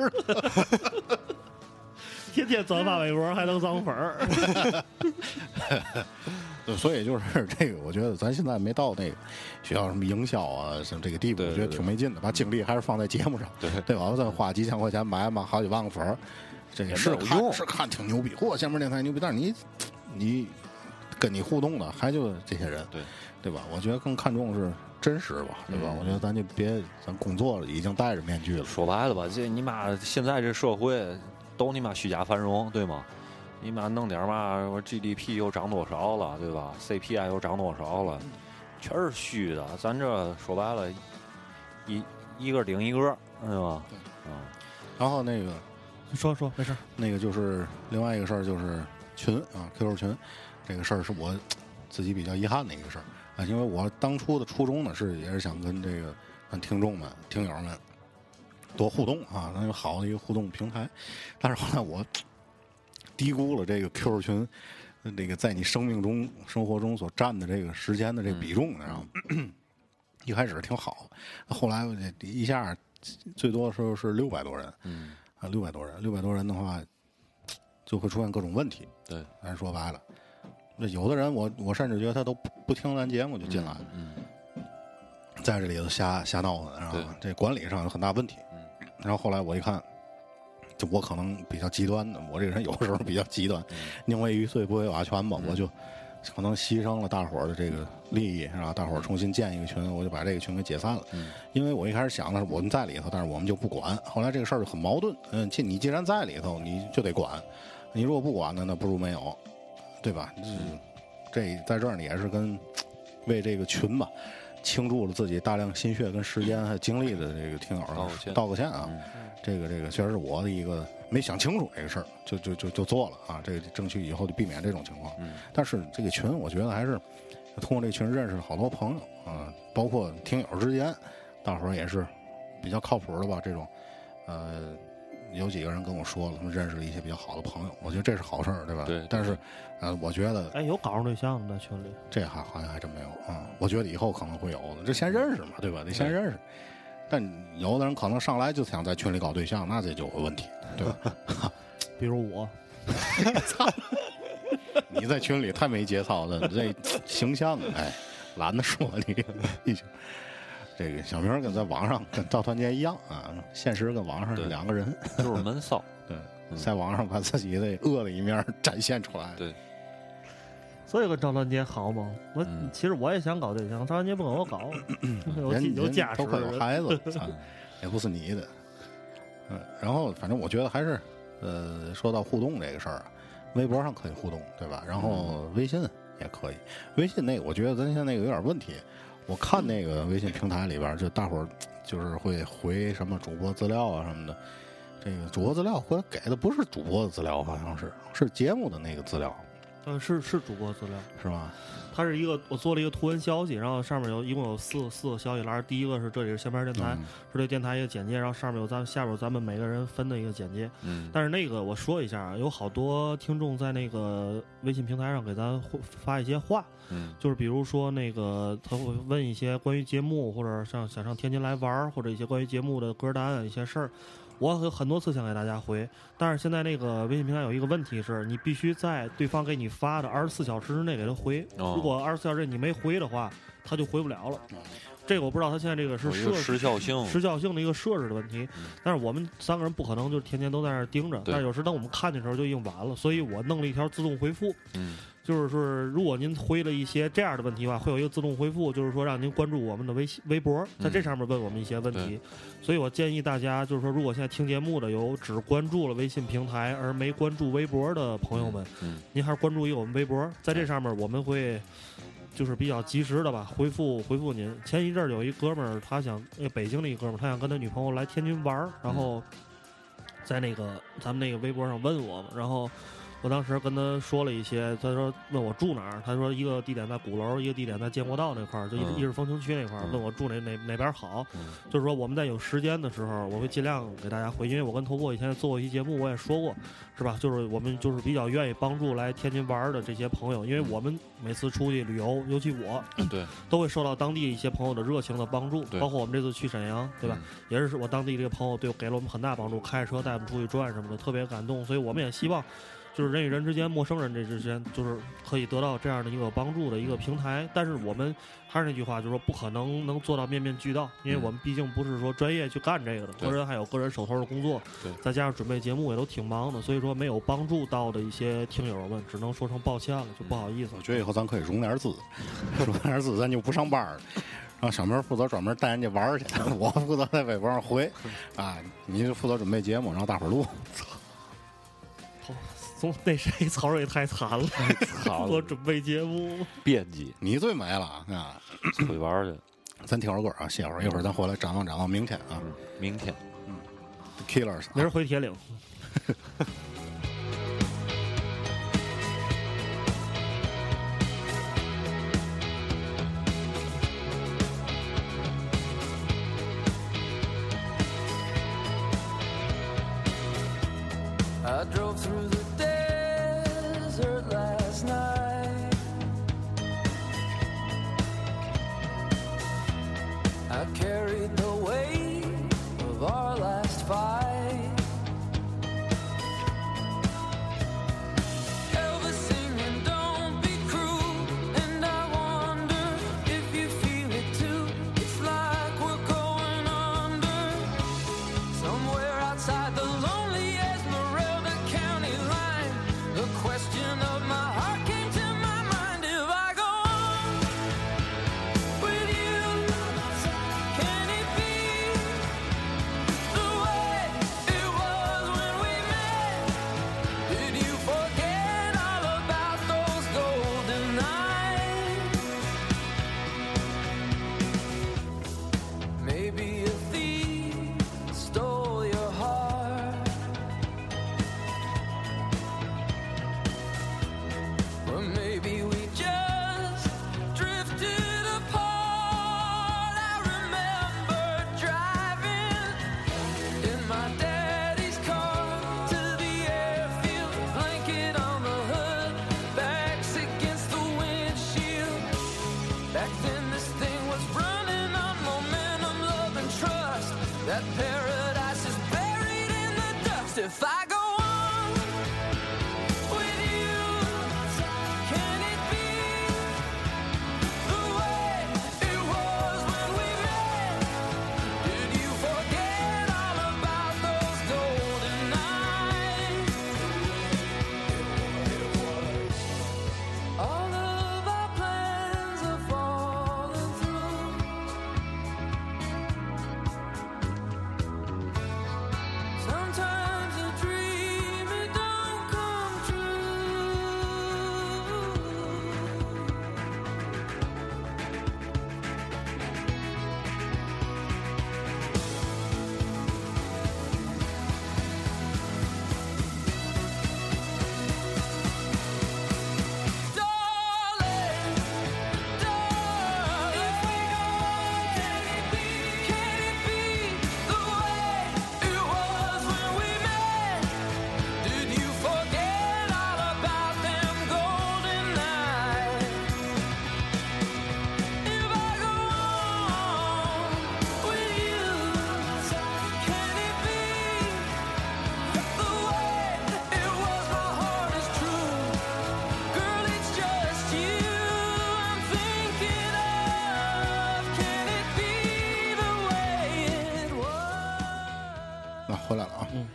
S2: (laughs)
S3: 天天转发微博还能涨粉儿，
S5: (laughs)
S2: (laughs) 对，所以就是这个，我觉得咱现在没到那个学校什么营销啊，什么这个地步，
S5: 对
S2: 我觉得
S5: 对
S2: 挺没劲的。把精力还是放在节目上，
S5: 对
S2: 对吧？咱花几千块钱买嘛，好几万个粉儿，这也
S5: 也
S2: 是
S5: 没有
S2: 看
S5: 用
S2: 是看挺牛逼，嚯，前面电台牛逼，但是你你跟你互动的还就这些人，
S5: 对
S2: 对吧？我觉得更看重是真实吧，对吧？
S5: 嗯
S2: 我觉得咱就别咱工作了，已经戴着面具了，
S5: 说白了吧，这你妈现在这社会都你妈虚假繁荣，对吗？你妈弄点嘛我 GDP 又涨多少了，对吧？CPI 又涨多少了，
S3: 嗯
S5: 全是虚的。咱这说白了，一一个顶一个，对吧？啊，
S2: 然后那个
S3: 说说没事儿，
S2: 那个就是另外一个事儿，就是群啊，QQ 群这个事儿是我自己比较遗憾的一个事儿啊，因为我当初的初衷呢是也是想跟这个跟听众们、听友们多互动啊，能有好的一个互动平台，但是后来我低估了这个 QQ 群。呃这个在你生命中、生活中所占的这个时间的这个比重，然后一开始挺好，后来我这一下最多的时候是六百多人，
S5: 嗯，
S2: 啊，六百多人，六百多人的话，就会出现各种问题。
S5: 对，
S2: 咱说白了，那有的人我我甚至觉得他都不不听咱节目就进来了，
S5: 嗯，
S2: 在这里头瞎瞎闹腾，然后
S5: 对嗯
S2: 这管理上有很大问题。然后后来我一看，就我可能比较极端的，我这个人有时候比较极端，宁为玉碎不为瓦全吧，我就可能牺牲了大伙儿的这个利益，然后大伙儿重新建一个群，我就把这个群给解散了。因为我一开始想的是我们在里头，但是我们就不管。后来这个事儿就很矛盾，嗯，既你既然在里头，你就得管，你如果不管呢，那不如没有，对吧？就是
S5: 嗯
S2: 这在这儿呢也是跟为这个群吧。倾注了自己大量心血、跟时间还有精力的这个听友
S5: 道个歉嗯
S2: 道个歉啊，这个这个确实是我的一个没想清楚这个事儿，就就就就做了啊，这个争取以后就避免这种情况。但是这个群，我觉得还是通过这个群认识了好多朋友啊、包括听友之间，大伙儿也是比较靠谱的吧。这种，呃，有几个人跟我说了，他们认识了一些比较好的朋友，我觉得这是好事儿，对吧？
S5: 对对
S2: 但是，呃，我觉得
S3: 哎，有搞上对象的在群里，
S2: 这还好像还真没有啊、我觉得以后可能会有的，这先认识嘛，对吧？得先认识。但有的人可能上来就想在群里搞对象，那这就有问题，对吧？
S5: (laughs)
S3: 比如我，
S2: (laughs) 你在群里太没节操了，这形象哎，懒得说你。 (laughs) 已经这个小明儿跟在网上跟赵团结一样啊，现实跟网上是
S5: 对
S2: 两个人。
S5: 就是闷骚。
S2: (laughs)
S5: 嗯
S2: 对，在网上把自己的恶的一面儿展现出来。
S5: 对，
S3: 所以跟赵团结好吗？我、
S5: 嗯
S3: 其实我也想搞对象，赵团结不跟我
S5: (clears throat)
S3: 搞，
S2: 嗯
S3: 有
S2: 人
S3: 有价值
S2: 人都快有孩
S3: (laughs)
S2: 子，了，啊也不是你的。嗯，然后反正我觉得还是，呃，说到互动这个事儿啊，微博上可以互动，对吧？然后
S3: 嗯
S2: 微信也可以，微信那个我觉得咱现在那个有点问题。我看那个微信平台里边儿，就大伙儿就是会回什么主播资料啊什么的。这个主播资料回来给的不是主播的资料，好像是是节目的那个资料，
S3: 嗯，是是主播资料，
S2: 是吧？
S3: 它是一个我做了一个图文消息，然后上面有一共有四四个消息栏，第一个是这里是闲篇电台，
S5: 嗯
S3: 是对电台一个简介，然后上面有咱下边有咱们每个人分的一个简介。
S5: 嗯，
S3: 但是那个我说一下啊，有好多听众在那个微信平台上给咱互发一些话，
S5: 嗯
S3: 就是比如说那个他会问一些关于节目，或者上想上天津来玩儿，或者一些关于节目的歌单啊一些事儿，我有很多次想给大家回，但是现在那个微信平台有一个问题是，你必须在对方给你发的二十四小时之内给他回，
S5: 哦
S3: 如果二十四小时内你没回的话，他就回不了了。这个我不知道他现在这个是
S5: 有一个
S3: 设
S5: 时效性，嗯
S3: 时效性的一个设置的问题。但是我们三个人不可能就是天天都在那儿盯着，
S5: 对
S3: 但是有时当我们看见的时候就已经完了，所以我弄了一条自动回复，
S5: 嗯
S3: 就是说如果您回了一些这样的问题吧，会有一个自动回复，就是说让您关注我们的微信微博，在
S5: 嗯
S3: 这上面问我们一些问题。所以我建议大家就是说，如果现在听节目的有只关注了微信平台而没关注微博的朋友们，
S5: 嗯，
S3: 您还是关注一个我们微博，在这上面我们会就是比较及时的吧回复回复您。前一阵儿有一哥们儿，他想那北京的一哥们儿，他想跟他女朋友来天津玩儿，然后在那个咱们那个微博上问我嘛，然后我当时跟他说了一些，他说问我住哪儿，他说一个地点在鼓楼，一个地点在建国道那块儿，就一
S5: 嗯
S3: 一是风情区那块儿，
S5: 嗯
S3: 问我住哪哪哪边儿好，
S5: 嗯
S3: 就是说我们在有时间的时候，我会尽量给大家回，因为我跟头破以前做过一期节目，我也说过，是吧？就是我们就是比较愿意帮助来天津玩儿的这些朋友，因为我们每次出去旅游，尤其我
S2: 嗯
S5: 对，
S3: 都会受到当地一些朋友的热情的帮助，
S5: 对
S3: 包括我们这次去沈阳，对吧？
S5: 嗯
S3: 也是我当地这个朋友对我给了我们很大帮助，开着车带我们出去转什么的，特别感动。所以我们也希望，就是人与人之间、陌生人这之间，就是可以得到这样的一个帮助的一个平台。但是我们还是那句话，就是说不可能能做到面面俱到，因为
S5: 嗯
S3: 我们毕竟不是说专业去干这个的，
S5: 对
S3: 个人还有个人手头的工作
S5: 对，
S3: 再加上准备节目也都挺忙的，所以说没有帮助到的一些听友们，只能说声抱歉了，就不好意思
S2: 我
S3: 了。
S2: 觉得以后咱可以融点资，融点资咱就不上班儿了，让小明负责专门带人家玩儿去，我负责在微博上
S3: (laughs)
S2: 回，啊，你就负责准备节目，让大伙儿录。
S3: 从那谁曹睿太惨了， (laughs)
S5: 好
S3: 我准备节目。
S5: 编辑
S2: 你最没了
S5: (clears throat)
S2: 啊！
S5: 会玩儿去，
S2: 咱听会儿歌啊，歇会儿，一会儿咱回来展望展望明天啊
S5: 嗯明天。
S2: ，Killers
S3: 明
S2: 啊。
S3: 儿回铁岭。
S6: I drove through the desert last night. I carried the weight of our last fight. Elvis singing, "Don't be cruel," and I wonder if you feel it too. It's like we're going under. Somewhere outside the lonely Esmeralda County line.
S2: 啊
S3: 嗯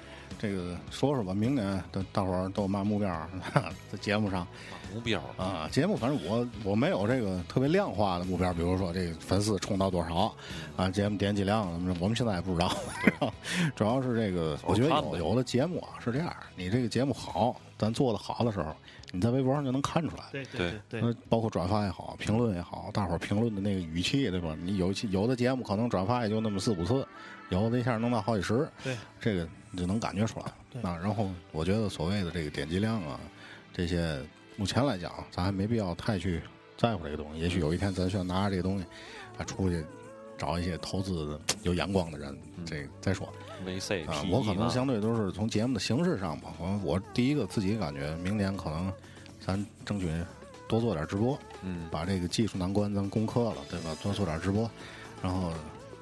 S2: 说说吧，明年大大伙儿都有嘛目标儿， (laughs) 在节目上
S5: 目标
S2: 啊，节目反正我我没有这个特别量化的目标，比如说这个粉丝冲到多少啊，节目点击量什么的，我们现在也不知道。 (laughs) 主要是这个，我觉得
S5: 看呗
S2: 有有的节目啊是这样，你这个节目好，咱做的好的时候，你在微博上就能看出来。
S3: 对
S5: 对
S3: 对
S2: 那包括转发也好，评论也好，大伙儿评论的那个语气，对吧？你有一期有的节目可能转发也就那么四五次，有的一下能到好几十，
S3: 对，
S2: 这个你就能感觉出来
S3: 对
S2: 啊。然后我觉得所谓的这个点击量啊，这些目前来讲，咱还没必要太去在乎这个东西。也许有一天咱需要拿着这个东西啊出去找一些投资的有眼光的人，这再说。
S5: ，VC
S2: 啊
S5: 嗯 P，，E
S2: 我可能相对都是从节目的形式上吧。我我第一个自己感觉，明年可能咱争取多做点直播，
S5: 嗯
S2: 把这个技术难关咱攻克了，对吧？多做点直播，然后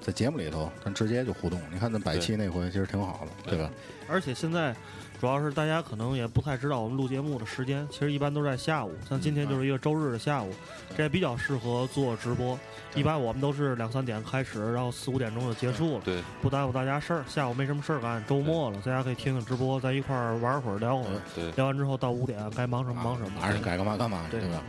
S2: 在节目里头咱直接就互动。你看咱百期那回其实挺好的，对吧？
S3: 而且现在主要是大家可能也不太知道我们录节目的时间，其实一般都在下午，像今天就是一个周日的下午，这也比较适合做直播。
S2: 对
S3: 一般我们都是两三点开始，然后四五点钟就结束了，
S5: 对
S3: 不耽误大家事儿。下午没什么事儿干，周末了，大家可以听听直播，咱一块儿玩会儿、聊会儿。
S5: 嗯对，
S3: 聊完之后到五点该忙什么忙什么，
S2: 还是该干嘛干嘛，
S3: 对
S2: 对吧？？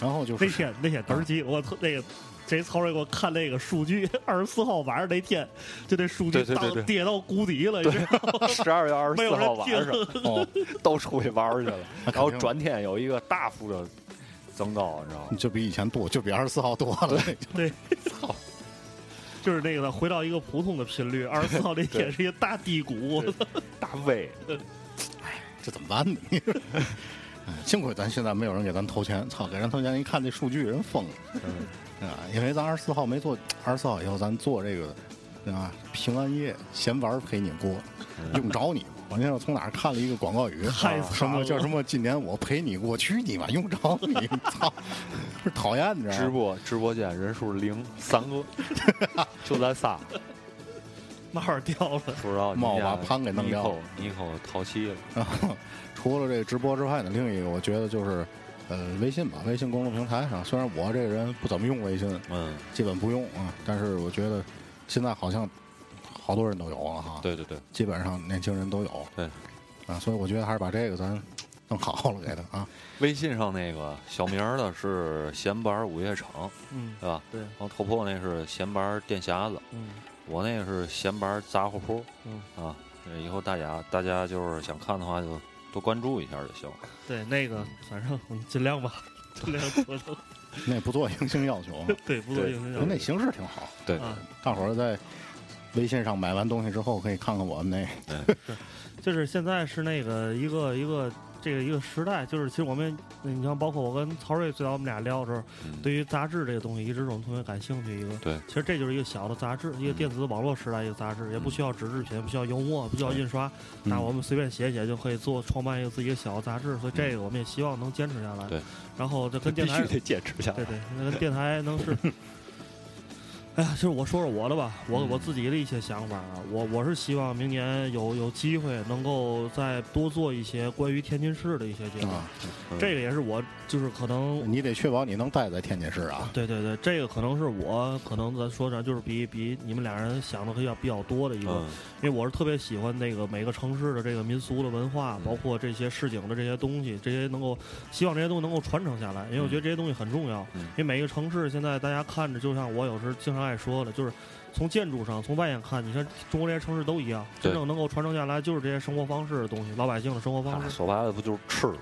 S2: 然后就
S3: 那
S2: 是啊
S3: 天那天嘚儿急，我特那个谁曹睿给我看那个数据， (laughs) 二十四号晚上那天就那数据
S5: 对对对
S3: 到
S5: 对
S3: 跌到谷底了，你知道吗？
S5: 十二月二十
S3: 没
S5: 四
S3: 有
S5: 号
S3: 人
S5: 晚
S3: 听
S5: 上。
S2: 哦，
S5: 都出去玩儿去了，
S2: 那肯定
S5: 然后转天有一个大幅的增高，你知道吗？
S2: 就比以前多，就比二十四号多了。 (laughs)
S3: 对，操，就是那个回到一个普通的频率，二十四号那天是一个大低谷， (laughs)
S5: 大 V，
S2: 这怎么办呢？你说哎幸亏咱现在没有人给咱投钱，操，给人投钱一看这数据，人疯了。啊，因为咱二十四号没做，二十四号以后咱做这个啊平安夜闲玩陪你过，
S5: 嗯
S2: 用着你吗。我那天我从哪儿看了一个广告语，
S3: 太惨了
S2: 什么叫什么？今年我陪你过，去你妈，用着你， (laughs) 操，不是讨厌你知道吗？
S5: 直播直播间人数零，三个，就
S3: (laughs)
S5: 咱仨，
S3: 哪儿掉了？
S5: 不知道你
S2: 冒把
S5: 家
S2: 潘给弄掉了
S5: 尼寇，尼寇淘气了，
S2: 然后除了这直播之外呢，另一个我觉得就是，呃，微信吧，微信公众平台上，虽然我这个人不怎么用微信，
S5: 嗯，
S2: 基本不用啊。但是我觉得现在好像好多人都有了哈，，
S5: 对对对，
S2: 基本上年轻人都有，
S5: 对，
S2: 啊，所以我觉得还是把这个咱弄好了给他啊。
S5: 微信上那个小名儿的是闲班儿午夜场，
S3: 嗯，
S5: 对吧？
S3: 对，
S5: 然后头破那是闲班儿电匣子，
S3: 嗯，
S5: 我那个是闲班儿杂货铺，
S3: 嗯
S5: 啊，这以后大家大家就是想看的话就多关注一下就
S3: (laughs)
S5: 行。
S3: 对，那个反正我们尽量吧，尽量
S5: (laughs)
S3: 做到，
S2: 那不做硬性要求啊，
S3: (laughs) 对，不做
S5: 对
S3: 影响
S2: 因为那形式挺好。
S5: 对，
S3: 啊，
S2: 大伙儿在微信上买完东西之后，可以看看我们那 (laughs)
S3: 就是现在是那个一个一个这个一个时代，就是其实我们，你像包括我跟曹睿最早我们俩聊的时候，
S5: 嗯
S3: 对于杂志这个东西一直是我们特别感兴趣一个。
S5: 对，
S3: 其实这就是一个小的杂志，
S5: 嗯
S3: 一个电子网络时代一个杂志，也不需要纸质品，不需要油墨，不需要印刷，
S5: 嗯
S3: 那我们随便写写就可以做创办一个自己的小的杂志，所以这个我们也希望能坚持下来。
S5: 嗯对，
S3: 然后这跟
S5: 必
S3: 电台
S5: 须得坚持下来
S3: 对。对，那
S5: (laughs)
S3: 个电台能是。哎呀，就是我说说我的吧，我
S5: 嗯
S3: 我自己的一些想法啊，我我是希望明年有有机会能够再多做一些关于天津市的一些节目，
S2: 啊，
S5: 嗯
S3: 这个也是我就是可能，
S2: 你得确保你能待在天津市啊。
S3: 对对对，这个可能是我可能咱说啥就是比比你们俩人想的要比较多的一个，
S5: 嗯，
S3: 因为我是特别喜欢那个每个城市的这个民俗的文化
S5: 嗯，
S3: 包括这些市井的这些东西，这些能够希望这些东西能够传承下来，因为我觉得这些东西很重要。
S5: 嗯
S3: 因为每个城市现在大家看着，就像我有时经常爱说的，就是从建筑上从外眼看，你看中国这些城市都一样，
S5: 对
S3: 真正能够传承下来就是这些生活方式的东西，老百姓的生活方
S5: 啊
S3: 式。
S5: 说白了不就是吃吗？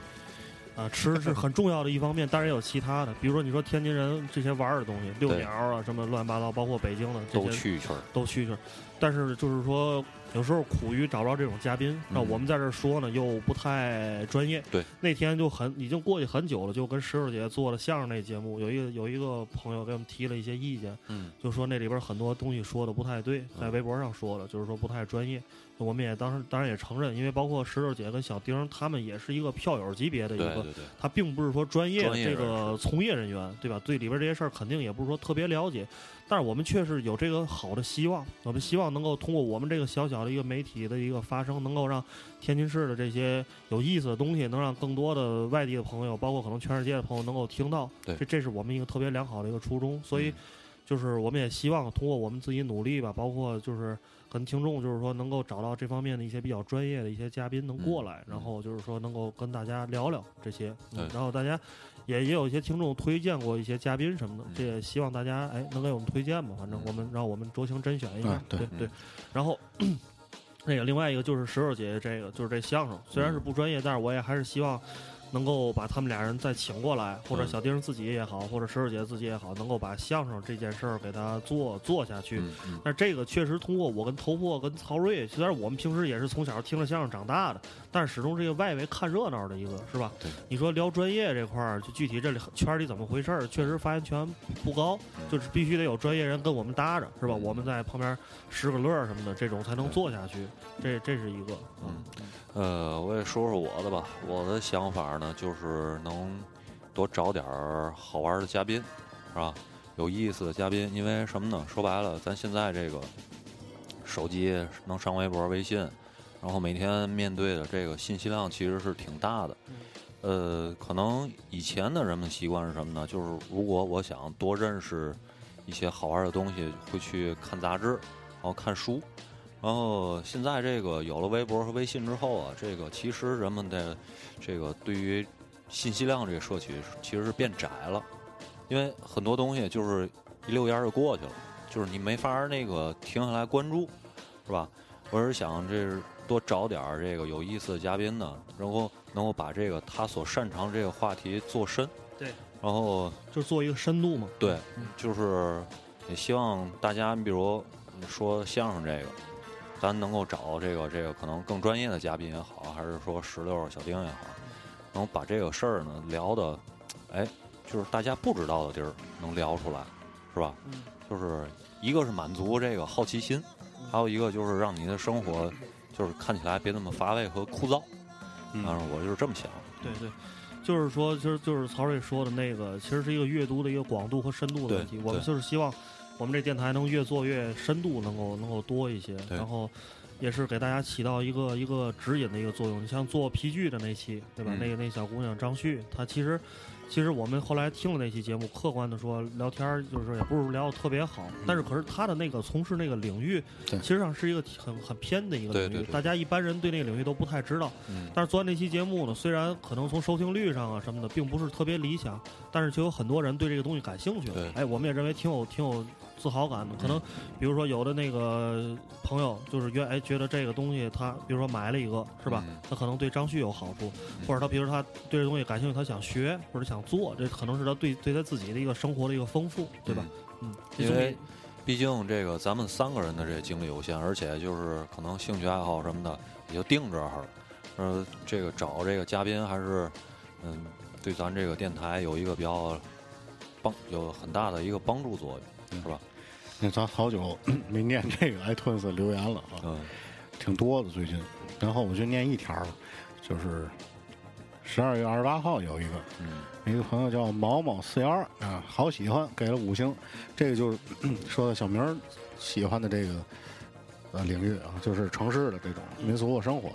S3: 啊，吃是很重要的一方面，当然也有其他的，比如说你说天津人这些玩儿的东西，遛
S5: 对
S3: 鸟啊什么乱七八糟，包括北京的这
S5: 都
S3: 些
S5: 去一圈儿，
S3: 都去去。但是就是说，有时候苦于找不着这种嘉宾，那
S5: 嗯
S3: 我们在这儿说呢又不太专业。
S5: 对，
S3: 那天就很已经过去很久了，就跟石头姐做了相声那节目，有一个有一个朋友给我们提了一些意见，
S5: 嗯，
S3: 就说那里边很多东西说的不太对，在微博上说了，就是说不太专业。我们也当时当然也承认，因为包括石头姐跟小丁儿他们也是一个票友级别的一
S5: 对
S3: 个
S5: 对对，
S3: 他并不是说专业的
S5: 专业
S3: 这
S5: 人
S3: 个从业人员，对吧？对里边这些事儿肯定也不是说特别了解，但是我们确实有这个好的希望，我们希望能够通过我们这个小小的一个媒体的一个发声，能够让天津市的这些有意思的东西，能让更多的外地的朋友，包括可能全世界的朋友能够听到。
S5: 对嗯
S3: 这这是我们一个特别良好的一个初衷，所以。就是我们也希望通过我们自己努力吧，包括就是跟听众，就是说能够找到这方面的一些比较专业的一些嘉宾能过来，
S5: 嗯
S3: 然后就是说能够跟大家聊聊这些，嗯
S5: 对、
S3: 然后大家也也有一些听众推荐过一些嘉宾什
S2: 嗯
S3: 么的，这也希望大家哎能给我们推荐吧，反正我们让我们酌情甄选一下，
S2: 啊对
S3: 对对，然后。 (clears throat) 那个另外一个就是石榴姐姐这个就是这相声，虽然
S2: 嗯
S3: 是不专业，但是我也还是希望能够把他们俩人再请过来，或者
S5: 嗯
S3: 小丁自己也好，或者石榴姐自己也好，能够把相声这件事儿给他做做下去。
S5: 嗯嗯
S3: 但这个确实通过我跟头破跟曹睿，虽然我们平时也是从小听着相声长大的，但是始终是一个外围看热闹的一个，是吧
S5: 对？
S3: 你说聊专业这块儿，就具体这里圈里怎么回事儿，确实发言权不高，就是必须得有专业人跟我们搭着，是吧？
S5: 嗯
S3: 我们在旁边拾个乐儿什么的，这种才能
S5: 对
S3: 做下去。这这是一个，
S5: 嗯呃，我也说说我的吧。我的想法呢，就是能多找点儿好玩儿的嘉宾，是吧？有意思的嘉宾，因为什么呢？说白了，咱现在这个手机能上微博、微信，然后每天面对的这个信息量其实是挺大的。呃，可能以前的人们习惯是什么呢？就是如果我想多认识一些好玩儿的东西，会去看杂志，然后看书。然后现在这个有了微博和微信之后啊，这个其实人们的这个对于信息量这个摄取是其实是变窄了，因为很多东西就是一溜烟儿就过去了，就是你没法儿那个停下来关注，是吧？我是想这是多找点儿这个有意思的嘉宾呢，然后能够把这个他所擅长这个话题做深，
S3: 对，
S5: 然后
S3: 就是做一个深度嘛。
S5: 对，就是也希望大家，比如说相声这个，咱能够找这个这个可能更专业的嘉宾也好，还是说石榴、小丁也好，能把这个事儿呢聊的，哎，就是大家不知道的地儿能聊出来，是吧？
S3: 嗯
S5: 就是一个是满足这个好奇心，还有一个就是让你的生活就是看起来别那么乏味和枯燥。
S2: 嗯
S5: 反正我就是这么想。
S3: 对对，就是说，就是就是曹睿说的那个，其实是一个阅读的一个广度和深度的问题
S5: 对。
S3: 我们
S5: 对
S3: 就是希望我们这电台能越做越深度，能够能够多一些，
S5: 对
S3: 然后。也是给大家起到一个一个指引的一个作用。你像做皮具的那期，对吧？
S5: 嗯
S3: 那个那小姑娘张旭，她其实，其实我们后来听了那期节目，客观的说，聊天儿就是说也不是聊的特别好，
S5: 嗯
S3: 但是可是她的那个从事那个领域，
S2: 对
S3: 其实上是一个很很偏的一个领域，
S5: 对对对
S3: 大家一般人对那个领域都不太知道。
S5: 嗯
S3: 但是做完这期节目呢，虽然可能从收听率上啊什么的并不是特别理想，但是却有很多人对这个东西感兴趣
S5: 对嗯
S3: 了。哎，我们也认为挺有挺有自豪感的。可能比如说有的那个朋友就是原哎觉得这个东西他比如说买了一个是吧
S5: 嗯？
S3: 他可能对张旭有好处，或者他比如说他对这东西感兴趣，他想学或者想做，这可能是他对对他自己的一个生活的一个丰富，对吧？嗯，这
S5: 因
S3: 东西
S5: 为毕竟这个咱们三个人的这精力有限，而且就是可能兴趣爱好什么的也就定这儿了。呃，这个找这个嘉宾还是，嗯，对咱这个电台有一个比较帮有很大的一个帮助作
S2: 嗯
S5: 用，是吧？
S2: 那咱好久没念这个 iTunes 留言了啊，
S5: 嗯
S2: 挺多的最近。然后我就念一条了，就是十二月二十八号有一个，
S5: 嗯
S2: 一个朋友叫毛毛四幺二啊，好喜欢，给了五星。这个就是 (clears throat) 说的小明儿喜欢的这个呃领域啊，就是城市的这种民俗和生活。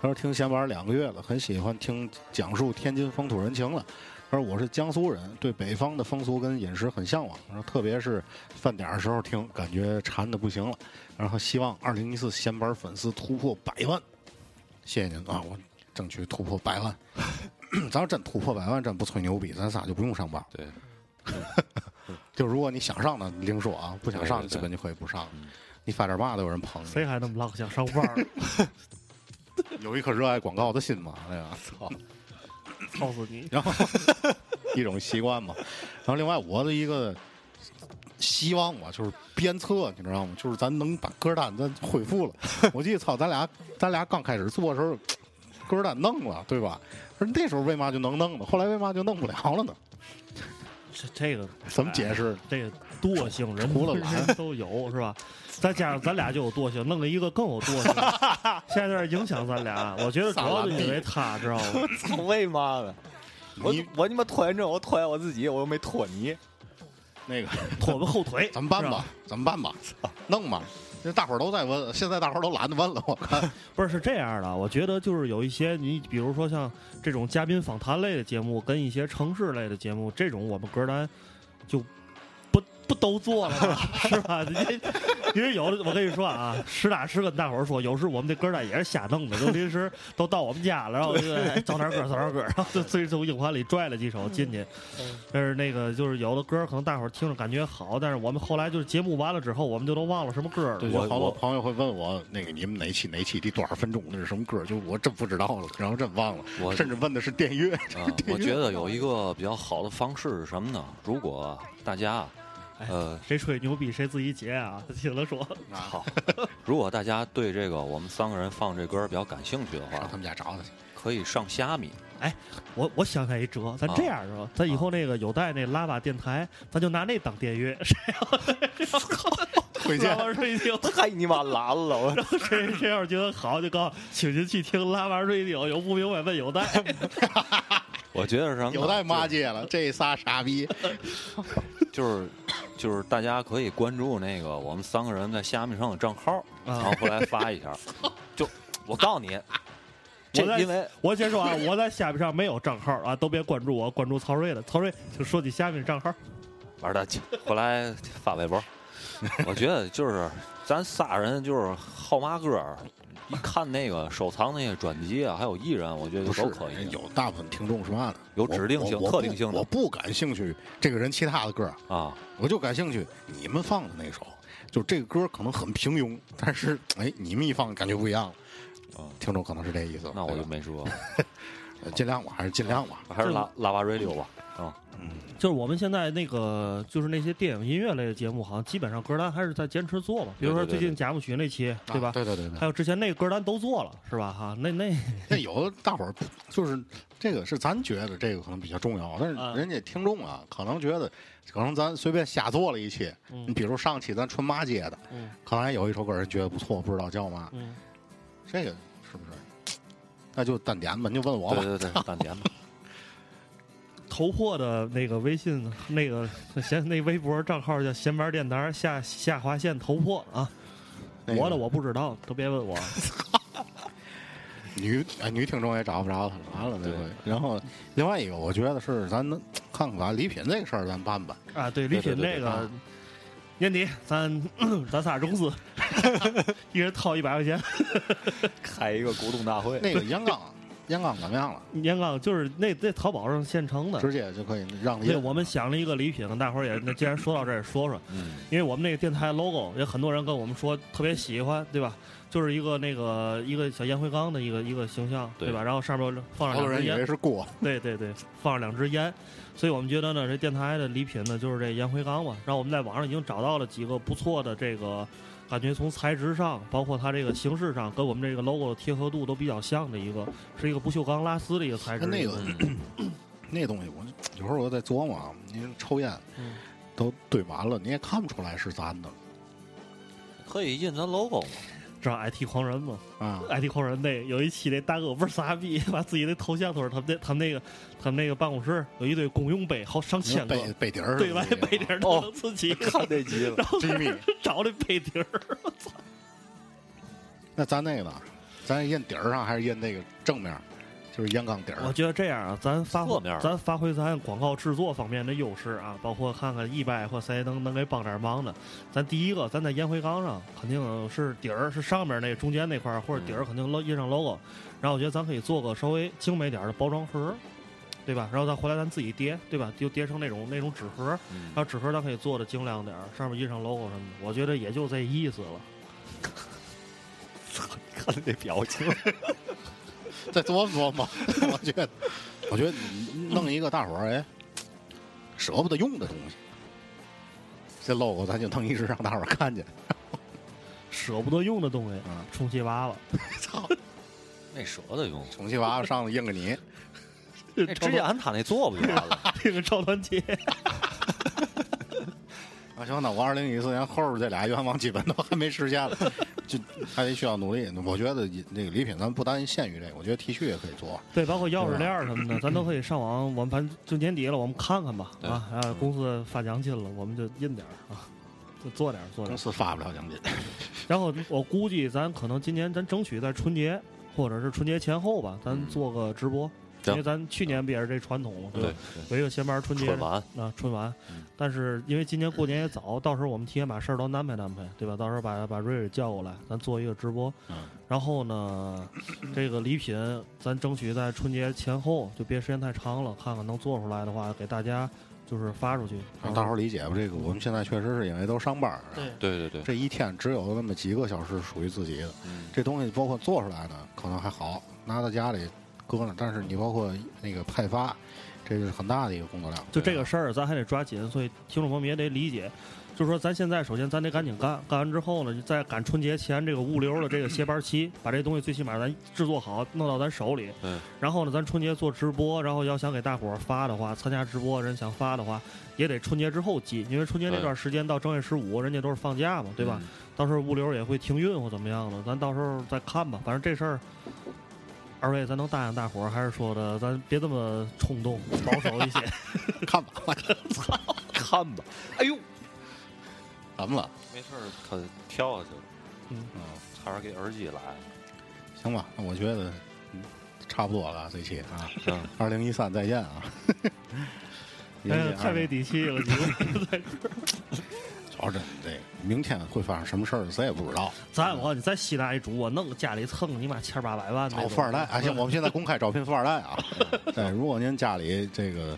S2: 他说听闲玩两个月了，很喜欢听讲述天津风土人情了。他说我是江苏人，对北方的风俗跟饮食很向往，然后特别是饭点儿的时候听，感觉馋的不行了。然后希望二零一四闲玩粉丝突破百万，谢谢您啊，我争取突破百万。 (coughs) 咱要真突破百万，真不吹牛逼，咱仨就不用上班。
S5: 对，
S2: (laughs) 就如果你想上的，你另说啊；不想上，
S5: 对对
S2: 你
S5: 对
S2: 基本就可以不上。你发点嘛都有人捧
S3: 谁
S2: 你，
S3: 还那么浪想上班儿？ (laughs)
S2: 有一颗热爱广告的心嘛，对吧？操！
S3: 操死
S2: (laughs)
S3: 你！
S2: 然后 (laughs) 一种习惯嘛。然后另外我的一个希望吧，就是鞭策，你知道吗？就是咱能把歌单咱恢复了。 (laughs) 我记得操，咱俩咱俩刚开始做的时候，歌单弄了，对吧？说那时候为嘛就能弄呢？后来为嘛就弄不了了呢？
S3: 这这个
S2: 怎么解释？
S3: 哎这个惰性人
S2: 除了懒
S3: 人都有是吧？再加上咱俩就有惰性，弄了一个更有惰
S2: (laughs)
S3: 性，现在在这影响咱俩。我觉得主要就因为他，知道吗？
S7: (laughs) 操为嘛的？我
S2: 你
S7: 我他妈拖延症，我拖延我自己，我又没拖你。
S2: 那 (laughs) 个。
S3: 拖我们后腿，
S2: 咱们办
S3: 是
S2: 吧？咱们办吧？弄吧！这大伙儿都在问，现在大伙儿都懒得问了。我看，
S3: 不是是这样的，我觉得就是有一些你比如说像这种嘉宾访谈类的节目，跟一些城市类的节目，这种我们歌单就不不 (laughs) 不都做了吗？是吧？ (laughs) 您您有的，我跟你说啊，实打实跟大伙儿说，有时我们这哥俩也是瞎弄的，就临时都到我们家了，然后我就哎找点歌，找点歌，然后就自己从硬盘里拽了几首进去。但是那个就是有的歌可能大伙儿听着感觉好，但是我们后来就是节目完了之后，我们就都忘了什么歌了。
S2: 对，有好多朋友会问我，那个你们哪期哪期第多少分钟那是什么歌？就是我真不知道了，然后真忘了，
S5: 我
S2: 甚至问的是电乐。 (laughs)
S5: 啊，我觉得有一个比较好的方式是什么呢？如果大家，
S2: 哎
S5: 呃，
S3: 谁吹牛逼谁自己截啊！听他说，
S5: 好，如果大家对这个我们三个人放这歌比较感兴趣的
S2: 上
S5: 话
S2: 他，们家找他去。
S5: 可以上虾米。
S3: 哎我我想起来一辙，咱这样是
S7: 啊
S3: 吧？咱以后那个有带那拉瓦电台，咱就拿那当电乐，谁
S7: (laughs)
S3: 要
S2: 推荐
S3: 拉瓦瑞丁，
S7: 太你妈难了！我
S3: 然后谁谁要是觉得好，就告诉请您去听拉瓦瑞丁，有不明白问有带，
S5: 我觉得是什么呢？
S2: 有在骂街了，这仨傻逼。
S5: (laughs) 就是就是大家可以关注那个我们三个人在虾米上的账号，
S3: 啊
S5: 然后后来发
S2: (laughs)
S5: 一下。就我告诉你，
S3: 我
S5: 这
S3: 在
S5: 因为
S3: 我先说啊，我在虾米上没有账号啊，都别关注我，关注曹睿了。曹睿，请说起虾米账号。
S5: 玩的，后来发微博。我觉得就是咱仨人就是好嘛歌儿，一看那个收藏那些专辑啊，还有艺人，我觉得
S2: 不是哎
S5: 都可以
S2: 有大部分听众是嘛的？
S5: 有指定性
S2: 我我
S5: 特定性的
S2: 我不。我不感兴趣这个人其他的歌，
S5: 啊。
S2: 我就感兴趣你们放的那首。就这个歌可能很平庸，但是哎，你们一放感觉不一样了。
S5: 哦
S2: 听众可能是这意思吧。
S5: 那我就
S2: 对吧
S5: 没说，
S2: 呃 (laughs) 尽量吧，还是尽量吧。嗯
S5: 还是拉拉巴 radio 吧。啊，
S3: 就是我们现在那个，就是那些电影音乐类的节目，好像基本上歌单还是在坚持做嘛。比如说
S5: 对对对
S3: 最
S5: 对
S3: 近贾木曲那期，对吧
S2: 啊？对对对对
S3: 还。有之前那个歌单都做了，是吧？哈，那那
S2: (laughs) 那有的大伙儿不就是这个是咱觉得这个可能比较重要，但
S3: 啊
S2: 是人家听众啊，可能觉得可能咱随便瞎做了一期，
S3: 嗯
S2: 你比如上期咱春妈接的，
S3: 嗯
S2: 可能还有一首歌人觉得不错，不知道叫嘛，
S3: 嗯，
S2: 这个是不是？那就单点吧，你就问我吧。
S5: 对对对，当年吧。
S3: 头破的那个微信那个 (laughs) 闲那微博账号叫闲玩电台下下划线头破啊，
S2: (laughs) 那个
S3: 我的我不知道，都别问我。
S2: (laughs) 女哎女听众也找不着他了，完了这
S5: 对
S2: 回。然后另外一个，我觉得是咱能看看吧，礼品这个事儿咱办办。
S3: 啊，对，礼
S5: 对
S3: 品
S5: 对对
S3: 这
S5: 对
S3: 个
S2: 啊
S3: 年底咱 (clears throat) 咱仨融资， (laughs) 一人掏一百块钱。
S7: 开一个股东大会，
S2: 那个 (laughs) 阳刚，阳刚怎么样了？
S3: 年糕就是那那淘宝上现成的。
S2: 直接就可以让利。
S3: 对，我们想了一个礼品，跟大伙儿也那既然说到这儿，也说说，
S5: 嗯，
S3: 因为我们那个电台 logo 也很多人跟我们说特别喜欢，对吧？就是一个那个一个小烟灰缸的一个一个形象，
S5: 对
S3: 对吧？然后上面放
S2: 好
S3: 上
S2: 多
S3: 两
S2: 人
S3: 支
S2: 以为
S3: 烟，
S2: 是锅，
S3: 对对对，放上两支烟，所以我们觉得呢，这电台的礼品呢就是这烟灰缸嘛。然后我们在网上已经找到了几个不错的这个，感觉从材质上，包括它这个形式上，跟我们这个 logo 的贴合度都比较像的一个，是一个不锈钢拉丝的一个材质。
S2: 跟那个
S3: 嗯
S2: (clears throat) 那东西，我有时候我在琢磨啊，你抽烟
S3: 嗯
S2: 都堆满了，你也看不出来是咱的
S5: 可以印咱 logo 嘛。
S3: 知道 IT 狂人吗？
S2: 啊。
S3: IT 狂人那有一期那大哥倍儿傻逼， (laughs) 把自己的头像都是他们那他们那个他们那个办公室有一堆公用杯，好上千个，
S2: 背背底儿，
S3: 对外杯底儿都能自己、
S7: 看那集了，
S3: 然后在那儿
S2: 机
S3: 找那杯底儿，
S2: 那咱那个呢？咱印底儿上还是印那个正面，就是烟缸底
S3: 我
S2: 儿。
S3: 觉得这样啊，咱发挥
S5: 侧面儿
S3: 咱发挥咱广告制作方面的优势啊，包括看看易拜或谁能能给帮点忙的。咱第一个，咱在烟灰缸上肯定是底儿是上面那中间那块儿，或者底儿肯定 lo- 印上 logo。然后我觉得咱可以做个稍微精美点儿的包装盒，对吧？然后咱回来咱自己叠，对吧？就叠成那种那种纸盒，然后纸盒咱可以做的精亮点儿，上面印上 logo 什么的。我觉得也就这意思了。
S7: 看那
S3: (laughs)
S7: 表情，
S2: (laughs) 再琢磨琢磨，我觉得，我觉得你弄一个大伙儿哎舍不得用的东西，这 logo 咱就弄一直让大伙儿看见。
S3: (laughs) 舍不得用的东西
S2: 嗯，
S3: 充气娃娃，
S2: (laughs) 操，
S5: 那舍得用，
S2: 充气娃娃上头印个你，
S5: 那直接按他那做不就完了？
S3: 这个赵团结。
S2: (laughs) 啊，行，那我二零一四年后边这俩愿望基本都还没实现了，就还得需要努力。我觉得也那个礼品咱不单限于这个，我觉得 T 恤也可以做。
S3: (laughs) 对，包括钥匙链儿什么的，咱都可以上网。我们反正就年底了，我们看看吧。
S5: 对
S3: 啊，啊，公司发奖金了，我们就印点儿啊，就做点儿做点
S2: 公
S3: 儿。
S2: 司发不了奖金，
S3: 然后我估计咱可能今年咱争取在春节或者是春节前后吧，咱做个直播，
S5: 行
S3: 因为咱去年不也是这传统嘛，
S5: 对
S3: 吧
S5: 对，
S3: 有一个先玩春节
S5: 春晚嗯
S3: 啊，春晚。但是因为今年过年也早，到时候我们提前把事儿都安排安排，对吧？到时候把把瑞瑞叫过来，咱做一个直播。
S5: 嗯
S3: 然后呢， (clears throat) 这个礼品咱争取在春节前后，就别时间太长了，看看能做出来的话，给大家就是发出去。
S5: 嗯
S2: 让大伙儿理解吧。这个我们现在确实是因为都上班儿，啊
S3: 对
S5: 对对嗯对，
S2: 这一天只有那么几个小时属于自己的。这东西包括做出来呢，可能还好，拿到家里搁那，但是你包括那个派发，这是很大的一个工作量。
S3: 就这个事儿，咱还得抓紧，所以听众朋友们也得理解。就是说，咱现在首先咱得赶紧干，干完之后呢，在赶春节前这个物流的这个歇班期，把这东西最起码咱制作好，弄到咱手里。
S5: 嗯。
S3: 然后呢，咱春节做直播，然后要想给大伙儿发的话，参加直播人想发的话，也得春节之后寄，因为春节那
S5: 对
S3: 段时间到正月十五，人家都是放假嘛，对吧？
S5: 嗯
S3: 到时候物流也会停运或怎么样的，咱到时候再看吧。反正这事儿，二位咱能答应大伙儿，还是说的咱别这么冲动，保守一些。
S2: 看吧，
S9: 看吧，哎呦，
S2: 怎么了？
S5: 没事儿，他跳下去了，
S2: 嗯，
S5: 差点给耳机来了。
S2: 行吧，那我觉得嗯差不多了啊这期啊，
S5: 嗯
S2: 二零一三再见啊！
S3: 哎呀，太没底气了，你们在这儿
S2: (laughs) 主要真这明天会发生什么事儿，谁也不知道。
S3: 咱我告诉你，再吸纳一主播，弄个家里蹭你妈千八百万的那
S2: 找
S3: 种，
S2: 富二代啊！行，我们现在公开招聘富二代
S5: (laughs)
S2: 啊！对，如果您家里这个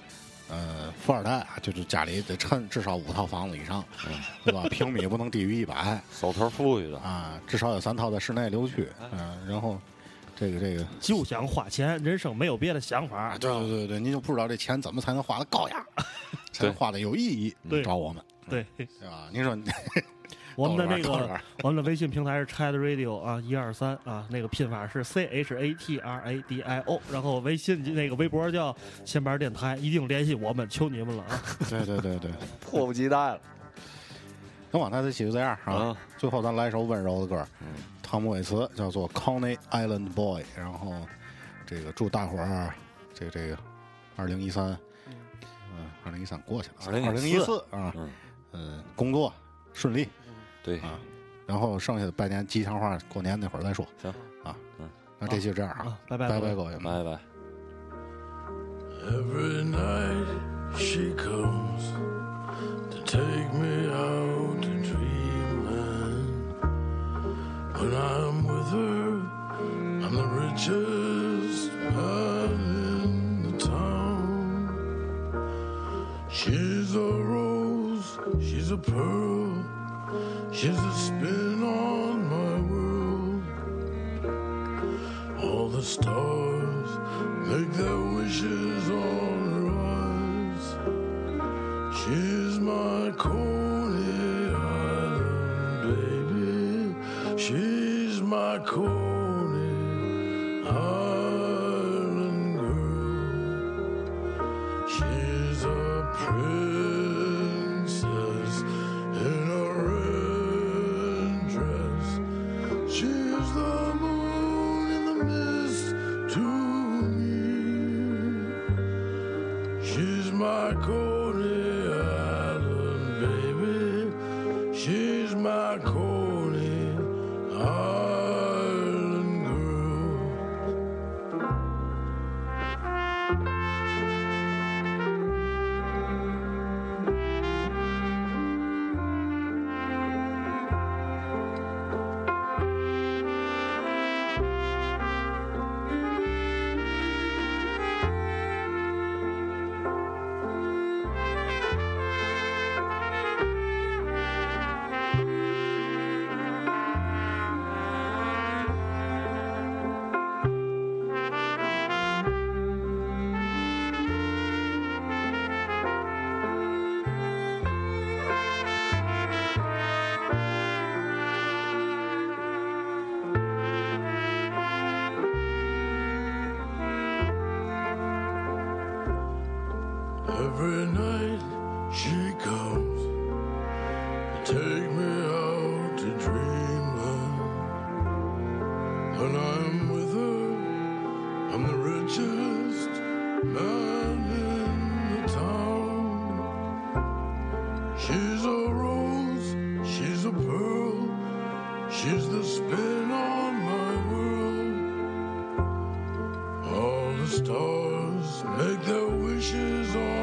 S2: 呃富二代啊，就是家里得趁至少五套房子以上，
S5: 嗯
S2: 对吧？平米不能低于一
S5: (laughs)
S2: 百
S5: 手头富裕的，哎
S2: 啊，至少有三套在室内留区，嗯、然后这个这个
S3: 就想花钱，人生没有别的想
S2: 啊，
S3: 法。
S2: 对对对对，您就不知道这钱怎么才能花的高
S3: (laughs)
S2: 雅，才能花的有意义，
S3: 对
S2: 找我们
S3: 对，
S2: 对吧？您说
S3: (laughs)
S2: (laughs)
S3: 我们的那
S2: 高点
S3: 个
S2: 儿
S3: 我们的微信平台是 Chat Radio 啊，一二三啊，那个拼法是 C H A T R A D I O，然后微信那个微博叫闲白电台，一定联系我们，求你们了啊！
S2: 对对对对，
S9: 迫不及待了。
S2: 那往那这期就这样啊
S5: 啊。
S2: 最后咱来一首温柔的歌，汤姆·韦茨叫做《Coney Island Boy》，然后这个祝大伙儿这个这个二零一三，嗯，二零一三过去了，二零一四
S5: 2014
S2: 啊，
S5: 嗯，
S2: 嗯，工作顺利，
S5: 对，
S2: 啊然后剩下的拜年吉祥话，过年那会儿再说。
S5: 行
S2: 啊，
S5: 嗯，
S2: 那这期就这样啊
S3: 啊，拜拜
S2: 拜
S3: 各
S2: 拜，
S3: 位
S2: 各位们。
S5: 拜拜。
S10: Every night she comes to take me out to dreamland. When I'm with her, I'm the richest man in the town. She's a rose, she's a pearl, she's a spin on my world. All the stars make their wishes on her eyes. She's my Coney Island baby. She's my Coney Island girl. She's a princess in a red dress. She's the moon in the mist to me. She's my Coney Island baby. She's my Coney Island girl. Every night she comes to take me out to dreamland. When I'm with her, I'm the richest man in the town. She's a rose, she's a pearl, she's the spin on my world. All the stars make their wishes on.